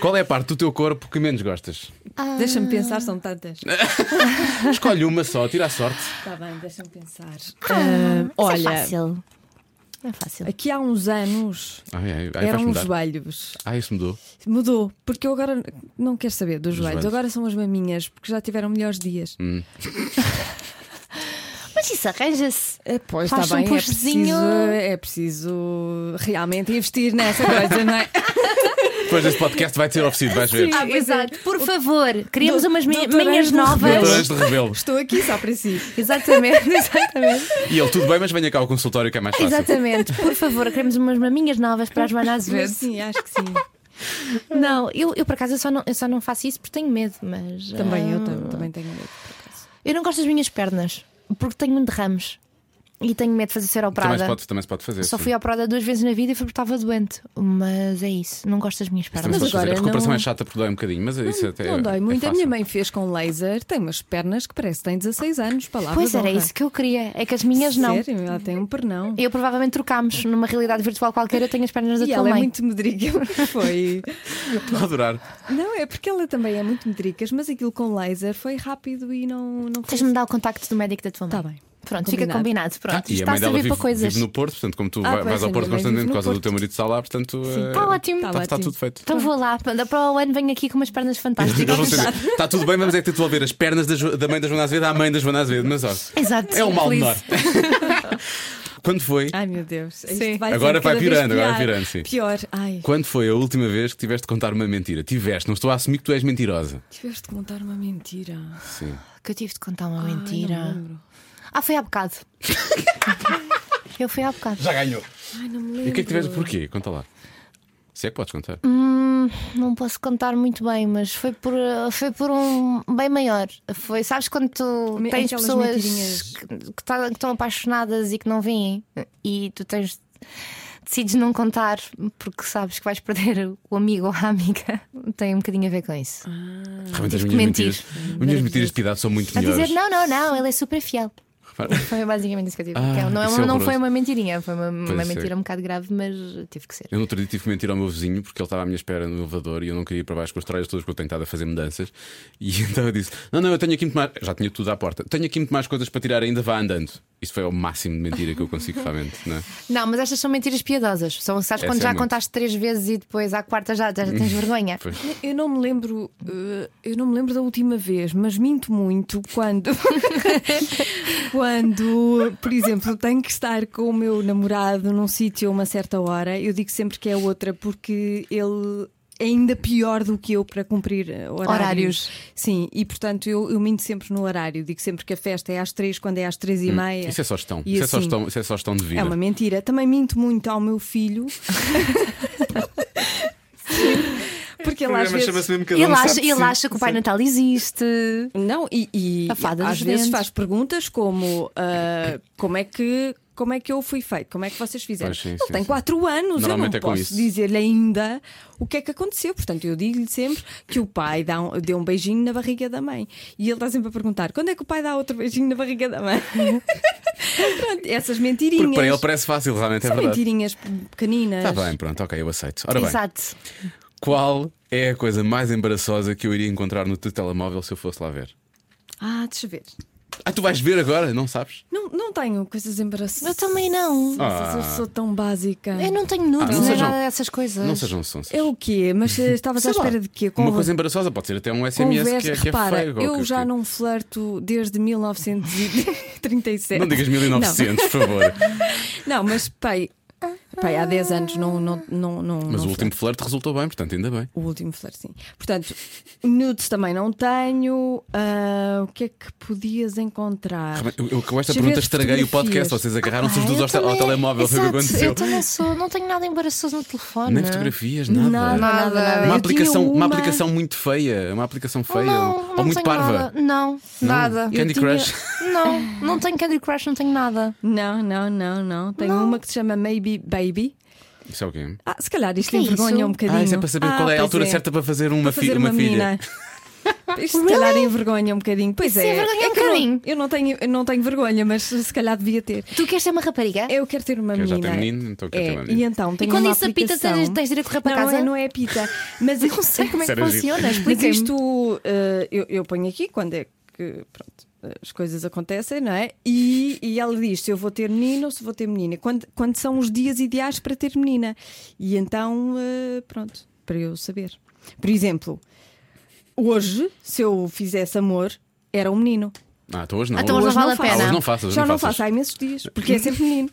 [SPEAKER 2] Qual é a parte do teu corpo que menos gostas?
[SPEAKER 3] Deixa-me pensar, são tantas.
[SPEAKER 2] Ah. Escolhe uma só, tira a sorte.
[SPEAKER 3] Está bem, deixa-me pensar. Ah,
[SPEAKER 4] Isso
[SPEAKER 3] olha,
[SPEAKER 4] é fácil. É fácil.
[SPEAKER 3] aqui há uns anos
[SPEAKER 2] Ai, ai, ai, vais
[SPEAKER 3] eram
[SPEAKER 2] Ah,
[SPEAKER 3] os
[SPEAKER 2] é, mudar.
[SPEAKER 3] joelhos.
[SPEAKER 2] Ah, isso mudou.
[SPEAKER 3] Mudou, porque eu agora não quero saber dos joelhos.
[SPEAKER 2] joelhos. Hum.
[SPEAKER 3] Agora são as maminhas, porque já tiveram melhores dias.
[SPEAKER 4] Mas isso arranja-se.
[SPEAKER 3] Eh, Pois
[SPEAKER 4] Faz
[SPEAKER 3] está
[SPEAKER 4] um
[SPEAKER 3] bem, é
[SPEAKER 4] pushzinho.
[SPEAKER 3] preciso, é preciso realmente investir nessa coisa, não é?
[SPEAKER 2] Depois deste podcast vai ser oferecido, vais ver.
[SPEAKER 4] Ah, exato. Por favor, criamos umas
[SPEAKER 3] doutor
[SPEAKER 4] manhas
[SPEAKER 3] Ângelo
[SPEAKER 4] novas.
[SPEAKER 3] Rebelo.
[SPEAKER 2] Doutorantes de rebelo.
[SPEAKER 3] Estou aqui só para si.
[SPEAKER 4] Exatamente, [LAUGHS] exatamente.
[SPEAKER 2] E ele, tudo bem, mas venha cá ao consultório que é mais fácil.
[SPEAKER 4] Exatamente, por favor, queremos umas maminhas novas para as Joana
[SPEAKER 3] Mas
[SPEAKER 4] Azevedo.
[SPEAKER 3] sim, acho que sim.
[SPEAKER 4] Não, eu, eu por acaso eu só, não, eu só não faço isso porque tenho medo, mas.
[SPEAKER 3] Também eu
[SPEAKER 4] ah,
[SPEAKER 3] tam- também tenho medo. por acaso.
[SPEAKER 4] Eu não gosto das minhas pernas porque tenho um derrames e tenho medo de fazer ser
[SPEAKER 2] Também se
[SPEAKER 4] operada.
[SPEAKER 2] pode, também se pode fazer.
[SPEAKER 4] Só
[SPEAKER 2] sim.
[SPEAKER 4] fui operada duas vezes na vida e foi porque estava doente. Mas é isso, não gosto das minhas
[SPEAKER 2] Também
[SPEAKER 4] pernas.
[SPEAKER 2] se pode
[SPEAKER 3] Mas
[SPEAKER 2] fazer. A
[SPEAKER 3] agora
[SPEAKER 2] recuperação
[SPEAKER 3] não-
[SPEAKER 2] é chata por dói um bocadinho, mas isso até.
[SPEAKER 3] Não dói
[SPEAKER 2] é
[SPEAKER 3] muito. a
[SPEAKER 2] fácil.
[SPEAKER 3] minha mãe fez com laser, tem umas pernas que parece que tem 16 anos. Palavra
[SPEAKER 4] Pois
[SPEAKER 3] de
[SPEAKER 4] era
[SPEAKER 3] honra.
[SPEAKER 4] isso que eu queria, é que as minhas não.
[SPEAKER 3] Sério, ela tem um pernão.
[SPEAKER 4] Eu provavelmente trocámos numa realidade virtual qualquer, eu tenho as pernas da
[SPEAKER 3] E
[SPEAKER 4] tua
[SPEAKER 3] ela é
[SPEAKER 4] mãe.
[SPEAKER 3] muito [LAUGHS] medrica. Foi.
[SPEAKER 2] Estou a adorar.
[SPEAKER 3] Não, é porque ela também é muito medricas, mas aquilo com laser foi rápido e não, não foi.
[SPEAKER 4] Tens de me dar o contacto do médico da tua mãe.
[SPEAKER 3] Tá bem.
[SPEAKER 4] Pronto, fica
[SPEAKER 3] Combinado.
[SPEAKER 4] combinado. Pronto,
[SPEAKER 2] Ah,
[SPEAKER 4] Isto
[SPEAKER 2] e a
[SPEAKER 4] está
[SPEAKER 2] mãe
[SPEAKER 4] a
[SPEAKER 2] dela
[SPEAKER 4] servir
[SPEAKER 2] vive,
[SPEAKER 4] para coisas.
[SPEAKER 2] vive no Porto, portanto, como tu
[SPEAKER 3] Ah,
[SPEAKER 2] vai-
[SPEAKER 3] pois,
[SPEAKER 2] vais ao
[SPEAKER 3] a
[SPEAKER 2] Porto
[SPEAKER 3] minha mãe vive
[SPEAKER 2] constantemente por
[SPEAKER 3] no
[SPEAKER 2] causa do
[SPEAKER 3] Porto. tá
[SPEAKER 2] teu marido de lá, portanto. eh,
[SPEAKER 4] Está ótimo.
[SPEAKER 2] Está, está
[SPEAKER 3] ótimo. Tá
[SPEAKER 2] tudo feito.
[SPEAKER 4] Então vou lá, para para o ano venho aqui com umas pernas
[SPEAKER 2] Eles vão
[SPEAKER 4] fantásticas.
[SPEAKER 2] saber. Está tudo bem, vamos é que devolver as pernas da, Jo- da mãe da Joana Azevedo à mãe da Joana Azevedo, mas ó,
[SPEAKER 4] Exato.
[SPEAKER 2] é o mal
[SPEAKER 4] Please.
[SPEAKER 2] menor. [LAUGHS] Quando foi?
[SPEAKER 3] assim. Ai meu Deus. Isto
[SPEAKER 4] Sim.
[SPEAKER 3] vai ser
[SPEAKER 2] Agora vai
[SPEAKER 3] cada vez
[SPEAKER 2] piorando, agora
[SPEAKER 3] pior.
[SPEAKER 2] vai piorando, sim.
[SPEAKER 3] Pior. Ai,
[SPEAKER 2] Quando foi a última vez que tiveste de contar uma mentira? Tiveste, não estou a assumir que tu és mentirosa.
[SPEAKER 3] tiveste de contar uma mentira.
[SPEAKER 2] Sim.
[SPEAKER 4] Que eu tive de contar uma
[SPEAKER 3] Ai, não me
[SPEAKER 4] mentira.
[SPEAKER 3] lembro.
[SPEAKER 4] Ah, foi
[SPEAKER 3] [LAUGHS]
[SPEAKER 4] há bocado. eu fui há bocado.
[SPEAKER 2] Já ganhou.
[SPEAKER 3] Ai, não me
[SPEAKER 2] E
[SPEAKER 3] lembro.
[SPEAKER 2] o que é que tiveste? Porquê? Conta lá. Se é que podes contar.
[SPEAKER 4] Hum, não posso contar muito bem, mas foi por, eh, foi por um bem maior. Foi, sabes quando tu
[SPEAKER 3] Me-
[SPEAKER 4] tens
[SPEAKER 3] aquelas
[SPEAKER 4] pessoas
[SPEAKER 3] mentirinhas.
[SPEAKER 4] que, que tá- que estão apaixonadas e que não vêm e tu tens. Decides não contar porque sabes que vais perder o amigo ou a amiga. [LAUGHS] Tem um bocadinho a ver com isso.
[SPEAKER 2] Ah. Realmente as minhas
[SPEAKER 4] tive
[SPEAKER 3] Tipo,
[SPEAKER 4] que mentir.
[SPEAKER 2] mentiras. As minhas mentiras de piedade são muito
[SPEAKER 4] a
[SPEAKER 2] melhores.
[SPEAKER 4] dizer, não, não, não, ele é super fiel.
[SPEAKER 2] Repara.
[SPEAKER 4] Foi basicamente isso que eu tive.
[SPEAKER 2] Ah,
[SPEAKER 4] Que não, é
[SPEAKER 2] isso
[SPEAKER 4] uma-
[SPEAKER 2] é
[SPEAKER 4] não
[SPEAKER 2] horroroso.
[SPEAKER 4] foi uma mentirinha, foi uma, uma
[SPEAKER 2] é.
[SPEAKER 4] mentira um bocado grave, mas tive que ser.
[SPEAKER 2] Eu no outro dia tive que mentir ao meu vizinho porque ele estava à minha espera no elevador e eu não queria ir para baixo com as tralhas todas que eu tenho estado a fazer mudanças. E [LAUGHS] então eu disse: Não, não, eu tenho aqui muito mais. Já tinha tudo à porta. Tenho aqui muito mais coisas para tirar ainda, vá andando. Isso foi o máximo de mentira que eu consigo realmente,
[SPEAKER 3] [LAUGHS]
[SPEAKER 2] não é?
[SPEAKER 4] Não, mas estas são mentiras piedosas. São, sabes,
[SPEAKER 2] Essa
[SPEAKER 4] quando
[SPEAKER 2] é
[SPEAKER 4] já
[SPEAKER 2] muito.
[SPEAKER 4] contaste três vezes e depois à quarta já,
[SPEAKER 2] [LAUGHS]
[SPEAKER 4] já tens vergonha.
[SPEAKER 2] Foi.
[SPEAKER 3] Eu não me lembro, eh, eu não me lembro da última vez, mas minto muito quando, [LAUGHS] quando, por exemplo, tenho que estar com o meu namorado num sítio a uma certa hora. Eu digo sempre que é outra porque ele é ainda pior do que eu para cumprir eh, horários.
[SPEAKER 4] Horários.
[SPEAKER 3] Sim, e portanto eu, eu minto sempre no horário. Digo sempre que a festa é às três quando é às três e meia.
[SPEAKER 2] Isso é só gestão.
[SPEAKER 3] E
[SPEAKER 2] Isso, é só
[SPEAKER 3] assim,
[SPEAKER 2] gestão isso é só gestão de vida.
[SPEAKER 3] é uma mentira. Também minto muito ao meu filho.
[SPEAKER 2] [LAUGHS]
[SPEAKER 3] Sim, Porque ele às vezes.
[SPEAKER 2] mesmo
[SPEAKER 4] Ele acha, ele acha que o Pai Natal existe.
[SPEAKER 3] Não, e, e
[SPEAKER 4] A fada
[SPEAKER 3] às
[SPEAKER 4] dos
[SPEAKER 3] vezes
[SPEAKER 4] dentes.
[SPEAKER 3] faz perguntas como ah, como é que como é que eu fui feito, como é que vocês fizeram.
[SPEAKER 2] Pois sim,
[SPEAKER 3] Ele
[SPEAKER 2] sim,
[SPEAKER 3] tem
[SPEAKER 2] sim.
[SPEAKER 3] 4 anos, eu não
[SPEAKER 2] Normalmente é com isso.
[SPEAKER 3] posso dizer-lhe ainda o que é que aconteceu. Portanto, eu digo-lhe sempre que o pai dá um- deu um beijinho na barriga da mãe. E ele está sempre a perguntar: quando é que o pai dá outro beijinho na barriga da mãe? [LAUGHS] Pronto, essas mentirinhas.
[SPEAKER 2] Porque para ele parece fácil, realmente é
[SPEAKER 3] São
[SPEAKER 2] verdade.
[SPEAKER 3] mentirinhas pequeninas.
[SPEAKER 2] Está bem, pronto, ok, eu aceito. Ora Tá bem,
[SPEAKER 4] Exato.
[SPEAKER 2] qual é a coisa mais embaraçosa que eu iria encontrar no teu telemóvel se eu fosse lá ver?
[SPEAKER 3] Ah, deixa eu ver.
[SPEAKER 2] Ah, tu vais ver agora? Não sabes?
[SPEAKER 3] Não, não tenho coisas embaraçosas.
[SPEAKER 4] Eu também não.
[SPEAKER 2] Ah.
[SPEAKER 3] Eu sou tão básica.
[SPEAKER 4] Eu não tenho nudes,
[SPEAKER 2] Ah, não
[SPEAKER 4] nem
[SPEAKER 2] sejam-
[SPEAKER 4] nada dessas coisas.
[SPEAKER 2] Não sejam sons.
[SPEAKER 3] É o quê?
[SPEAKER 2] [LAUGHS]
[SPEAKER 3] Mas eh, estavas à
[SPEAKER 2] Sei lá,
[SPEAKER 3] espera de quê?
[SPEAKER 2] Uma
[SPEAKER 3] Conver-
[SPEAKER 2] coisa embaraçosa pode ser até um SMS que é, que é
[SPEAKER 3] Repara,
[SPEAKER 2] feio. ou
[SPEAKER 3] eu
[SPEAKER 2] que-
[SPEAKER 3] já
[SPEAKER 2] que-
[SPEAKER 3] não flerto desde 1937.
[SPEAKER 2] Não digas 1900, por favor.
[SPEAKER 3] Não, mas pai, pai há 10 anos não. não, não, não
[SPEAKER 2] Mas
[SPEAKER 3] não
[SPEAKER 2] o último flerte resultou bem, portanto, ainda bem.
[SPEAKER 3] O último flerte, sim. Portanto, nudes também não tenho. Ah, o que é que podias encontrar?
[SPEAKER 2] Eu, eu com esta
[SPEAKER 3] Deixa eu
[SPEAKER 2] pergunta
[SPEAKER 3] ver
[SPEAKER 2] estraguei o podcast,
[SPEAKER 3] fotografias.
[SPEAKER 2] vocês agarraram-se os
[SPEAKER 4] Ah,
[SPEAKER 2] dois
[SPEAKER 4] eu
[SPEAKER 2] ao, te- ao
[SPEAKER 4] também-
[SPEAKER 2] telemóvel, foi o que
[SPEAKER 4] Exato,
[SPEAKER 2] aconteceu.
[SPEAKER 4] Eu também sou, não tenho nada embaraçoso no telefone.
[SPEAKER 2] Nem fotografias, nada.
[SPEAKER 3] Nada, nada, nada.
[SPEAKER 2] Uma
[SPEAKER 3] Eu
[SPEAKER 2] aplicação,
[SPEAKER 3] tinha
[SPEAKER 2] uma
[SPEAKER 3] uma-
[SPEAKER 2] aplicação muito feia, uma aplicação feia,
[SPEAKER 4] Oh, Não,
[SPEAKER 2] ou
[SPEAKER 4] não
[SPEAKER 2] muito
[SPEAKER 4] tenho
[SPEAKER 2] parva.
[SPEAKER 4] nada. Não, nada.
[SPEAKER 2] Candy
[SPEAKER 4] Eu tinha-
[SPEAKER 2] Crush.
[SPEAKER 4] [LAUGHS] Não, não tenho Candy Crush, não tenho nada.
[SPEAKER 3] Não, não, não, não. Tenho uma que se chama Maybe Baby.
[SPEAKER 2] Isso é o quê?
[SPEAKER 3] Ah, se calhar isto
[SPEAKER 4] Que é
[SPEAKER 3] envergonha
[SPEAKER 4] isso?
[SPEAKER 3] um bocadinho.
[SPEAKER 2] Ah, isso é para saber qual é a
[SPEAKER 3] pois
[SPEAKER 2] altura certa para fazer uma,
[SPEAKER 4] [LAUGHS]
[SPEAKER 3] Para fazer
[SPEAKER 2] fi- uma filha.
[SPEAKER 3] menina. Isto se calhar envergonha um bocadinho. Pois
[SPEAKER 4] Sim,
[SPEAKER 3] é.
[SPEAKER 4] envergonha
[SPEAKER 3] é
[SPEAKER 4] um
[SPEAKER 3] que eu não-
[SPEAKER 4] bocadinho.
[SPEAKER 3] Eu não, tenho, eu não tenho vergonha, mas se calhar devia ter.
[SPEAKER 4] Tu queres ser uma rapariga?
[SPEAKER 3] Eu quero ter uma
[SPEAKER 2] Eu já
[SPEAKER 3] menina.
[SPEAKER 2] tenho menino, então quero
[SPEAKER 3] é,
[SPEAKER 2] ter uma menina.
[SPEAKER 3] E então tenho
[SPEAKER 4] quando
[SPEAKER 3] uma
[SPEAKER 4] isso apita,
[SPEAKER 3] aplicação.
[SPEAKER 4] tens- tens direito de correr para
[SPEAKER 3] não,
[SPEAKER 4] casa?
[SPEAKER 3] Não, é apita.
[SPEAKER 4] [LAUGHS]
[SPEAKER 3] Mas eu não sei como [LAUGHS]
[SPEAKER 4] Como é que
[SPEAKER 2] Sério,
[SPEAKER 4] funciona?
[SPEAKER 3] Mas
[SPEAKER 4] Explica-me.
[SPEAKER 3] isto eh, eu, eu ponho aqui quando é que pronto, as coisas acontecem, não é? E, e ela diz se eu vou ter menino ou se vou ter menina. Quando, quando são os dias ideais para ter menina? E então, eh, pronto, para eu saber. Por exemplo, hoje, se eu fizesse amor, era um menino.
[SPEAKER 2] Ah, então hoje não.
[SPEAKER 4] Ah, então hoje não vale a
[SPEAKER 3] faço.
[SPEAKER 4] pena.
[SPEAKER 2] Hoje não faço, hoje
[SPEAKER 3] Já
[SPEAKER 2] não
[SPEAKER 3] não
[SPEAKER 2] faço.
[SPEAKER 3] faço há imensos dias, porque é sempre
[SPEAKER 4] [LAUGHS]
[SPEAKER 3] menino.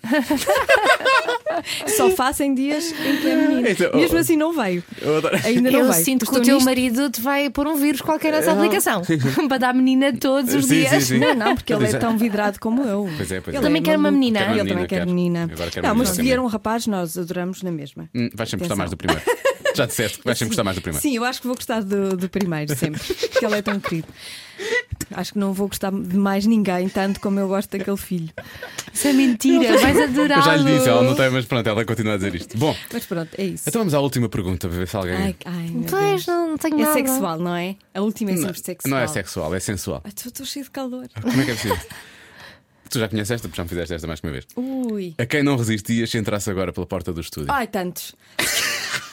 [SPEAKER 3] Só faço em dias em que é menino.
[SPEAKER 2] Então, oh.
[SPEAKER 3] Mesmo assim não veio.
[SPEAKER 2] Eu adoro-
[SPEAKER 3] Ainda não
[SPEAKER 4] Eu
[SPEAKER 3] veio.
[SPEAKER 4] sinto que
[SPEAKER 3] Estou
[SPEAKER 4] o teu
[SPEAKER 3] nisto.
[SPEAKER 4] marido te vai pôr um vírus qualquer
[SPEAKER 2] [LAUGHS]
[SPEAKER 4] nessa aplicação para dar menina todos os
[SPEAKER 2] É, Sim,
[SPEAKER 4] dias.
[SPEAKER 2] sim, sim.
[SPEAKER 3] Não, não, porque ele
[SPEAKER 2] Pois
[SPEAKER 3] é
[SPEAKER 2] é.
[SPEAKER 3] tão vidrado como eu.
[SPEAKER 2] Pois é, pois
[SPEAKER 3] Ele
[SPEAKER 2] é.
[SPEAKER 4] Também quer uma
[SPEAKER 3] maluco.
[SPEAKER 4] menina. Quer uma
[SPEAKER 3] Ele também
[SPEAKER 2] menina,
[SPEAKER 3] quer
[SPEAKER 2] quer.
[SPEAKER 3] menina.
[SPEAKER 2] Agora quer
[SPEAKER 3] Não,
[SPEAKER 2] menina
[SPEAKER 3] mas se
[SPEAKER 2] também.
[SPEAKER 3] vier um rapaz, nós adoramos na mesma.
[SPEAKER 2] Hum, Vais sempre gostar mais do primeiro. Já disseste que vais sempre gostar mais do primeiro.
[SPEAKER 3] Sim, eu acho que vou gostar do, do primeiro
[SPEAKER 2] [LAUGHS]
[SPEAKER 3] sempre, porque ele é tão querido. Acho que não vou gostar de mais ninguém, tanto como eu gosto daquele filho.
[SPEAKER 4] Isso é mentira, vais
[SPEAKER 2] Eu já
[SPEAKER 4] adorá-lo.
[SPEAKER 2] lhe disse, ela não tem, mas pronto, ela continua a dizer isto. Bom,
[SPEAKER 3] Mas pronto, é isso.
[SPEAKER 2] então vamos à última pergunta para ver se alguém.
[SPEAKER 3] Ai, ai, meu
[SPEAKER 4] Pois,
[SPEAKER 3] Deus.
[SPEAKER 4] não, Então não tenho
[SPEAKER 3] É
[SPEAKER 4] nada.
[SPEAKER 3] sexual, não é? A última é sempre sexual.
[SPEAKER 2] Não é sexual, é sensual.
[SPEAKER 3] Ai, Estou estou cheio de calor.
[SPEAKER 2] Como é que é
[SPEAKER 3] [LAUGHS]
[SPEAKER 2] possível? tu já conheces esta, porque já me fizeste esta mais que uma vez.
[SPEAKER 3] Ui.
[SPEAKER 2] A quem não resistias se entrasse agora pela porta do estúdio?
[SPEAKER 3] Ai, tantos.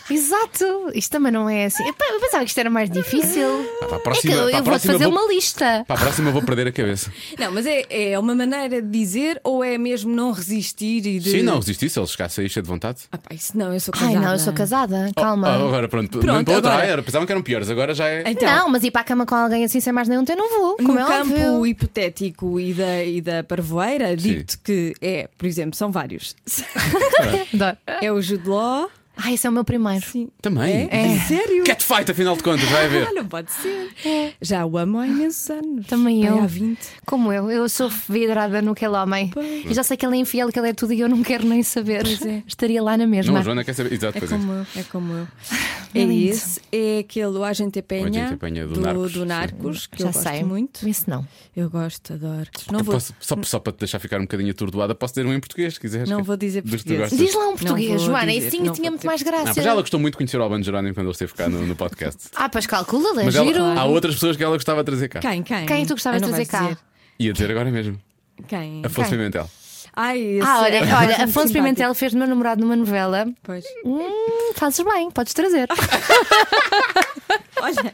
[SPEAKER 4] Exato, isto também não é assim. Epá, Eu pensava que isto era mais difícil.
[SPEAKER 2] para a
[SPEAKER 4] é
[SPEAKER 2] próxima-
[SPEAKER 4] que
[SPEAKER 2] para
[SPEAKER 4] eu,
[SPEAKER 2] a
[SPEAKER 4] eu vou
[SPEAKER 2] próxima
[SPEAKER 4] fazer
[SPEAKER 2] vou-
[SPEAKER 4] uma lista.
[SPEAKER 2] Para a próxima eu vou perder a cabeça.
[SPEAKER 3] Não, mas é, é uma maneira de dizer ou é mesmo não resistir e de.
[SPEAKER 2] Sim, não resisti, se ele chegasse aí cheio de vontade.
[SPEAKER 3] Ah, pá, isso não, eu sou
[SPEAKER 4] Ai,
[SPEAKER 3] casada.
[SPEAKER 4] não, eu sou casada, calma.
[SPEAKER 2] Oh, agora pronto, pronto para outra.
[SPEAKER 3] agora.
[SPEAKER 2] Ah, era, pensavam que eram piores, agora já é.
[SPEAKER 3] Então,
[SPEAKER 4] não, mas ir para a cama com alguém assim sem mais nenhum, eu não vou. Como
[SPEAKER 3] no
[SPEAKER 4] é
[SPEAKER 3] campo
[SPEAKER 4] óbvio.
[SPEAKER 3] hipotético e da, e da parvoeira,
[SPEAKER 2] Sim.
[SPEAKER 3] dito que é, por exemplo, são
[SPEAKER 4] [LAUGHS]
[SPEAKER 3] vários.
[SPEAKER 4] Adoro.
[SPEAKER 3] É o Jude Law.
[SPEAKER 4] Ah, esse é o meu primeiro.
[SPEAKER 2] Também.
[SPEAKER 3] É. Sério?
[SPEAKER 2] Catfight, afinal de contas, vai
[SPEAKER 3] Ah,
[SPEAKER 2] ver.
[SPEAKER 3] não pode ser. Já o amo há imensos anos.
[SPEAKER 4] É. Também
[SPEAKER 3] Pai,
[SPEAKER 4] eu.
[SPEAKER 3] Há 20.
[SPEAKER 4] Como eu, eu sou vidrada no que ele homem. Eu já sei que ele é infiel, que ele é tudo e eu não quero nem saber. Estaria lá na
[SPEAKER 2] Não,
[SPEAKER 4] mesma.
[SPEAKER 2] a Joana quer saber. Exato,
[SPEAKER 3] É
[SPEAKER 2] pois é.
[SPEAKER 3] como eu. É como
[SPEAKER 4] [LAUGHS]
[SPEAKER 3] eu. É
[SPEAKER 4] Lindo.
[SPEAKER 3] esse. É aquele o Agente
[SPEAKER 2] O
[SPEAKER 3] Penha,
[SPEAKER 2] Agente Penha do Narcos, sim.
[SPEAKER 3] Narcos, que
[SPEAKER 4] já
[SPEAKER 3] eu gosto
[SPEAKER 4] sei.
[SPEAKER 3] muito.
[SPEAKER 4] Isso não.
[SPEAKER 3] Eu gosto, adoro. Não
[SPEAKER 2] Eu
[SPEAKER 3] vou,
[SPEAKER 2] posso- só, só para te deixar ficar um bocadinho atordoada, posso dizer um em português, se quiseres.
[SPEAKER 3] não
[SPEAKER 2] que-
[SPEAKER 3] vou dizer
[SPEAKER 2] dos que tu
[SPEAKER 3] português.
[SPEAKER 2] gostas.
[SPEAKER 4] Diz lá um
[SPEAKER 3] Não
[SPEAKER 4] português,
[SPEAKER 3] vou
[SPEAKER 4] Joana.
[SPEAKER 3] dizer,
[SPEAKER 4] Isso tinha,
[SPEAKER 3] não
[SPEAKER 4] tinha
[SPEAKER 3] vou
[SPEAKER 4] muito
[SPEAKER 3] dizer.
[SPEAKER 4] mais
[SPEAKER 2] Ah,
[SPEAKER 4] graça.
[SPEAKER 2] mas ela gostou muito de conhecer o Albano Jerónimo quando ele esteve cá no, no podcast.
[SPEAKER 4] Ah, pois calcula, é
[SPEAKER 2] Mas
[SPEAKER 4] giro.
[SPEAKER 2] ela, Ah, há outras pessoas que ela gostava de trazer cá.
[SPEAKER 3] Quem, quem?
[SPEAKER 4] Quem tu gostavas
[SPEAKER 3] Ah,
[SPEAKER 4] de
[SPEAKER 3] não
[SPEAKER 4] trazer
[SPEAKER 3] vais
[SPEAKER 4] cá?
[SPEAKER 3] dizer.
[SPEAKER 2] Ia dizer agora mesmo.
[SPEAKER 3] Quem?
[SPEAKER 2] Afonso
[SPEAKER 4] Quem?
[SPEAKER 2] Pimentel.
[SPEAKER 3] Ai, esse
[SPEAKER 4] Ah, olha,
[SPEAKER 3] é
[SPEAKER 4] olha
[SPEAKER 2] [LAUGHS]
[SPEAKER 3] muito
[SPEAKER 4] Afonso
[SPEAKER 3] simpático.
[SPEAKER 4] Pimentel fez meu namorado numa novela.
[SPEAKER 3] Pois.
[SPEAKER 4] Hum, fazes bem, podes
[SPEAKER 3] [LAUGHS]
[SPEAKER 4] trazer.
[SPEAKER 3] Olha,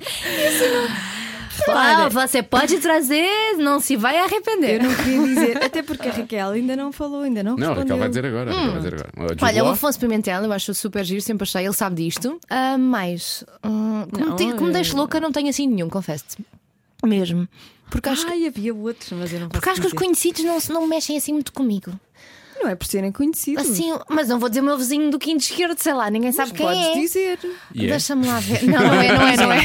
[SPEAKER 4] Claro, você pode trazer, não se vai
[SPEAKER 3] eu
[SPEAKER 4] arrepender.
[SPEAKER 3] não queria dizer, até porque a Raquel ainda não falou, ainda não
[SPEAKER 2] Não, a
[SPEAKER 3] respondeu.
[SPEAKER 2] Raquel vai dizer agora. a Raquel vai dizer agora. O Jude
[SPEAKER 4] Olha, o
[SPEAKER 2] Law,
[SPEAKER 4] Afonso Pimentel, eu acho super giro, sempre achei, ele sabe disto. Ah, mas, hum, como,
[SPEAKER 3] Não,
[SPEAKER 4] te- como me
[SPEAKER 3] eu-
[SPEAKER 4] deixo louca, não tenho assim nenhum, confesso-te. Mesmo. Porque acho, que-
[SPEAKER 3] Ai, havia outros, mas eu não posso
[SPEAKER 4] porque acho que os
[SPEAKER 3] dizer.
[SPEAKER 4] conhecidos não, se- não mexem assim muito comigo.
[SPEAKER 3] Não é por serem conhecidos.
[SPEAKER 4] Assim, mas não vou dizer o meu vizinho do quinto esquerdo, sei lá, ninguém sabe
[SPEAKER 3] Mas
[SPEAKER 4] quem
[SPEAKER 3] podes
[SPEAKER 4] é. [LAUGHS]
[SPEAKER 3] dizer.
[SPEAKER 2] E é?
[SPEAKER 4] Deixa-me lá [LAUGHS] ver. Não, não é, não
[SPEAKER 3] [LAUGHS]
[SPEAKER 4] é, não é.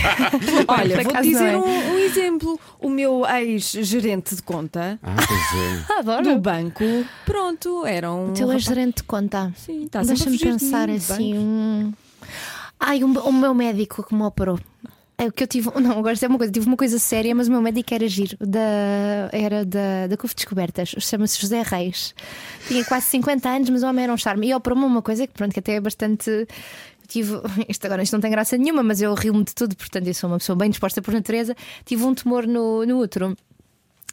[SPEAKER 3] Olha,
[SPEAKER 4] por
[SPEAKER 3] vou
[SPEAKER 4] acaso
[SPEAKER 3] dizer
[SPEAKER 4] não é.
[SPEAKER 3] um, um exemplo. O meu ex-gerente de conta
[SPEAKER 2] Ah, pois é.
[SPEAKER 3] do
[SPEAKER 4] Adoro.
[SPEAKER 3] banco, pronto, era um.
[SPEAKER 4] O teu
[SPEAKER 3] rapaz-
[SPEAKER 4] ex-gerente de conta.
[SPEAKER 3] Sim, está sempre a
[SPEAKER 4] Deixa-me
[SPEAKER 3] fugir de
[SPEAKER 4] pensar
[SPEAKER 3] mim,
[SPEAKER 4] assim. Um... Ai, o, meu- o meu médico que me operou. É o que eu tive. [LAUGHS] Não, agora isto é uma coisa. Tive uma coisa séria, mas o meu médico era giro. Da, era da, da Cove Descobertas. Chama-se José Reis. Tinha quase 50 anos, mas o homem era um charme. E operou-me uma coisa que, pronto, que até é bastante. eu Tive, [LAUGHS] isto agora isto não tem graça nenhuma, mas eu rio-me de tudo, portanto, eu sou uma pessoa bem disposta por natureza. Tive um tumor no, no útero.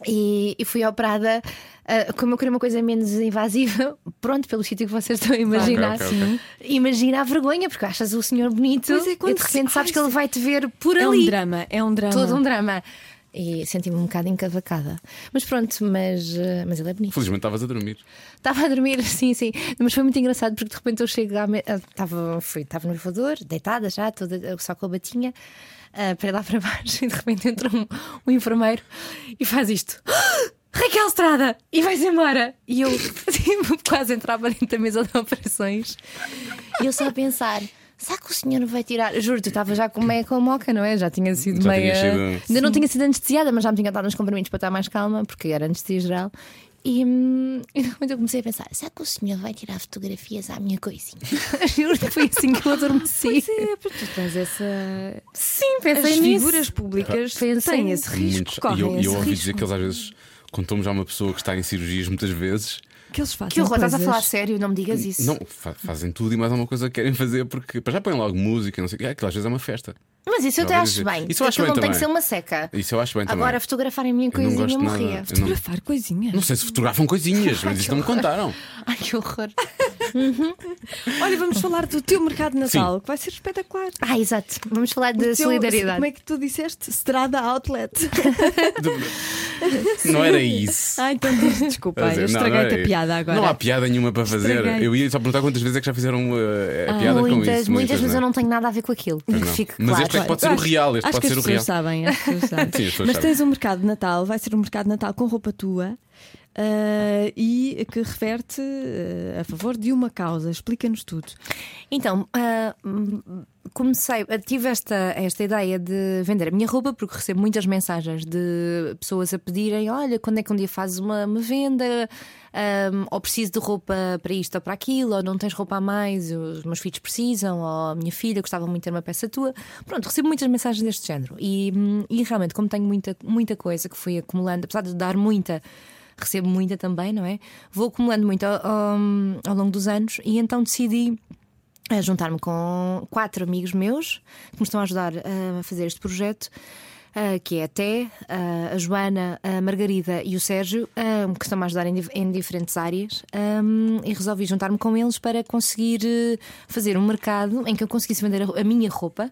[SPEAKER 4] E, e fui operada, ah, como eu queria uma coisa menos invasiva, [LAUGHS] pronto, pelo sítio que vocês estão a imaginar.
[SPEAKER 2] Ah, Ok, ok, ok.
[SPEAKER 4] Imagina a vergonha, porque achas o senhor bonito
[SPEAKER 3] Pois é,
[SPEAKER 4] e
[SPEAKER 3] quando
[SPEAKER 4] de
[SPEAKER 3] se-
[SPEAKER 4] repente sabes
[SPEAKER 3] Ai,
[SPEAKER 4] que ele vai te ver por
[SPEAKER 3] É
[SPEAKER 4] ali.
[SPEAKER 3] um drama, é um drama.
[SPEAKER 4] Todo um drama. E senti-me um bocado encavacada. Mas pronto, mas, ah, mas ele é bonito.
[SPEAKER 2] Felizmente estavas a dormir.
[SPEAKER 4] Estava a dormir, [LAUGHS] sim, sim. Mas foi muito engraçado porque de repente eu chego à me... ah, estava, fui, estava no elevador, deitada já, toda, só com a batinha, ah, para lá para [LAUGHS] baixo, e de repente entra um, um enfermeiro e faz isto. [GASPS] Raquel Estrada! E vais embora! E eu [LAUGHS] tipo, quase entrava dentro da mesa de operações e eu só a pensar. Será que o senhor vai tirar? Juro, tu estava já com meia com a moca, não é? Já tinha sido
[SPEAKER 2] Já
[SPEAKER 4] meia.
[SPEAKER 2] tinha sido- um
[SPEAKER 4] Ainda não tinha sido anestesiada, mas já me tinha dado uns comprimidos para estar mais calma, porque era anestesia geral. E, hum, [LAUGHS] e de repente eu comecei a pensar: será que o senhor vai tirar fotografias à minha coisinha? [LAUGHS] Juro que foi assim que eu adormeci.
[SPEAKER 3] Pois é, porque tu tens essa.
[SPEAKER 4] Sim,
[SPEAKER 3] As
[SPEAKER 4] pensei nisso.
[SPEAKER 3] figuras públicas
[SPEAKER 4] Pensei
[SPEAKER 3] têm
[SPEAKER 4] nisso.
[SPEAKER 3] esse risco,
[SPEAKER 2] chato. e eu,
[SPEAKER 3] correm
[SPEAKER 2] e eu
[SPEAKER 3] esse
[SPEAKER 2] ouvi
[SPEAKER 3] risco.
[SPEAKER 2] dizer que eles às vezes contou-me já uma pessoa que está em cirurgias muitas vezes.
[SPEAKER 3] Que eles fazem
[SPEAKER 4] Que horror, estás a
[SPEAKER 3] coisas-
[SPEAKER 4] falar sério, não me digas isso.
[SPEAKER 2] Não, fa- fazem tudo e mais alguma coisa que querem fazer porque para já põem logo música, não sei o que. Aquilo às vezes é uma festa.
[SPEAKER 4] Mas isso eu até
[SPEAKER 2] Talvez
[SPEAKER 4] acho
[SPEAKER 2] isso-
[SPEAKER 4] bem.
[SPEAKER 2] Isso eu acho
[SPEAKER 4] Aquilo
[SPEAKER 2] bem
[SPEAKER 4] não tem
[SPEAKER 2] também.
[SPEAKER 4] que ser uma seca.
[SPEAKER 2] Isso eu acho bem também.
[SPEAKER 4] Agora, fotografar em minha
[SPEAKER 2] Eu não
[SPEAKER 4] coisinha
[SPEAKER 2] gosto nada.
[SPEAKER 4] morria.
[SPEAKER 2] Eu não,
[SPEAKER 3] Fotografar coisinhas.
[SPEAKER 2] não sei se fotografam coisinhas, mas isso não me contaram.
[SPEAKER 4] Ai, que horror.
[SPEAKER 3] Olha, vamos falar do teu mercado de Natal, que vai ser espetacular.
[SPEAKER 4] Ah, exato. Vamos falar de
[SPEAKER 3] O teu-
[SPEAKER 4] solidariedade.
[SPEAKER 3] Como é que tu disseste? Strada Outlet.
[SPEAKER 4] [LAUGHS]
[SPEAKER 2] Não era isso.
[SPEAKER 3] ah, então diz desculpa,
[SPEAKER 2] Quer dizer,
[SPEAKER 3] eu
[SPEAKER 2] é, não, não
[SPEAKER 3] estraguei-te
[SPEAKER 2] era
[SPEAKER 3] a
[SPEAKER 2] isso.
[SPEAKER 3] piada agora.
[SPEAKER 2] Não há piada nenhuma para fazer.
[SPEAKER 3] Estraguei.
[SPEAKER 2] Eu ia só perguntar quantas vezes é que já fizeram eh, a piada
[SPEAKER 4] muitas,
[SPEAKER 2] com isso.
[SPEAKER 4] muitas, mas
[SPEAKER 2] né?
[SPEAKER 4] eu não tenho nada a ver com aquilo.
[SPEAKER 2] Pois
[SPEAKER 4] Que
[SPEAKER 2] não.
[SPEAKER 4] fique
[SPEAKER 2] Mas
[SPEAKER 4] claro.
[SPEAKER 2] este é que pode ser o
[SPEAKER 3] Claro.
[SPEAKER 2] real. Este
[SPEAKER 3] acho
[SPEAKER 2] pode
[SPEAKER 3] que
[SPEAKER 2] ser o
[SPEAKER 3] as
[SPEAKER 2] real.
[SPEAKER 3] pessoas sabem, acho que as
[SPEAKER 2] [LAUGHS]
[SPEAKER 3] pessoas sabem.
[SPEAKER 2] Sim, as pessoas
[SPEAKER 3] Mas
[SPEAKER 2] sabem.
[SPEAKER 3] tens um mercado de Natal, vai ser um mercado de Natal com roupa tua ah, e que reverte ah, a favor de uma causa. Explica-nos tudo.
[SPEAKER 4] Então, ah, hum, comecei, ah, tive esta, esta ideia de vender a minha roupa porque recebo muitas mensagens de pessoas a pedirem: olha, quando é que um dia fazes uma, uma venda? Ahm, ou preciso de roupa para isto ou para aquilo, ou não tens roupa a mais, os meus filhos precisam, ou a minha filha gostava muito de ter uma peça tua. Pronto, recebo muitas mensagens deste género. E, hum, e realmente, como tenho muita, muita coisa que fui acumulando, apesar de dar muita recebo muita também, não é? Vou acumulando muito ao, ao- ao longo dos anos e então decidi a juntar-me com quatro amigos meus que me estão a ajudar ah, a fazer este projeto. ah, que é a Té, ah, a Joana, a Margarida e o Sérgio, ah, que estão a ajudar em, dif- em diferentes áreas, Ahm, e resolvi juntar-me com eles para conseguir eh, fazer um mercado em que eu conseguisse vender a ro- a minha roupa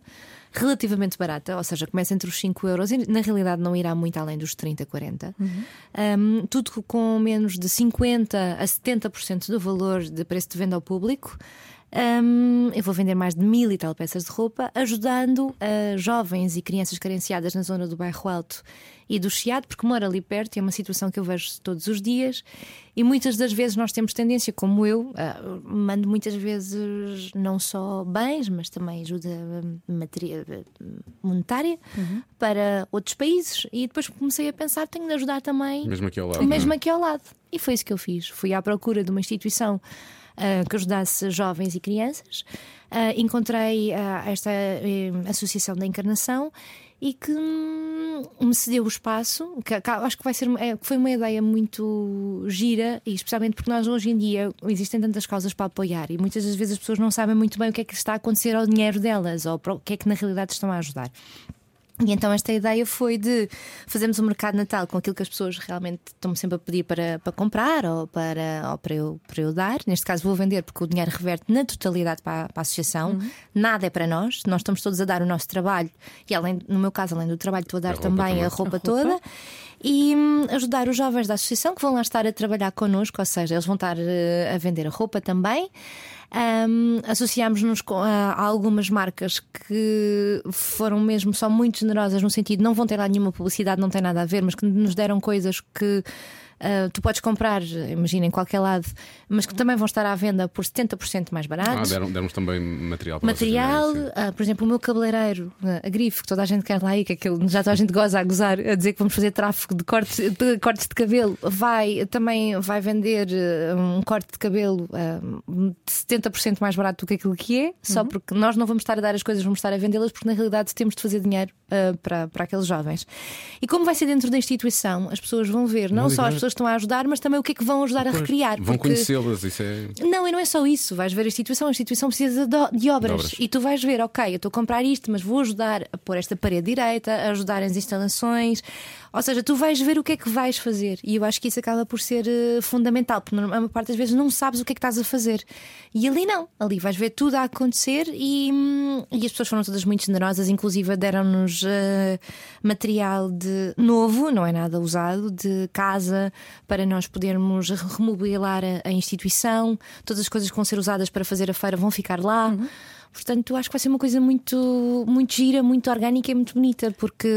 [SPEAKER 4] relativamente barata, ou seja, começa entre os 5 euros e na realidade não irá muito além dos 30, 40. Um, tudo com menos de 50 a 70% do valor de preço de venda ao público. Um, eu vou vender mais de mil e tal peças de roupa, ajudando uh, jovens e crianças carenciadas na zona do bairro Alto e do Chiado, porque moro ali perto e é uma situação que eu vejo todos os dias. E muitas das vezes nós temos tendência, como eu, ah, mando muitas vezes não só bens, mas também ajuda hum, materia- hum, monetária para outros países. E depois comecei a pensar, tenho de ajudar também
[SPEAKER 2] Mesmo aqui ao lado.
[SPEAKER 4] mesmo
[SPEAKER 2] não é?
[SPEAKER 4] aqui ao lado. E foi isso que eu fiz. Fui à procura de uma instituição ah, que ajudasse jovens e crianças. Ah, encontrei ah, esta eh, Associação da Encarnação e que hum, me cedeu o espaço. Que, que acho que vai ser, uma- é, que foi uma ideia muito gira, e especialmente porque nós hoje em dia existem tantas causas para apoiar e muitas das vezes as pessoas não sabem muito bem o que é que está a acontecer ao dinheiro delas ou para o que é que na realidade estão a ajudar. E então esta ideia foi de fazermos um mercado de Natal com aquilo que as pessoas realmente estão sempre a pedir para, para comprar ou, para, ou para, eu, para eu dar. Neste caso vou vender porque o dinheiro reverte na totalidade para a, para a associação. Nada é para nós. Nós estamos todos a dar o nosso trabalho e além, no meu caso, além do trabalho, estou a dar
[SPEAKER 2] roupa
[SPEAKER 4] também,
[SPEAKER 2] também.
[SPEAKER 4] a roupa toda. E hum, ajudar os jovens da associação que vão lá estar a trabalhar connosco, ou seja, eles vão estar eh, a vender a roupa também. Hum, Associámos-nos com- a, a algumas marcas que foram mesmo só muito generosas no sentido, não vão ter lá nenhuma publicidade, não tem nada a ver, mas que nos deram coisas que ah, tu podes comprar, imagina, em qualquer lado, mas que também vão estar à venda por 70% mais
[SPEAKER 2] Ah,
[SPEAKER 4] baratos
[SPEAKER 2] deram, deram também material é para vocês
[SPEAKER 4] material,
[SPEAKER 2] venderem, sim.
[SPEAKER 4] ah, por exemplo, o meu cabeleireiro, ah, a grife, que toda a gente quer lá e que aquilo, já toda a gente goza a gozar, a dizer que vamos fazer tráfego de cortes de, cortes de cabelo, vai também vai vender ah, um corte de cabelo ah, de 70% mais barato do que aquilo que é,
[SPEAKER 2] Uhum.
[SPEAKER 4] só porque nós não vamos estar a dar as coisas, vamos estar a vendê-las, porque na realidade temos de fazer dinheiro ah, para, para aqueles jovens. E como vai ser dentro da instituição, as pessoas vão ver não
[SPEAKER 2] Vão
[SPEAKER 4] só
[SPEAKER 2] ligar.
[SPEAKER 4] as pessoas que estão a ajudar, mas também o que é que vão ajudar a recriar.
[SPEAKER 2] Vão
[SPEAKER 4] porque-
[SPEAKER 2] conhecê-las, isso é.
[SPEAKER 4] não, e não é só isso. Vais ver a instituição, a instituição precisa de, o- de obras.
[SPEAKER 2] De obras.
[SPEAKER 4] E tu vais ver, ok, eu estou a comprar isto, mas vou ajudar a pôr esta parede direita, a ajudar as instalações. Ou seja, tu vais ver o que é que vais fazer. E eu acho que isso acaba por ser eh, fundamental, porque a maior parte das vezes não sabes o que é que estás a fazer. E ali não, ali vais ver tudo a acontecer e, hum, e as pessoas foram todas muito generosas, inclusive deram-nos eh, material de novo, não é nada usado, de casa para nós podermos remodelar a, a instituição. Todas as coisas que vão ser usadas para fazer a feira vão ficar lá. Portanto, acho que vai ser uma coisa muito, muito gira, muito orgânica e muito bonita, porque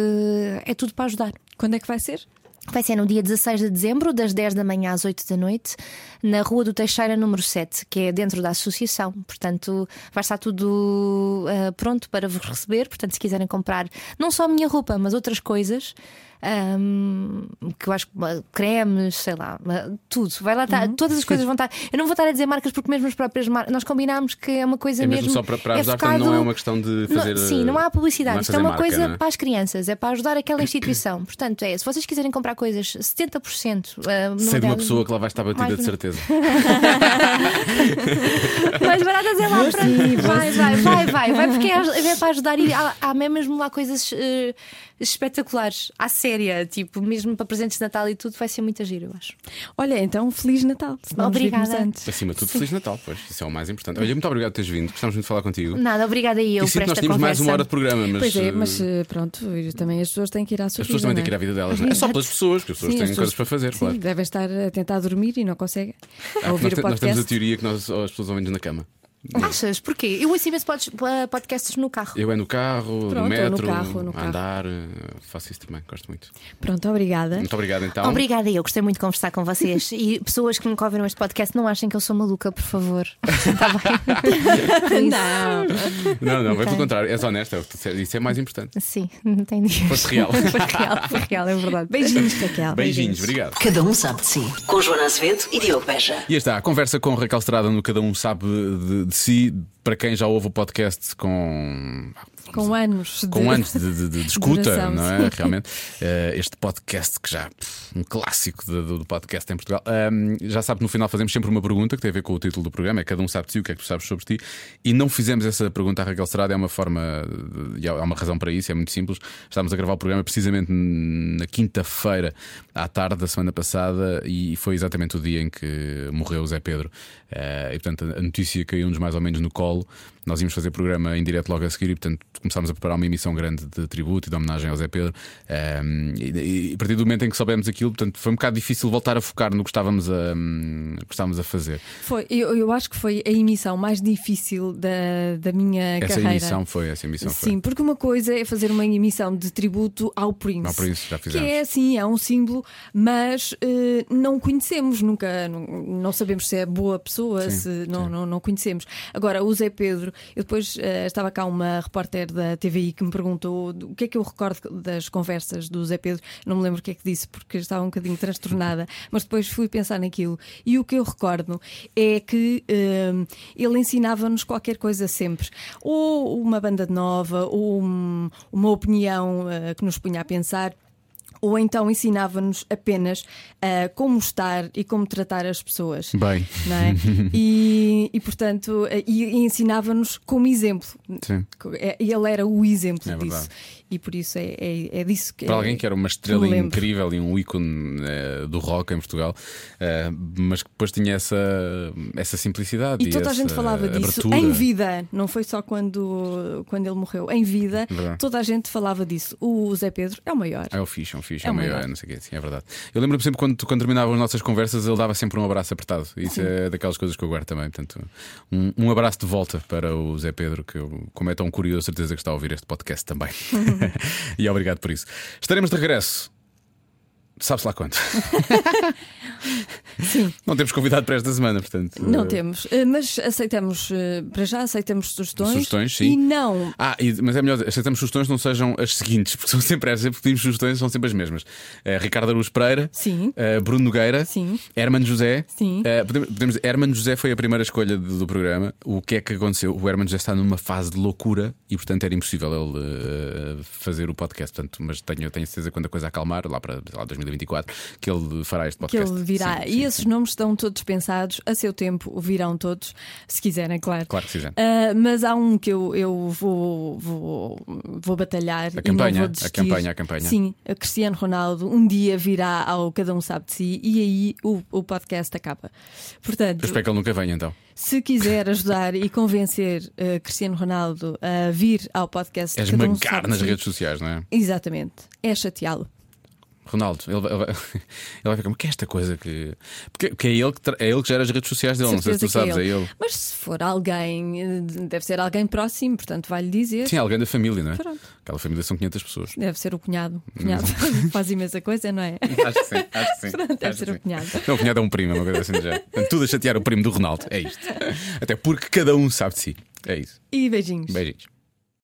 [SPEAKER 4] é tudo para ajudar.
[SPEAKER 3] Quando é que vai ser?
[SPEAKER 4] Vai ser no dia 16 de dezembro, das 10 da manhã às 8 da noite, na Rua do Teixeira, número 7, que é dentro da associação. Portanto, vai estar eh, tudo ah, pronto para vos receber. Portanto, se quiserem comprar não só a minha roupa, mas outras coisas. ahm, que eu acho que ah, cremes, sei lá, ah, tudo. Vai lá
[SPEAKER 3] Uhum.
[SPEAKER 4] estar, todas as coisas vão estar. Eu não vou estar a dizer marcas porque mesmo as próprias marcas. Nós combinámos que é uma coisa
[SPEAKER 2] É mesmo só para- para ajudar, portanto, não é uma questão de
[SPEAKER 4] Não-
[SPEAKER 2] fazer,
[SPEAKER 4] sim, não há publicidade.
[SPEAKER 2] não é
[SPEAKER 4] Isto é
[SPEAKER 2] fazer
[SPEAKER 4] uma
[SPEAKER 2] marca,
[SPEAKER 4] coisa
[SPEAKER 2] não é?
[SPEAKER 4] para as crianças, é para ajudar
[SPEAKER 2] [COUGHS]
[SPEAKER 4] aquela instituição. Portanto, é, se vocês quiserem comprar coisas 70%. ah,
[SPEAKER 2] Sei de uma
[SPEAKER 4] Nobel-
[SPEAKER 2] pessoa que lá vai estar batida, de
[SPEAKER 4] mais bonito.
[SPEAKER 2] certeza.
[SPEAKER 4] [LAUGHS] Mais baratas é lá para. Vai, vai, vai, vai, vai, porque
[SPEAKER 2] [LAUGHS]
[SPEAKER 4] é, é para ajudar e há, há mesmo lá coisas eh, espetaculares, à séria, tipo, mesmo para presentes de Natal e tudo, vai ser muito giro, eu acho.
[SPEAKER 3] Olha, então, Feliz Natal. Se não nos
[SPEAKER 4] Obrigada.
[SPEAKER 3] virmos
[SPEAKER 2] [LAUGHS]
[SPEAKER 3] antes.
[SPEAKER 2] Acima de tudo, Feliz Natal, pois. Isso é o mais importante. Olha, muito obrigado por teres vindo. Gostávamos muito de falar contigo.
[SPEAKER 4] Nada, obrigada e eu
[SPEAKER 2] e
[SPEAKER 4] por
[SPEAKER 2] sinto que nós
[SPEAKER 4] esta
[SPEAKER 2] tínhamos
[SPEAKER 4] conversa.
[SPEAKER 2] mais uma hora de programa, mas.
[SPEAKER 3] Pois é, mas
[SPEAKER 2] eh,
[SPEAKER 3] eh, pronto, e também as pessoas têm que ir à sua
[SPEAKER 2] As pessoas
[SPEAKER 3] vida,
[SPEAKER 2] também têm que ir
[SPEAKER 3] não
[SPEAKER 2] à
[SPEAKER 3] é?
[SPEAKER 2] vida delas, não é? É só pelas pessoas, que as pessoas
[SPEAKER 3] Sim,
[SPEAKER 2] têm
[SPEAKER 3] as
[SPEAKER 2] coisas para fazer,
[SPEAKER 3] Sim,
[SPEAKER 2] claro. Ah,
[SPEAKER 3] devem estar a tentar dormir e não conseguem. a ouvir
[SPEAKER 2] nós,
[SPEAKER 3] o
[SPEAKER 2] te- nós
[SPEAKER 3] podcast.
[SPEAKER 2] temos a teoria que nós, as pessoas ouvem-nos na cama.
[SPEAKER 4] Achas? Porquê? Eu ouço imenso pod- eh, podcasts no carro.
[SPEAKER 2] Eu é no carro,
[SPEAKER 3] Pronto,
[SPEAKER 2] no
[SPEAKER 3] ou no
[SPEAKER 2] metro,
[SPEAKER 3] carro, no
[SPEAKER 2] a
[SPEAKER 3] carro.
[SPEAKER 2] andar, eh, faço isso também, gosto muito.
[SPEAKER 3] Pronto, obrigada.
[SPEAKER 2] Muito obrigado então.
[SPEAKER 4] Obrigada, eu gostei muito de conversar com vocês. E pessoas que nunca ouviram este podcast, não achem que eu sou maluca, por favor.
[SPEAKER 3] [LAUGHS]
[SPEAKER 4] Está bem? não.
[SPEAKER 2] [LAUGHS] Não, não, bem pelo contrário, és honesta, é o que tu disseste, isso é mais importante.
[SPEAKER 4] Sim, não entendi.
[SPEAKER 2] Foste
[SPEAKER 4] [LAUGHS]
[SPEAKER 2] real.
[SPEAKER 4] Foi real, foi real, é verdade.
[SPEAKER 3] Beijinhos, Raquel.
[SPEAKER 2] Beijinhos, obrigado.
[SPEAKER 1] Cada um sabe de si. Com Joana Azevedo e Diogo Beja.
[SPEAKER 2] E está, a conversa com Raquel Estrada no Cada Um Sabe de, de Si, para quem já ouve o podcast com.
[SPEAKER 3] Com anos.
[SPEAKER 2] Com
[SPEAKER 3] de-
[SPEAKER 2] anos de, de- de- de escuta,
[SPEAKER 3] Duração,
[SPEAKER 2] não é?
[SPEAKER 3] sim.
[SPEAKER 2] Realmente, eh, este podcast que já pff, um clássico de- do, do podcast em Portugal. Ahm, já sabe, no final fazemos sempre uma pergunta que tem a ver com o título do programa: é cada um sabe de si, o que é que tu sabes sobre ti. E não fizemos essa pergunta à Raquel Serrada, é uma forma, de- e há há uma razão para isso, é muito simples. Estávamos a gravar o programa precisamente na quinta-feira à tarde da semana passada e foi exatamente o dia em que morreu o Zé Pedro. Eh, e portanto, a notícia caiu-nos mais ou menos no colo. Nós íamos fazer programa em direto logo a seguir e, portanto, começámos a preparar uma emissão grande de tributo e de homenagem ao Zé Pedro. Ahm, e, e a partir do momento em que soubemos aquilo, portanto, foi um bocado difícil voltar a focar no que estávamos a, hum, que estávamos a fazer.
[SPEAKER 3] Foi, eu, eu acho que foi a emissão mais difícil da, da minha
[SPEAKER 2] Essa
[SPEAKER 3] carreira.
[SPEAKER 2] emissão foi, essa emissão foi.
[SPEAKER 3] Sim, porque uma coisa é fazer uma emissão de tributo ao Prince.
[SPEAKER 2] Ao Prince, já
[SPEAKER 3] que
[SPEAKER 2] fizemos.
[SPEAKER 3] é assim, é um símbolo, mas eh, não conhecemos, nunca, não, não sabemos se é boa pessoa,
[SPEAKER 2] Sim,
[SPEAKER 3] se não,
[SPEAKER 2] sim.
[SPEAKER 3] não, não conhecemos. Agora, o Zé Pedro, eu depois eh, estava cá uma repórter da TVI que me perguntou do- o que é que eu recordo das conversas do Zé Pedro, não me lembro o que é que disse porque estava um
[SPEAKER 2] [LAUGHS]
[SPEAKER 3] bocadinho transtornada, mas depois fui pensar naquilo e o que eu recordo é que eh, ele ensinava-nos qualquer coisa sempre, ou uma banda de nova, ou um- uma opinião eh, que nos punha a pensar ou então ensinava-nos apenas ah, como estar e como tratar as pessoas.
[SPEAKER 2] Bem.
[SPEAKER 3] Não é? e, e, portanto, ah, e, e ensinava-nos como exemplo.
[SPEAKER 2] Sim.
[SPEAKER 3] Co- é- e Ele era o exemplo
[SPEAKER 2] É verdade.
[SPEAKER 3] disso. E por isso é, é, é disso que.
[SPEAKER 2] Para alguém que era uma estrela
[SPEAKER 3] me lembro.
[SPEAKER 2] incrível e um ícone eh, do rock em Portugal, eh, mas que depois tinha essa, essa simplicidade.
[SPEAKER 3] E toda a
[SPEAKER 2] essa
[SPEAKER 3] gente falava disso
[SPEAKER 2] abertura.
[SPEAKER 3] em vida, não foi só quando, quando ele morreu. Em vida,
[SPEAKER 2] É Verdade.
[SPEAKER 3] toda a gente falava disso. O Zé Pedro é o maior.
[SPEAKER 2] É o fixe, é o fixe, é,
[SPEAKER 3] É
[SPEAKER 2] o
[SPEAKER 3] o
[SPEAKER 2] maior,
[SPEAKER 3] maior.
[SPEAKER 2] não sei o quê, sim, é verdade. Eu lembro-me sempre quando, quando terminavam as nossas conversas, ele dava sempre um abraço apertado. Isso é daquelas coisas que eu guardo também. Portanto, um, um abraço de volta para o Zé Pedro, que eu, como é tão curioso, certeza que está a ouvir este podcast [LAUGHS] também. e obrigado por isso. Estaremos de regresso. Sabe-se lá [LAUGHS] quanto. Não temos convidado para esta semana, portanto.
[SPEAKER 3] Não
[SPEAKER 2] eh,
[SPEAKER 3] temos, eh, mas aceitamos, eh, para já aceitamos sugestões.
[SPEAKER 2] Sugestões, sim.
[SPEAKER 3] E não,
[SPEAKER 2] Ah, e- mas é melhor, aceitamos sugestões, não sejam as seguintes, porque são sempre essas, sempre que pedimos sugestões, são sempre as mesmas. Eh, Ricardo Aruz Pereira,
[SPEAKER 3] Sim.
[SPEAKER 2] eh, Bruno Nogueira,
[SPEAKER 3] Sim.
[SPEAKER 2] Herman José.
[SPEAKER 3] Sim.
[SPEAKER 2] Eh, podemos, podemos, Herman José foi a primeira escolha do, do programa. O que é que aconteceu? O Herman José está numa fase de loucura e, portanto, era impossível ele eh, fazer o podcast. Portanto, mas tenho, tenho certeza que quando a coisa acalmar, lá para sei lá, 2024, que ele fará este
[SPEAKER 3] que
[SPEAKER 2] podcast.
[SPEAKER 3] ele virá.
[SPEAKER 2] Sim,
[SPEAKER 3] e
[SPEAKER 2] sim,
[SPEAKER 3] esses
[SPEAKER 2] sim.
[SPEAKER 3] nomes estão todos pensados, a seu tempo virão todos, se quiserem, claro.
[SPEAKER 2] Claro que quiserem.
[SPEAKER 3] Ah, mas há um que eu, eu vou, vou, vou batalhar. e não
[SPEAKER 2] campanha,
[SPEAKER 3] vou
[SPEAKER 2] a
[SPEAKER 3] desistir.
[SPEAKER 2] campanha, a campanha.
[SPEAKER 3] Sim, a Cristiano Ronaldo um dia virá ao Cada Um Sabe de Si e aí o, o podcast acaba.
[SPEAKER 2] Eu
[SPEAKER 3] Portanto,
[SPEAKER 2] espero que ele nunca venha, então.
[SPEAKER 3] se quiser ajudar e convencer ah, Cristiano Ronaldo a vir ao podcast.
[SPEAKER 2] É
[SPEAKER 3] Cada um
[SPEAKER 2] esmagar
[SPEAKER 3] Sabe de
[SPEAKER 2] nas
[SPEAKER 3] Si,
[SPEAKER 2] redes sociais, não é?
[SPEAKER 3] Exatamente, é chateá-lo.
[SPEAKER 2] Ronaldo, ele vai, [LAUGHS] ele vai, ele vai ficar, "Mas que é esta coisa que. Porque, porque é, ele que tra- é ele que gera as redes sociais dele, não sei se tu
[SPEAKER 3] Certeza que
[SPEAKER 2] sabes, é ele.
[SPEAKER 3] Mas se for alguém, eh, deve ser alguém próximo, portanto vai-lhe dizer.
[SPEAKER 2] Sim, alguém da família, não é?
[SPEAKER 3] Pronto.
[SPEAKER 2] Aquela família são 500 pessoas.
[SPEAKER 3] Deve ser o cunhado.
[SPEAKER 2] Hum.
[SPEAKER 3] O cunhado [LAUGHS] faz imensa coisa, não é?
[SPEAKER 2] [LAUGHS] Acho que sim, acho que sim.
[SPEAKER 3] Deve
[SPEAKER 2] acho
[SPEAKER 3] ser
[SPEAKER 2] que
[SPEAKER 3] o
[SPEAKER 2] sim.
[SPEAKER 3] cunhado.
[SPEAKER 2] Não, o cunhado é um primo, é uma coisa assim do género. Portanto, Tudo a chatear o primo do Ronaldo, é isto. Até porque cada um sabe de si. É isso.
[SPEAKER 3] E beijinhos.
[SPEAKER 2] Beijinhos.